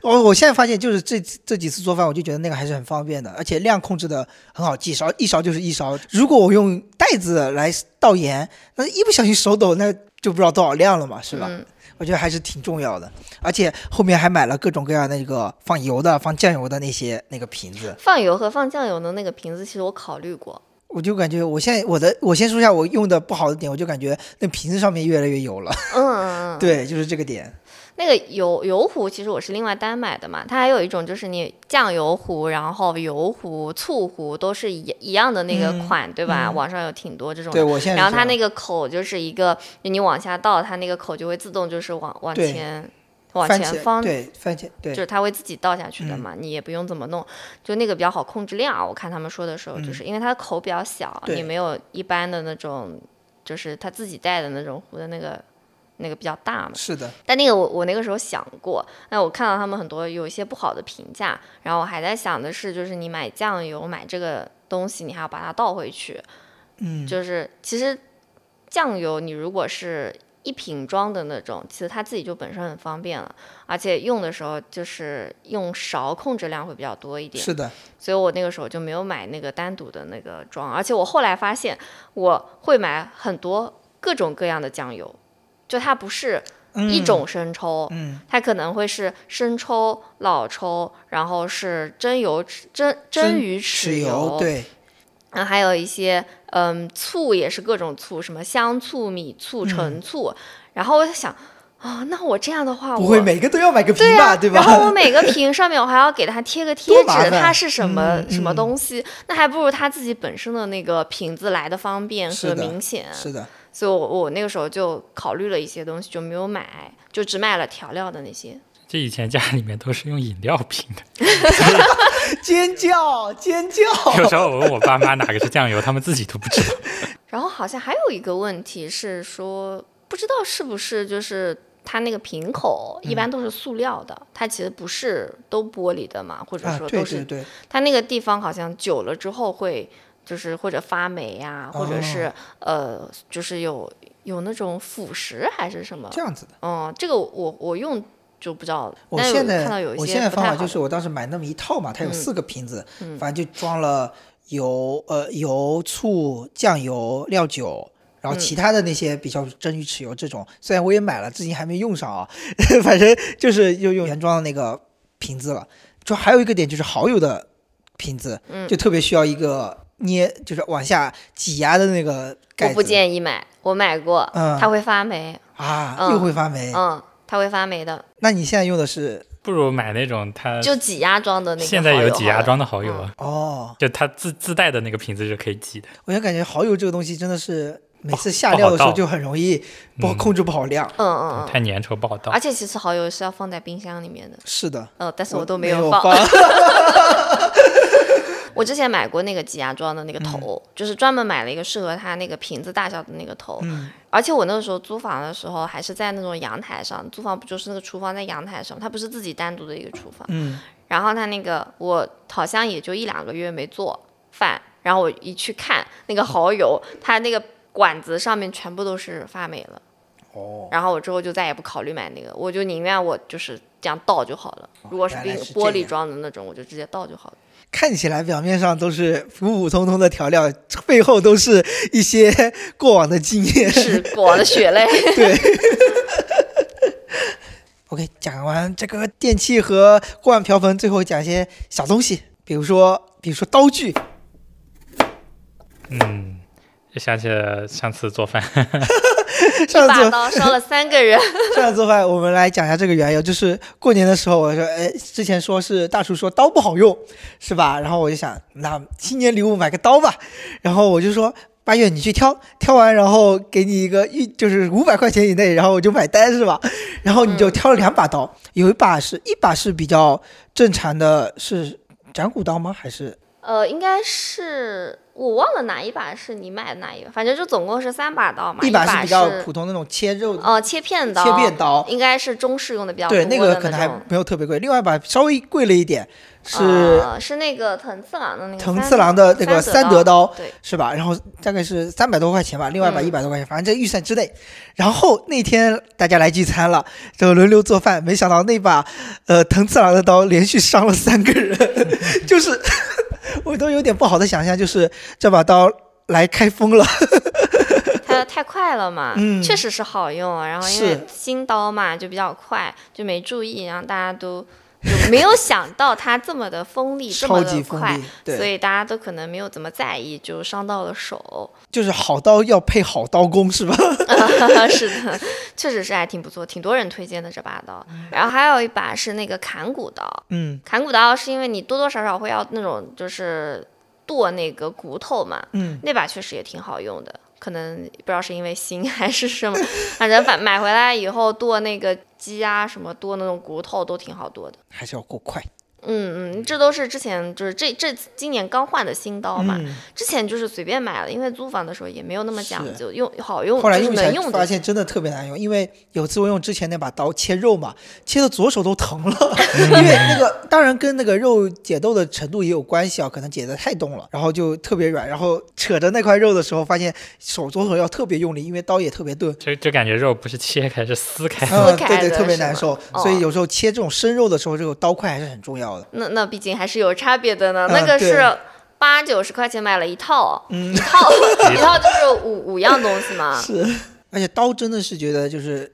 Speaker 2: 我我现在发现，就是这这几次做饭，我就觉得那个还是很方便的，而且量控制的很好记，勺一勺就是一勺。如果我用袋子来倒盐，那一不小心手抖，那就不知道多少量了嘛，是吧？
Speaker 4: 嗯
Speaker 2: 我觉得还是挺重要的。而且后面还买了各种各样的那个放油的、放酱油的那些那个瓶子，
Speaker 4: 放油和放酱油的那个瓶子，其实我考虑过，
Speaker 2: 我就感觉我现在我的我先说一下我用的不好的点，我就感觉那瓶子上面越来越油了。
Speaker 4: 嗯嗯，嗯，
Speaker 2: 对，就是这个点。
Speaker 4: 那个油油壶其实我是另外单买的嘛，它还有一种就是你酱油壶，然后油壶、醋壶都是一一样的那个
Speaker 2: 嗯
Speaker 4: 款，对吧？
Speaker 2: 嗯
Speaker 4: 网上有挺多这种
Speaker 2: 对
Speaker 4: 的。
Speaker 2: 我现在是
Speaker 4: 然后它
Speaker 2: 这样
Speaker 4: 那个口就是一个，就你往下倒，它那个口就会自动就是往往
Speaker 2: 对
Speaker 4: 前往
Speaker 2: 番
Speaker 4: 前
Speaker 2: 茄
Speaker 4: 方
Speaker 2: 对番茄对嗯
Speaker 4: 就是它会自己倒下去的嘛，你也不用怎么弄，就那个比较好控制量啊。我看他们说的时候，就是因为它的口比较小，
Speaker 2: 嗯对
Speaker 4: 你没有一般的那种，就是他自己带的那种壶的那个那个比较大嘛。
Speaker 2: 是的，
Speaker 4: 但那个我我那个时候想过，那我看到他们很多有一些不好的评价，然后我还在想的是，就是你买酱油买这个东西，你还要把它倒回去，
Speaker 2: 嗯，
Speaker 4: 就是其实酱油你如果是一瓶装的那种，其实它自己就本身很方便了，而且用的时候就是用勺控制量会比较多一点，
Speaker 2: 是的，
Speaker 4: 所以我那个时候就没有买那个单独的那个装，而且我后来发现我会买很多各种各样的酱油，就它不是
Speaker 2: 嗯
Speaker 4: 一种生抽，
Speaker 2: 嗯，
Speaker 4: 它可能会是生抽、老抽，然后是蒸油豉蒸蒸鱼豉
Speaker 2: 豉油对，
Speaker 4: 然后还有一些嗯醋也是各种醋，什么香醋、米醋、
Speaker 2: 嗯
Speaker 4: 陈醋。然后我就想啊、那我这样的话我，
Speaker 2: 不会每个都要买个瓶
Speaker 4: 对
Speaker 2: 吧，
Speaker 4: 呀，
Speaker 2: 对
Speaker 4: 然后我
Speaker 2: 吧？
Speaker 4: 每个瓶上面我还要给它贴个贴
Speaker 2: 多麻
Speaker 4: 纸，
Speaker 2: 烦
Speaker 4: 它是什么、
Speaker 2: 嗯
Speaker 4: 什么
Speaker 2: 嗯
Speaker 4: 东西，那还不如它自己本身的那个瓶子来的方便
Speaker 2: 是
Speaker 4: 和
Speaker 2: 的
Speaker 4: 明显。
Speaker 2: 是的，
Speaker 4: 所以我我那个时候就考虑了一些东西，就没有买，就只买了调料的那些。
Speaker 3: 这以前家里面都是用饮料瓶 的，
Speaker 2: 尖叫尖叫！
Speaker 3: 有时候我问我爸妈哪个是酱油，他们自己都不知道。
Speaker 4: 然后好像还有一个问题是说，不知道是不是就是它那个瓶口一
Speaker 2: 嗯
Speaker 4: 般都是塑料的，它其实不是都玻璃的嘛，或者
Speaker 2: 啊，
Speaker 4: 说
Speaker 2: 对
Speaker 4: 都是、
Speaker 2: 对对，
Speaker 4: 它那个地方好像久了之后会就是或者发霉呀、或者
Speaker 2: 哦
Speaker 4: 是、呃就是有有那种腐蚀还是什么
Speaker 2: 这，样子的。
Speaker 4: 嗯，这个我我用就不知道了，
Speaker 2: 我
Speaker 4: 但是
Speaker 2: 现
Speaker 4: 有看到
Speaker 2: 在
Speaker 4: 有一
Speaker 2: 我
Speaker 4: 些
Speaker 2: 现在
Speaker 4: 不
Speaker 2: 方
Speaker 4: 太
Speaker 2: 法
Speaker 4: 好
Speaker 2: 就是，
Speaker 4: 的
Speaker 2: 我当时买那么一套嘛，它有四个瓶子，
Speaker 4: 嗯
Speaker 2: 反正就装了油、呃油、醋、酱油、料酒。然
Speaker 4: 嗯
Speaker 2: 后其他的那些比较蒸鱼豉油这种，虽然我也买了，至今还没用上啊， 反正就是又用原装的那个瓶子了。就还有一个点就是蚝油的瓶子，
Speaker 4: 嗯
Speaker 2: 就特别需要一个捏，就是往下挤压的那个盖
Speaker 4: 我
Speaker 2: 子。
Speaker 4: 不建议买，我买过，
Speaker 2: 嗯
Speaker 4: 它会发霉，
Speaker 2: 啊，
Speaker 4: 嗯
Speaker 2: 又会发霉。
Speaker 4: 嗯，它会发霉的。
Speaker 2: 那你现在用的是
Speaker 3: 不如买那种它
Speaker 4: 就挤压装的那个。
Speaker 3: 现在有挤压装，的蚝
Speaker 4: 油
Speaker 3: 油
Speaker 4: 好了
Speaker 3: 啊，
Speaker 2: 哦，
Speaker 3: 就它自自带的那个瓶子就可以挤的。
Speaker 2: 我就感觉蚝油这个东西真的是每次
Speaker 3: 不
Speaker 2: 下
Speaker 3: 好
Speaker 2: 料的时候
Speaker 3: 倒
Speaker 2: 就很容易不好
Speaker 3: 嗯
Speaker 2: 控制不好量。
Speaker 4: 嗯嗯嗯。
Speaker 3: 太粘稠不好倒
Speaker 4: 而。且其实蚝油是要放在冰箱里面的，
Speaker 2: 是的，
Speaker 4: 呃，但是
Speaker 2: 我
Speaker 4: 我都
Speaker 2: 没
Speaker 4: 有
Speaker 2: 放。
Speaker 4: 我之前买过那个挤压装的
Speaker 2: 嗯
Speaker 4: 那个头，就是专门买了一个适合它那个瓶子大小的那个头。
Speaker 2: 嗯
Speaker 4: 而且我那个时候租房的时候，还是在那种阳台上，租房不就是那个厨房在阳台上，它不是自己单独的一个厨房。
Speaker 2: 嗯，
Speaker 4: 然后他那个我好像也就一两个月没做饭，然后我一去看那个蚝油，它那个管子上面全部都是发霉了。
Speaker 2: 哦，
Speaker 4: 然后我之后就再也不考虑买那个，我就宁愿我就是这样倒就好了。如果是
Speaker 2: 原
Speaker 4: 那
Speaker 2: 来
Speaker 4: 个
Speaker 2: 是
Speaker 4: 玻
Speaker 2: 这
Speaker 4: 璃
Speaker 2: 样
Speaker 4: 装的那种，我就直接倒就好了。
Speaker 2: 看起来表面上都是普普通通的调料，背后都是一些过往的经 验。
Speaker 4: 是我的血 泪。
Speaker 2: OK，讲完这个电器和锅碗瓢盆，最后讲一些小东西，比如说比如说刀具，
Speaker 3: 嗯，就想起了上次做饭，
Speaker 2: 上次
Speaker 4: 把刀烧了三个人，
Speaker 2: 上次做饭，我们来讲一下这个缘由，就是过年的时候，我说，哎，之前说是大厨说刀不好用，是吧？然后我就想，那新年礼物买个刀吧。然后我就说，八月你去挑，挑完然后给你一个一就是 五百块钱以内，然后我就买单，是吧？然后你就挑了两把刀，有一把是一把是比较正常的，是斩骨刀吗？还是
Speaker 4: 呃，应该是我忘了哪一把是你买的哪一把，反正就总共是三把刀嘛，
Speaker 2: 一
Speaker 4: 一
Speaker 2: 把
Speaker 4: 是
Speaker 2: 比较普通那种切肉的
Speaker 4: 呃切片刀，
Speaker 2: 切片刀，
Speaker 4: 应该是中式用的比较多
Speaker 2: 对，
Speaker 4: 的
Speaker 2: 那
Speaker 4: 那
Speaker 2: 个可能还
Speaker 4: 种
Speaker 2: 没有特别贵。另外一把稍微贵了一点，是
Speaker 4: 呃、是那个藤次郎的那个
Speaker 2: 藤
Speaker 4: 嗯三
Speaker 2: 次郎的那个三德刀
Speaker 4: 对，
Speaker 2: 是吧？然后大概是三百多块钱吧，另外一把
Speaker 4: 嗯
Speaker 2: 一百多块钱，反正在预算之内。然后那天大家来聚餐了，就轮流做饭，没想到那把呃藤次郎的刀连续伤了三个人，就是 我都有点不好的想象，就是这把刀来开封了。
Speaker 4: 它太快了嘛，
Speaker 2: 嗯
Speaker 4: 确实是好用，啊然后因为
Speaker 2: 是
Speaker 4: 新刀嘛就比较快，就没注意，然后大家都就没有想到它这么的锋利，这
Speaker 2: 超
Speaker 4: 么
Speaker 2: 级
Speaker 4: 的
Speaker 2: 锋
Speaker 4: 快
Speaker 2: 利，，
Speaker 4: 所
Speaker 2: 对，
Speaker 4: 以大家都可能没有怎么在意，就伤到 了手。
Speaker 2: 就是好刀要配好刀工，是吧？
Speaker 4: 是的，确实是还挺不错，挺多人推荐的这把刀。然后还有一把是那个砍骨刀，
Speaker 2: 嗯
Speaker 4: 砍骨刀是因为你多多少少会要那种就是剁那个骨头嘛，
Speaker 2: 嗯，
Speaker 4: 那把确实也挺好用的，可能不知道是因为新还是什么，反正反买回来以后剁那个鸡啊什么剁那种骨头都挺好剁的。
Speaker 2: 还是要够快
Speaker 4: 嗯嗯，这都是之前就是这这今年刚换的新刀嘛，
Speaker 2: 嗯
Speaker 4: 之前就是随便买了，因为租房的时候也没有那么讲
Speaker 2: 是
Speaker 4: 究，用好用
Speaker 2: 后来
Speaker 4: 就
Speaker 2: 用
Speaker 4: 是
Speaker 2: 起来
Speaker 4: 能用
Speaker 2: 发
Speaker 4: 的。
Speaker 2: 现真的特别难用，因为有次我用之前那把刀切肉嘛，切的左手都疼了，
Speaker 4: 嗯
Speaker 2: 因为那个当然跟那个肉解冻的程度也有关系啊，可能解的太冻了，然后就特别软，然后扯着那块肉的时候，发现手左手要特别用力，因为刀也特别钝。
Speaker 3: 就就感觉肉不是切开是撕开，
Speaker 2: 嗯，
Speaker 4: 开
Speaker 2: 对对，
Speaker 4: 的
Speaker 2: 特别
Speaker 4: 是吗
Speaker 2: 难受，
Speaker 4: 哦
Speaker 2: 所以有时候切这种生肉的时候，这个刀块还是很重要的。
Speaker 4: 那那毕竟还是有差别的呢，
Speaker 2: 嗯
Speaker 4: 那个
Speaker 2: 对
Speaker 4: 是。八九十块钱买了一套，
Speaker 2: 嗯
Speaker 4: 一 套一套就是五五样东西嘛，
Speaker 2: 是，而且刀真的是觉得就是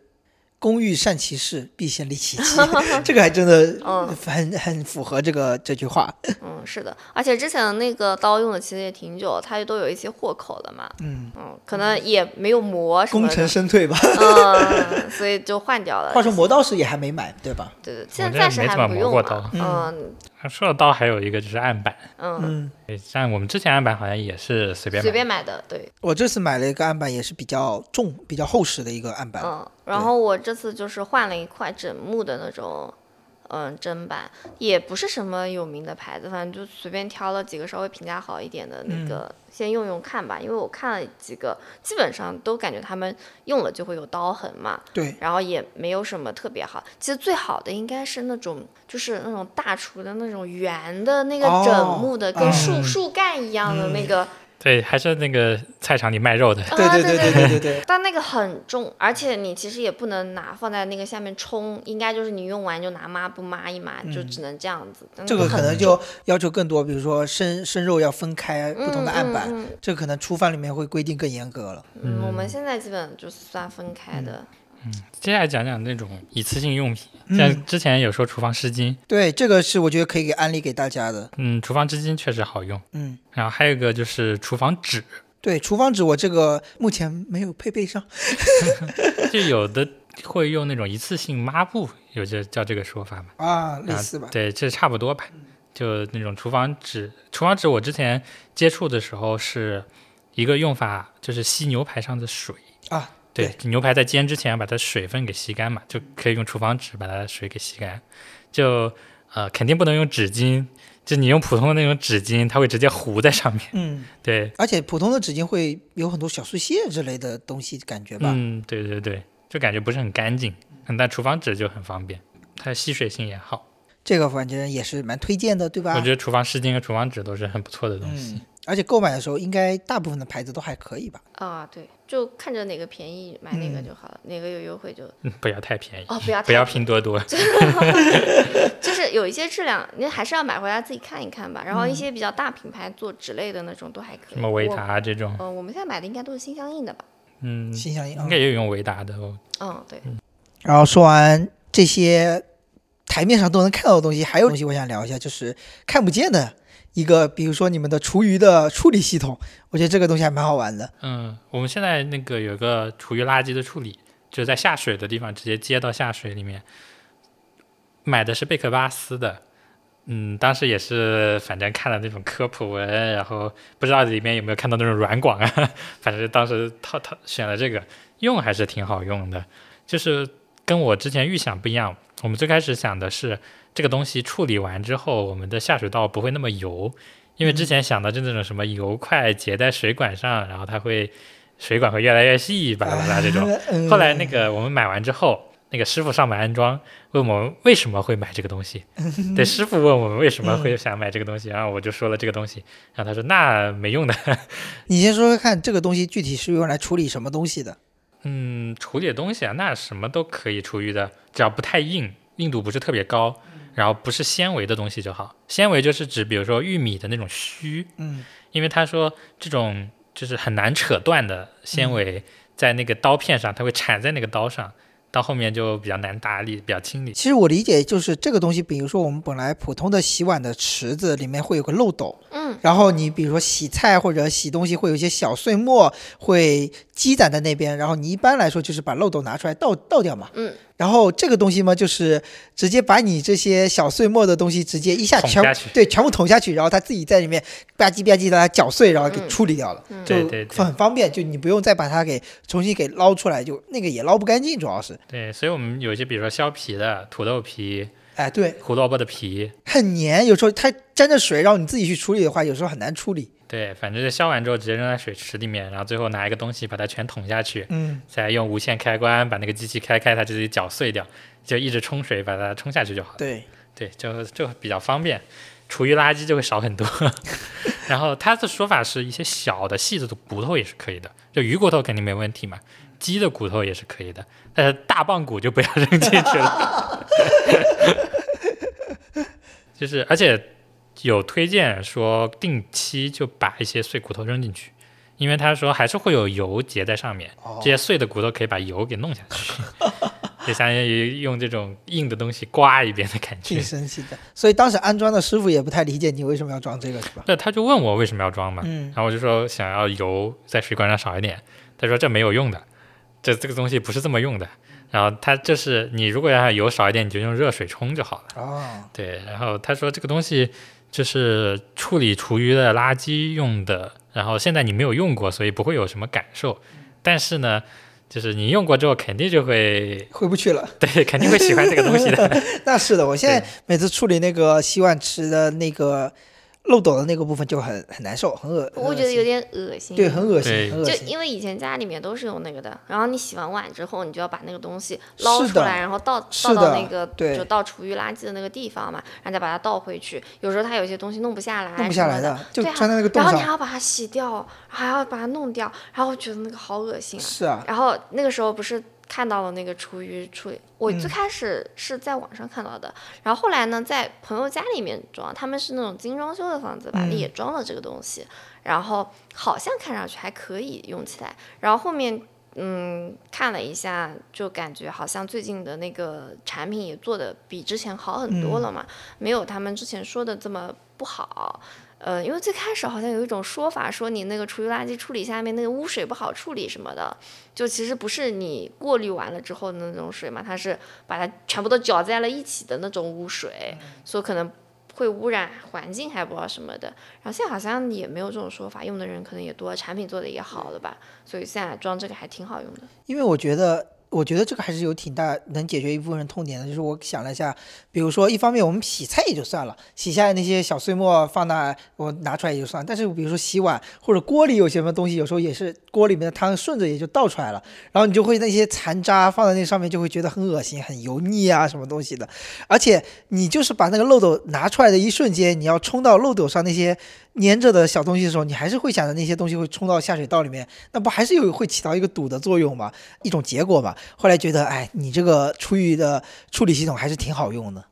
Speaker 2: 工欲善其事，必先利其 器，这个还真的
Speaker 4: 嗯
Speaker 2: 很很符合这个这句话。
Speaker 4: 嗯，是的，而且之前的那个刀用的其实也挺久，它都有一些豁口了嘛，
Speaker 2: 嗯，
Speaker 4: 嗯，可能也没有磨什么
Speaker 2: 功成
Speaker 4: 的，
Speaker 2: 身退吧。
Speaker 4: 嗯，所以就换掉了。
Speaker 2: 话说磨刀石也还没买，对吧？
Speaker 4: 对对，现
Speaker 3: 这
Speaker 4: 在暂时
Speaker 3: 没怎么
Speaker 4: 还不
Speaker 3: 磨
Speaker 4: 用
Speaker 3: 过
Speaker 4: 嘛
Speaker 3: 刀，
Speaker 4: 嗯
Speaker 3: 啊说到刀还有一个就是案板，
Speaker 4: 嗯，
Speaker 2: 嗯，
Speaker 3: 对像我们之前案板好像也是随便买
Speaker 4: 随便买的，对，
Speaker 2: 我这次买了一个案板，也是比较重、比较厚实的一个案板。
Speaker 4: 嗯，然后我这次就是换了一块整木的那种，嗯，砧板，也不是什么有名的牌子，反正就随便挑了几个稍微评价好一点的那个，先用用看吧。因为我看了几个，基本上都感觉他们用了就会有刀痕嘛，
Speaker 2: 对，
Speaker 4: 然后也没有什么特别好。其实最好的应该是那种，就是那种大厨的那种圆的那个
Speaker 2: 哦
Speaker 4: 整木的，跟树、
Speaker 3: 嗯
Speaker 4: 树干一样的那个，
Speaker 3: 对，还是那个菜场里卖肉的，
Speaker 2: 对
Speaker 4: 啊
Speaker 2: 对
Speaker 4: 对
Speaker 2: 对对对对，
Speaker 4: 但那个很重，而且你其实也不能拿放在那个下面冲，应该就是你用完就拿抹布抹一抹，就只能这样子。但
Speaker 2: 这个
Speaker 4: 很
Speaker 2: 可能就要求更多，比如说生生肉要分开不同的案板，
Speaker 4: 嗯嗯
Speaker 2: 这可能厨房里面会规定更严格了。
Speaker 4: 嗯我们现在基本就是算分开的。
Speaker 3: 接下来讲讲那种一次性用品，
Speaker 2: 嗯
Speaker 3: 像之前有说厨房湿巾，
Speaker 2: 对，这个是我觉得可以给安利给大家的。
Speaker 3: 嗯，厨房湿巾确实好用。
Speaker 2: 嗯，
Speaker 3: 然后还有一个就是厨房纸，
Speaker 2: 对，厨房纸我这个目前没有配备上。
Speaker 3: 就有的会用那种一次性抹布，有这叫这个说法嘛？
Speaker 2: 啊，类似吧
Speaker 3: 啊。对，这差不多吧。就那种厨房纸，厨房纸我之前接触的时候是一个用法，就是吸牛排上的水。
Speaker 2: 啊，
Speaker 3: 对，牛排在煎之前要把它水分给吸干嘛，就可以用厨房纸把它水给吸干。就呃，肯定不能用纸巾，就你用普通的那种纸巾，它会直接糊在 上面。
Speaker 2: 嗯，
Speaker 3: 对，
Speaker 2: 而且普通的纸巾会有很多小碎屑之类的东西，感觉吧。
Speaker 3: 嗯，对对对，就感觉不是很干净。嗯但厨房纸就很方便，它吸水性也好。
Speaker 2: 这个反正也是蛮推荐的，对吧？
Speaker 3: 我觉得厨房湿巾和厨房纸都是很不错的东西。
Speaker 2: 嗯，而且购买的时候应该大部分的牌子都还可以吧？
Speaker 4: 啊，对，就看着哪个便宜买哪个就好了，哪个有优惠就
Speaker 3: 嗯 不要太便宜，
Speaker 4: 哦不要
Speaker 3: 不
Speaker 4: 太
Speaker 3: 要拼多 多。
Speaker 4: 就是有一些质量，你还是要买回来自己看一看吧。然后一些比较大品牌做纸类的那种都还可以。
Speaker 3: 什么维
Speaker 4: 我
Speaker 3: 达啊这种
Speaker 4: 嗯、，我们现在买的应该都是心相印的吧？
Speaker 3: 嗯，
Speaker 2: 心相印。
Speaker 3: 应
Speaker 2: 嗯
Speaker 3: 该也有用维达的哦。
Speaker 4: 嗯，对，
Speaker 2: 然后说完这些台面上都能看到的东西，还有东西我想聊一下，就是看不见的一个，比如说你们的厨余的处理系统，我觉得这个东西还蛮好玩 的。
Speaker 3: 嗯，我们现在那个有个厨余垃圾的处理，就是在下水的地方直接接到下水里面。买的是贝壳巴斯的，嗯，当时也是反正看了那种科普文，然后不知道里面有没有看到那种软广啊，反正当时套套选了这个，用还是挺好用的，就是跟我之前预想不一样。我们最开始想的是这个东西处理完之后，我们的下水道不会那么油，因为之前想到就那种什么油块结在水管上，然后它会水管会越来越细，巴拉巴拉这种。
Speaker 2: 嗯
Speaker 3: 后来那个我们买完之后，那个师傅上门安装，问我们为什么会买这个东西。对，师傅问我们为什么会想买这个东西，然后我就说了这个东西，然后他说那没用的，
Speaker 2: 你先说说看，这个东西具体是用来处理什么东西的？
Speaker 3: 嗯，处理的东西啊，那什么都可以处理的，只要不太硬，硬度不是特别高，然后不是纤维的东西就好。纤维就是指比如说玉米的那种须，
Speaker 2: 嗯，
Speaker 3: 因为他说这种就是很难扯断的纤维，在那个刀片上，它会缠在那个刀上，到后面就比较难打理，比较清理。
Speaker 2: 其实我理解就是这个东西，比如说我们本来普通的洗碗的池子里面会有个漏斗，
Speaker 4: 嗯，
Speaker 2: 然后你比如说洗菜或者洗东西会有一些小碎末会积攒在那边，然后你一般来说就是把漏斗拿出来倒倒掉嘛，
Speaker 4: 嗯，
Speaker 2: 然后这个东西嘛就是直接把你这些小碎末的东西直接一下
Speaker 3: 捅
Speaker 2: 全
Speaker 3: 下去
Speaker 2: 对全部捅下去，然后它自己在里面吧唧吧唧把它搅碎，然后给
Speaker 4: 嗯
Speaker 2: 处理掉了，
Speaker 4: 嗯
Speaker 3: 对
Speaker 2: 就
Speaker 3: 对对
Speaker 2: 很方便，就你不用再把它给重新给捞出来，就那个也捞不干净，主要是，
Speaker 3: 对，所以我们有一些比如说削皮的土豆皮、
Speaker 2: 哎，对，
Speaker 3: 胡萝卜的皮，
Speaker 2: 很黏，有时候它沾着水，然后你自己去处理的话，有时候很难处理，
Speaker 3: 对，反正就削完之后直接扔在水池里面，然后最后拿一个东西把它全捅下去，
Speaker 2: 嗯。
Speaker 3: 再用无线开关把那个机器开开，它自己搅碎掉，就一直冲水把它冲下去就好了。
Speaker 2: 对，
Speaker 3: 对，就就比较方便，厨余垃圾就会少很多。 然后他的说法是一些小的细致的骨头也是可以的，就鱼骨头肯定没问题嘛，鸡的骨头也是可以的，但是大棒骨就不要扔进去了。 就是，而且有推荐说定期就把一些碎骨头扔进去，因为他说还是会有油结在上面，
Speaker 2: 哦
Speaker 3: 这些碎的骨头可以把油给弄下去， 就相当于用这种硬的东西刮一遍的感觉
Speaker 2: 挺。神奇的。所以当时安装的师傅也不太理解你为什么要装这个，是吧？
Speaker 3: 对，他就问我为什么要装嘛，
Speaker 2: 嗯
Speaker 3: 然后我就说想要油在水管上少一点，他说这没有用的，这这个东西不是这么用的。然后他就是你如果要油少一点，你就用热水冲就好了。
Speaker 2: 哦，
Speaker 3: 对，然后他说这个东西就是处理厨余的垃圾用的，然后现在你没有用过，所以不会有什么感受，但是呢，就是你用过之后肯定就会
Speaker 2: 回不去了。
Speaker 3: 对，肯定会喜欢这个东西的。
Speaker 2: 那是的，我现在
Speaker 3: 对
Speaker 2: 每次处理那个洗碗池的那个漏斗的那个部分就很很难受，很恶，
Speaker 4: 我觉得有点
Speaker 2: 很
Speaker 4: 恶心。
Speaker 2: 恶心嗯对，很恶心，
Speaker 3: 对
Speaker 2: 很恶
Speaker 4: 就
Speaker 2: 心。
Speaker 4: 因为以前家里面都是用那个的，然后你洗完碗之后，你就要把那个东西捞
Speaker 2: 是
Speaker 4: 出
Speaker 2: 的
Speaker 4: 来，然后倒
Speaker 2: 是
Speaker 4: 倒到
Speaker 2: 的
Speaker 4: 那个
Speaker 2: 对
Speaker 4: 就倒厨余垃圾的那个地方嘛，然后再把它倒回去。有时候它有些东西弄不下来，
Speaker 2: 弄不下来
Speaker 4: 的
Speaker 2: 的，，就
Speaker 4: 对啊
Speaker 2: 穿在那个洞
Speaker 4: 然后你还
Speaker 2: 上。
Speaker 4: 要把它洗掉，还要把它弄掉，然后我觉得那个好恶心啊。
Speaker 2: 是啊，
Speaker 4: 然后那个时候不是看到了那个厨余处理，我
Speaker 2: 嗯
Speaker 4: 最开始是在网上看到的，然后后来呢，在朋友家里面装，他们是那种精装修的房子吧，
Speaker 2: 嗯
Speaker 4: 也装了这个东西，然后好像看上去还可以用起来，然后后面。嗯，看了一下，就感觉好像最近的那个产品也做的比之前好很多了嘛，没有他们之前说的这么不好。呃，因为最开始好像有一种说法，说你那个厨余垃圾处理下面那个污水不好处理什么的，就其实不是你过滤完了之后的那种水嘛，它是把它全部都搅在了一起的那种污水，
Speaker 2: 嗯
Speaker 4: 所以可能会污染环境，还不知道什么的。然后现在好像也没有这种说法，用的人可能也多，产品做的也好了
Speaker 2: 嗯
Speaker 4: 吧，所以现在装这个还挺好用的。
Speaker 2: 因为我觉得。我觉得这个还是有挺大能解决一部分人痛点的，就是我想了一下，比如说一方面我们洗菜也就算了，洗下来那些小碎末放那我拿出来也就算了，但是比如说洗碗或者锅里有些什么东西，有时候也是锅里面的汤顺着也就倒出来了，然后你就会那些残渣放在那上面就会觉得很恶心、很油腻啊什么东西的，而且你就是把那个漏斗拿出来的一瞬间，你要冲到漏斗上那些粘着的小东西的时候，你还是会想着那些东西会冲到下水道里面，那不还是有会起到一个堵的作用吗？一种结果吧。后来觉得，哎，你这个厨余的处理系统还是挺好用的。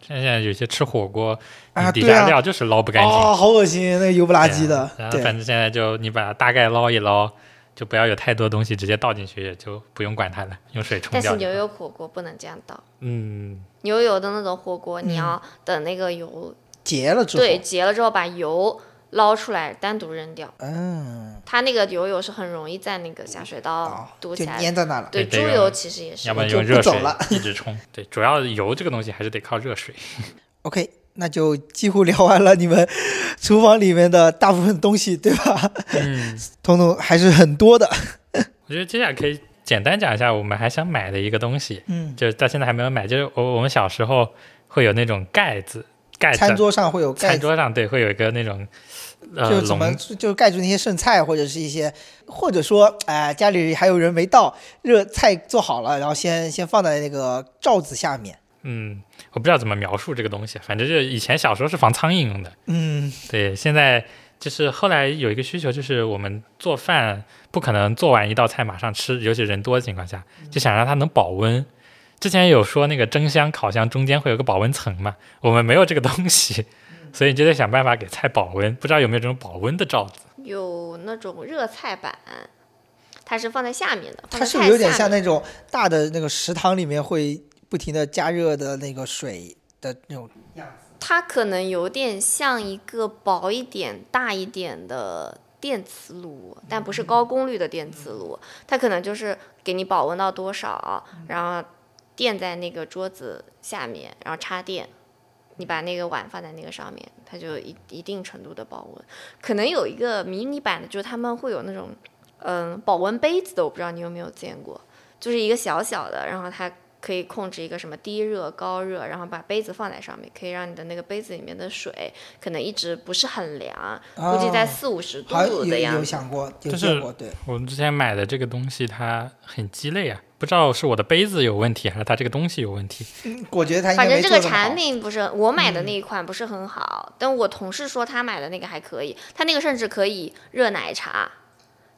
Speaker 3: 像现在有些吃火锅，
Speaker 2: 啊
Speaker 3: 你底
Speaker 2: 对啊
Speaker 3: 下料就是捞不干净。
Speaker 2: 哦，好恶心，那个油不拉几的
Speaker 3: 对啊然。后反
Speaker 2: 对，
Speaker 3: 正现在就你把它大概捞一捞，就不要有太多东西直接倒进去，就不用管它了，用水冲
Speaker 4: 但是
Speaker 3: 掉。
Speaker 4: 牛油火锅不能这样倒，
Speaker 3: 嗯，
Speaker 4: 牛油的那种火锅，
Speaker 2: 嗯
Speaker 4: 你要等那个油、
Speaker 2: 结了之后，
Speaker 4: 对结了之后，把油捞出来单独扔掉。
Speaker 2: 嗯，
Speaker 4: 它那个油油是很容易在那个下水道
Speaker 2: 好，
Speaker 4: 堵
Speaker 2: 哦就
Speaker 4: 起来的，
Speaker 2: 粘在那了。
Speaker 4: 对，
Speaker 3: 对
Speaker 4: 猪
Speaker 3: 这个
Speaker 4: 油其实也是
Speaker 3: 要不然
Speaker 2: 就
Speaker 3: 用
Speaker 2: 不
Speaker 3: 热
Speaker 2: 走
Speaker 3: 水
Speaker 2: 了
Speaker 3: 一直冲。对，主要油这个东西还是得靠热水。
Speaker 2: OK，那就几乎聊完了你们厨房里面的大部分东西，对吧？
Speaker 3: 嗯，
Speaker 2: 彤彤还是很多的。
Speaker 3: 我觉得接下来可以简单讲一下我们还想买的一个东西，
Speaker 2: 嗯
Speaker 3: 就是到现在还没有买，就是我我们小时候会有那种盖子。盖着
Speaker 2: 餐桌上会有盖
Speaker 3: 哎餐
Speaker 2: 子，
Speaker 3: 桌上对会有一个那种呃
Speaker 2: 就怎么
Speaker 3: 笼
Speaker 2: 就盖住那些剩菜或者是一些，或者说哎、家里还有人没到，热菜做好了，然后先先放在那个罩子下面。
Speaker 3: 嗯，我不知道怎么描述这个东西，反正就是以前小时候是防苍蝇用的，
Speaker 2: 嗯，
Speaker 3: 对，现在就是后来有一个需求，就是我们做饭不可能做完一道菜马上吃，尤其人多的情况下，就想让它能保温。之前有说那个蒸箱、烤箱中间会有个保温层嘛，我们没有这个东西， 所以就得想办法给菜保温。不知道有没有这种保温的罩子？
Speaker 4: 有那种热菜板，它是放在下面的，
Speaker 2: 它
Speaker 4: 放在
Speaker 2: 是
Speaker 4: 菜
Speaker 2: 不是有点
Speaker 4: 下
Speaker 2: 像
Speaker 4: 面
Speaker 2: 那种大的那个食堂里面会不停的加热的那个水的那种？
Speaker 4: 它可能有点像一个薄一点、大一点的电磁炉，但不是高功率的电磁炉，它可能就是给你保温到多少，然后垫在那个桌子下面，然后插电。你把那个碗放在那个上面，它就一一定程度的保温。可能有一个迷你版的，就是他们会有那种，嗯，保温杯子的，我不知道你有没有见过，就是一个小小的，然后它可以控制一个什么低热、高热，然后把杯子放在上面，可以让你的那个杯子里面的水可能一直不是很凉，估计在
Speaker 2: 啊
Speaker 4: 四五十度
Speaker 2: 好像有
Speaker 4: 的样
Speaker 2: 有
Speaker 4: 子。
Speaker 2: 想过，有
Speaker 3: 就是
Speaker 2: 见过，对。
Speaker 3: 我们之前买的这个东西它很鸡肋啊，不知道是我的杯子有问题，还是它这个东西有问题。
Speaker 2: 我觉得它应
Speaker 4: 反
Speaker 2: 该没
Speaker 4: 正这
Speaker 2: 做
Speaker 4: 个
Speaker 2: 这么好嗯
Speaker 4: 产品不是我买的那一款不是很好，但我同事说他买的那个还可以，他那个甚至可以热奶茶，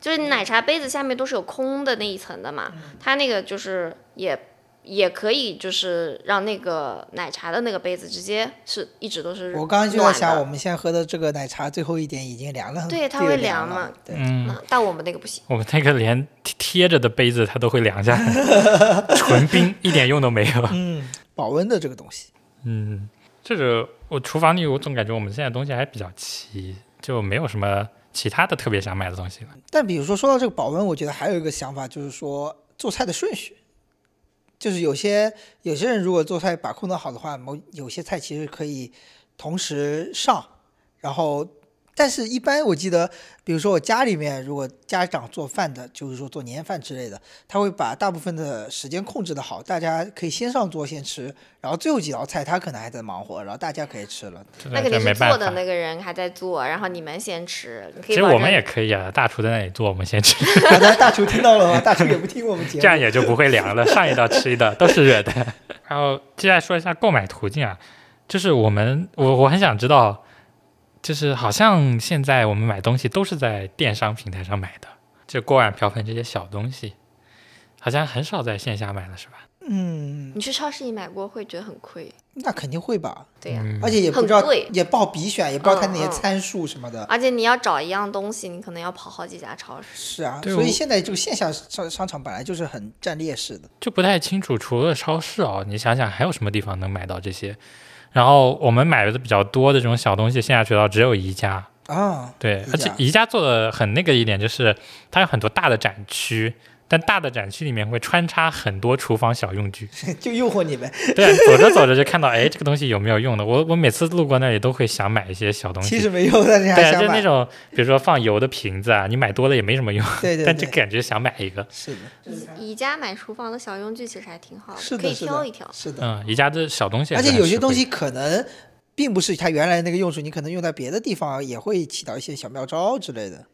Speaker 4: 就是
Speaker 2: 嗯
Speaker 4: 奶茶杯子下面都是有空的那一层的嘛，他那个就是也也可以就是让那个奶茶的那个杯子直接是一直都是
Speaker 2: 我刚刚就在想，
Speaker 4: 暖
Speaker 2: 我
Speaker 4: 的
Speaker 2: 们现在喝的这个奶茶最后一点已经凉了很，
Speaker 4: 对它
Speaker 2: 略
Speaker 4: 会
Speaker 2: 凉
Speaker 4: 凉嘛
Speaker 2: 了。对，
Speaker 3: 嗯，
Speaker 4: 嗯，但我们那个不行。
Speaker 3: 我们那个连贴贴着的杯子它都会凉下来， 纯冰一点用都没有。
Speaker 2: 嗯，保温的这个东西，
Speaker 3: 嗯，这个我厨房里我总感觉我们现在东西还比较齐，就没有什么其他的特别想买的东西了。
Speaker 2: 但比如说说到这个保温，我觉得还有一个想法就是说做菜的顺序，就是有些有些人如果做菜把控的好的话，某有些菜其实可以同时上，然后但是一般我记得，比如说我家里面如果家长做饭的，就是说做年夜饭之类的，他会把大部分的时间控制的好，大家可以先上桌先吃，然后最后几道菜他可能还在忙活，然后大家可以吃了。
Speaker 3: 这
Speaker 4: 那
Speaker 3: 个
Speaker 4: 肯定
Speaker 3: 这
Speaker 4: 是
Speaker 3: 没
Speaker 4: 做
Speaker 3: 办
Speaker 4: 的
Speaker 3: 法。
Speaker 4: 那个人还在做，然后你们先吃。你可
Speaker 3: 其
Speaker 4: 以
Speaker 3: 实
Speaker 4: 保
Speaker 3: 我
Speaker 4: 证
Speaker 3: 们也可以啊，大厨在那里做，我们先 吃，
Speaker 2: 好的，大厨听到了吗？大厨也不听我们节目。
Speaker 3: 这样也就不会凉了。上一道吃一道都是热的。然后接下来说一下购买途径啊，就是我们我我很想知道，就是好像现在我们买东西都是在电商平台上买的，就锅碗瓢盆这些小东西，好像很少在线下买了，是吧？
Speaker 2: 嗯，
Speaker 4: 你去超市里买过会觉得很亏，
Speaker 2: 那肯定会吧，
Speaker 4: 对呀、
Speaker 3: 嗯
Speaker 2: 而且也不知道
Speaker 4: 很贵，
Speaker 2: 也不好比选，也不知道它
Speaker 4: 嗯
Speaker 2: 那些
Speaker 4: 嗯
Speaker 2: 参数什么的。
Speaker 4: 而且你要找一样东西，你可能要跑好几家超市。
Speaker 2: 是啊，
Speaker 3: 对
Speaker 2: 所以
Speaker 3: 我
Speaker 2: 现在这个线下商商场本来就是很占劣势的。
Speaker 3: 就不太清楚，除了超市哦，你想想还有什么地方能买到这些？然后我们买的比较多的这种小东西，线下渠道只有宜家。
Speaker 2: 啊，
Speaker 3: 对
Speaker 2: 宜，
Speaker 3: 而且
Speaker 2: 家
Speaker 3: 宜家做的很那个一点，就是它有很多大的展区，但大的展区里面会穿插很多厨房小 用具。
Speaker 2: 就诱惑你们。
Speaker 3: 对，啊走着走着就看到，哎，这个东西有没有用的？我我每次路过那里都会想买一些小东
Speaker 2: 其
Speaker 3: 西。
Speaker 2: 实没有，但是还
Speaker 3: 对，就
Speaker 2: 想
Speaker 3: 是那
Speaker 2: 买。
Speaker 3: 种，比如说放油的瓶子啊，你买多了也没什么用，
Speaker 2: 对对
Speaker 3: 但就
Speaker 2: 对
Speaker 3: 感觉想买一个。
Speaker 2: 是的，
Speaker 4: 宜家买厨房的小用具其实还挺好的，
Speaker 2: 是
Speaker 4: 嗯可以
Speaker 2: 的，是
Speaker 4: 挑一
Speaker 2: 的
Speaker 4: 挑，。
Speaker 2: 是的。
Speaker 3: 嗯，宜家的小东西还
Speaker 2: 而
Speaker 3: 是很实
Speaker 2: 且有
Speaker 3: 惠的，
Speaker 2: 些东西可能并不是它原来那个用处，你可能用在别的地方也会起到一些小妙招之类的。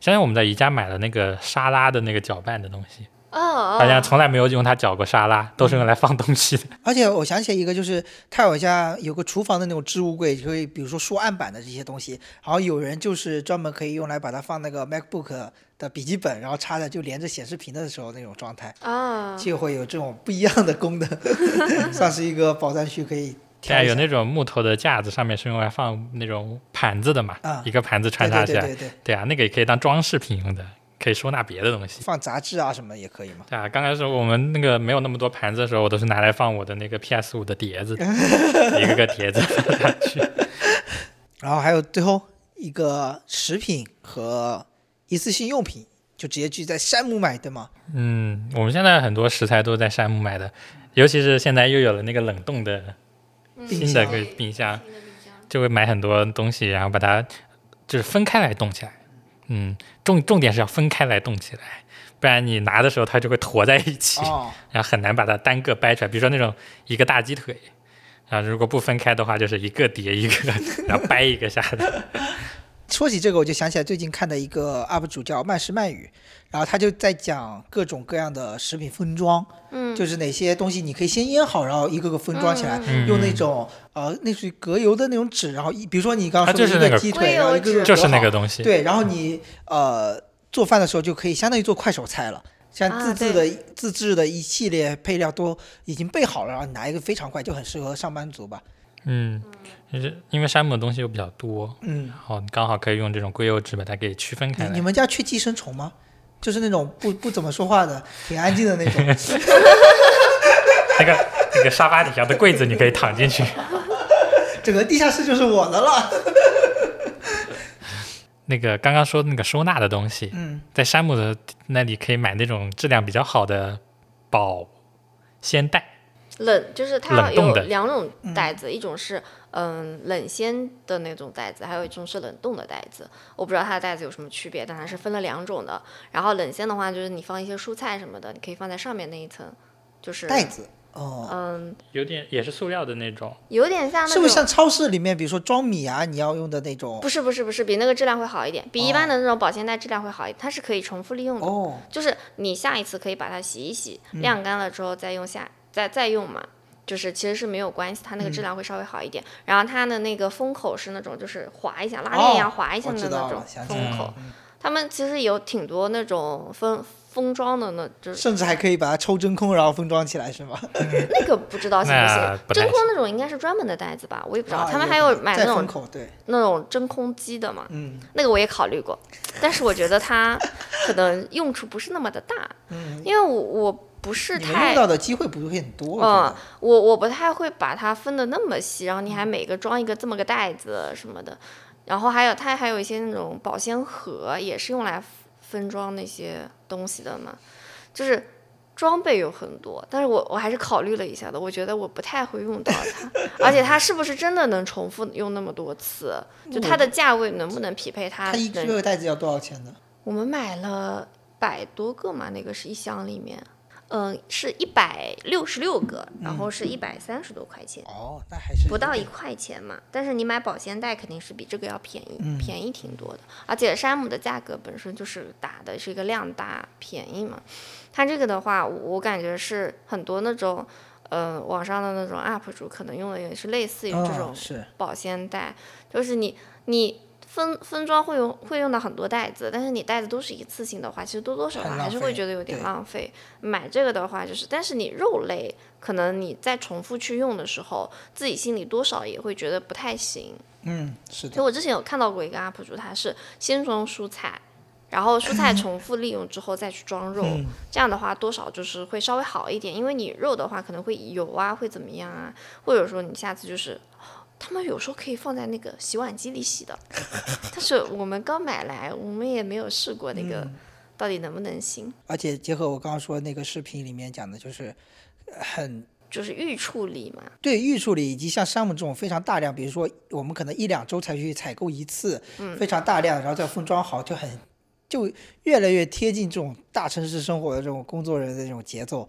Speaker 3: 相信我们在宜家买了那个沙拉的那个搅拌的东西，
Speaker 4: 哦哦，
Speaker 3: 大家从来没有用它搅过沙拉，都是
Speaker 2: 嗯
Speaker 3: 用来放东西 的。
Speaker 2: 而且我想起一个，就是他有家有个厨房的那种置物柜，可以比如说书案板的这些东西，然后有人就是专门可以用来把它放那个 MacBook 的笔记本，然后插在就连着显示屏的时候那种状态，
Speaker 4: 啊，
Speaker 2: 就会有这种不一样的功能，算是一个宝藏区可以
Speaker 3: 对
Speaker 2: 挑
Speaker 3: 啊，
Speaker 2: 一
Speaker 3: 有
Speaker 2: 下。
Speaker 3: 那种木头的架子，上面是用来放那种盘子的嘛，
Speaker 2: 啊
Speaker 3: 一个盘子穿
Speaker 2: 对对
Speaker 3: 插起
Speaker 2: 对
Speaker 3: 来。
Speaker 2: 对对，
Speaker 3: 对啊，那个也可以当装饰品用的，可以收纳别的东西。
Speaker 2: 放杂志啊什么也可以嘛。
Speaker 3: 对啊，刚开始我们那个没有那么多盘子的时候，我都是拿来放我的那个 PS 五的 碟子，一个个碟子放上去。
Speaker 2: 然后还有最后一个食品和一次性用品，就直接去在山姆买，对吗？
Speaker 3: 嗯，我们现在很多食材都在山姆买的，尤其是现在又有了那个冷冻的新的
Speaker 2: 冰箱
Speaker 3: 个嗯冰箱，就会买很多东西，然后把它就是分开来冻起来。嗯，重重点是要分开来冻起来，不然你拿的时候它就会坨在一起，
Speaker 2: 哦，
Speaker 3: 然后很难把它单个掰出来。比如说那种一个大鸡腿，然后如果不分开的话，就是一个叠一个， 然后掰一个下 来。
Speaker 2: 说起这个，我就想起来最近看的一个 UP 主叫慢食慢语，然后他就在讲各种各样的食品分装，
Speaker 4: 嗯，
Speaker 2: 就是哪些东西你可以先腌好，然后一个个分装起来，
Speaker 3: 嗯
Speaker 2: 用那种呃那是隔油的那种纸，然后一比如说你刚刚
Speaker 3: 啊
Speaker 2: 说
Speaker 3: 就
Speaker 2: 的一
Speaker 3: 是那个
Speaker 2: 鸡
Speaker 4: 硅
Speaker 2: 腿，
Speaker 4: 油
Speaker 2: 然后一个个
Speaker 4: 纸
Speaker 2: 隔
Speaker 3: 就是那
Speaker 2: 好
Speaker 3: 个东西，
Speaker 2: 对，然后你呃做饭的时候就可以相当于做快手菜了。像
Speaker 4: 啊
Speaker 2: 自制的、
Speaker 4: 对
Speaker 2: 自制的一系列配料都已经备好了，然后你拿一个非常快，就很适合上班族吧。
Speaker 3: 嗯，就是因为山姆的东西又比较多，
Speaker 2: 嗯，
Speaker 3: 然后刚好可以用这种硅油纸把它给区分
Speaker 2: 你
Speaker 3: 开来
Speaker 2: 你。们家缺寄生虫吗？就是那种不不怎么说话的， 挺安静的那种。
Speaker 3: 那个那个沙发底下的柜子你可以躺进去。
Speaker 2: 整个地下室就是我的了。
Speaker 3: 那个刚刚说的那个收纳的东西，
Speaker 2: 嗯，
Speaker 3: 在山姆的那里可以买那种质量比较好的保鲜袋，
Speaker 4: 冷就是它
Speaker 3: 冷冻
Speaker 4: 有
Speaker 3: 的
Speaker 4: 两种袋子，一种是嗯冷鲜的那种袋子，还有一种是冷冻的袋子。我不知道它的袋子有什么区别，但它是分了两种的。然后冷鲜的话，就是你放一些蔬菜什么的，你可以放在上面那一层，就是
Speaker 2: 袋子 哦，
Speaker 4: 嗯，
Speaker 3: 有点也是塑料的那种。
Speaker 4: 有点像那
Speaker 2: 是不
Speaker 4: 种
Speaker 2: 是像超市里面，比如说装米啊，你要用的那种
Speaker 4: 不？是不是不是，比那个质量会好一点，比一般
Speaker 2: 哦
Speaker 4: 的那种保鲜袋质量会好一点，它是可以重复利用的。
Speaker 2: 哦，
Speaker 4: 就是你下一次可以把它洗一洗，
Speaker 2: 嗯
Speaker 4: 晾干了之后再用下再再用嘛，就是其实是没有关系，它那个
Speaker 2: 嗯
Speaker 4: 质量会稍微好一点。然后它的那个封口是那种就是划一下拉链一样
Speaker 2: 哦
Speaker 4: 划一下
Speaker 2: 我
Speaker 4: 的
Speaker 2: 知
Speaker 4: 那
Speaker 2: 道
Speaker 4: 种
Speaker 2: 了，想起来
Speaker 4: 封
Speaker 2: 了
Speaker 4: 口。
Speaker 2: 嗯
Speaker 4: 他们其实有挺多那种封封装的那，就是
Speaker 2: 甚至还可以把它抽真空，然后封装起来，是吗？
Speaker 4: 那个不知道行不
Speaker 3: 那
Speaker 4: 行。
Speaker 3: 不太
Speaker 4: 真空那种应该是专门的袋子吧，我也不知道。
Speaker 2: 啊
Speaker 4: 他们还有买那
Speaker 2: 再封
Speaker 4: 种
Speaker 2: 口，对，
Speaker 4: 那种真空机的嘛，
Speaker 2: 嗯
Speaker 4: 那个我也考虑过，但是我觉得它可能用处不是那么的大，
Speaker 2: 嗯，
Speaker 4: 因为我我不是
Speaker 2: 你们
Speaker 4: 太
Speaker 2: 用到的机会不会很多，我觉
Speaker 4: 嗯
Speaker 2: 得，
Speaker 4: 我我不太会把它分的那么细，然后你还每个装一个这么个袋子什么的，然后还有它还有一些那种保鲜盒，也是用来分装那些东西的嘛，就是装备有很多，但是我我还是考虑了一下的，我觉得我不太会用到它，而且它是不是真的能重复用那么多次，就它的价位能不能匹配它
Speaker 2: 它一
Speaker 4: 能
Speaker 2: 个袋子要多少钱呢？
Speaker 4: 我们买了百多个嘛，那个是一箱里面，嗯，是一百六十六个，然后是一百三十多块钱，
Speaker 2: 哦，那嗯还是
Speaker 4: 不
Speaker 2: 有
Speaker 4: 到一
Speaker 2: 点
Speaker 4: 块钱嘛。但是你买保鲜袋肯定是比这个要便宜，
Speaker 2: 嗯
Speaker 4: 便宜挺多的。而且山姆的价格本身就是打的是一个量大便宜嘛，它这个的话，我我感觉是很多那种。呃，网上的那种 UP 主可能用的也是类似于这
Speaker 2: 嗯
Speaker 4: 种
Speaker 2: 是
Speaker 4: 保鲜袋，就是你你分分装会用会用到很多袋子，但是你袋子都是一次性的话，其实多多少少
Speaker 2: 很浪
Speaker 4: 还是会
Speaker 2: 费
Speaker 4: 觉得有点
Speaker 2: 对
Speaker 4: 浪费。买这个的话，就是但是你肉类可能你再重复去用的时候，自己心里多少也会觉得不太行。
Speaker 2: 嗯是
Speaker 4: 所以
Speaker 2: 的，
Speaker 4: 我之前有看到过一个 UP 主，他是先装蔬菜。然后蔬 菜重复利用之后再去装肉，
Speaker 2: 嗯
Speaker 4: 这样的话多少就是会稍微好一点，因为你肉的话可能会油啊，会怎么样啊，或者说你下次就是，他们有时候可以放在那个洗碗机里洗的， 但是我们刚买来，我们也没有试过那
Speaker 2: 嗯
Speaker 4: 个到底能不能行，
Speaker 2: 而且结合我刚刚说那个视频里面讲的，就是很
Speaker 4: 就是预处理嘛，
Speaker 2: 对预处理以及像山姆这种非常大量，比如说我们可能一两周才去采购一次，非常大量，然后再封装好，就很就越来越贴近这种大城市生活的这种工作人的这种节奏。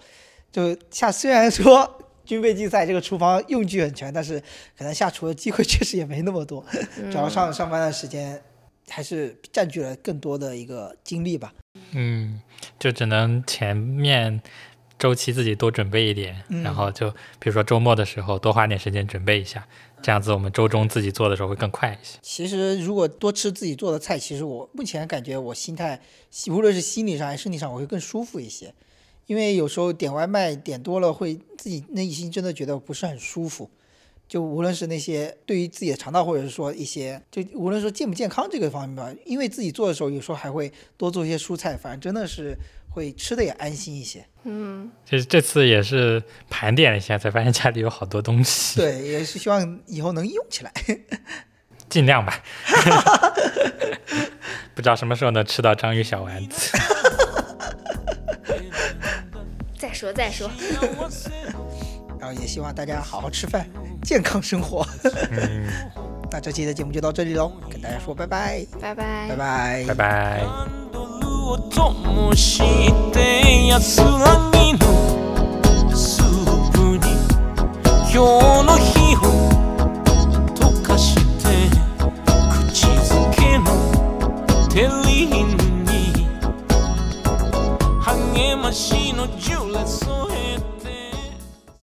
Speaker 2: 就下虽然说 军备竞赛这个厨房用具很全，但是可能下厨的机会 确实也没那么多，
Speaker 4: 嗯
Speaker 2: 主要上上班的时间还是占据了更多的一个精力吧。
Speaker 3: 嗯，就只能前面周期自己多准备一点，
Speaker 2: 嗯
Speaker 3: 然后就比如说周末的时候多花点时间准备一下，这样子我们周中自己做的时候会更快一些。
Speaker 2: 其实如果多吃自己做的菜，其实我目前感觉我心态，心无论是心理上还是身体上，我会更舒服一些。因为有时候点外卖点多了，会自己内心真的觉得不是很舒服。就无论是那些对于自己的肠道，或者是说一些，就无论说健不健康这个方面吧，因为自己做的时候，有时候还会多做一些蔬菜，反正真的是会吃的也安心一些。
Speaker 4: 嗯，
Speaker 3: 就是这次也是盘点了一下，才发现家里有好多东西，
Speaker 2: 对，也是希望以后能用起来。
Speaker 3: 尽量吧。 不知道什么时候能吃到章鱼小丸子。
Speaker 4: 再说 再说，
Speaker 2: 然后也希望大家好好吃饭，健康生活。
Speaker 3: 嗯，
Speaker 2: 那这期的节目就到这里喽，跟大家说拜拜，
Speaker 4: 拜
Speaker 2: 拜拜
Speaker 3: 拜。拜。
Speaker 1: を灯して安らぎのスープに今日の日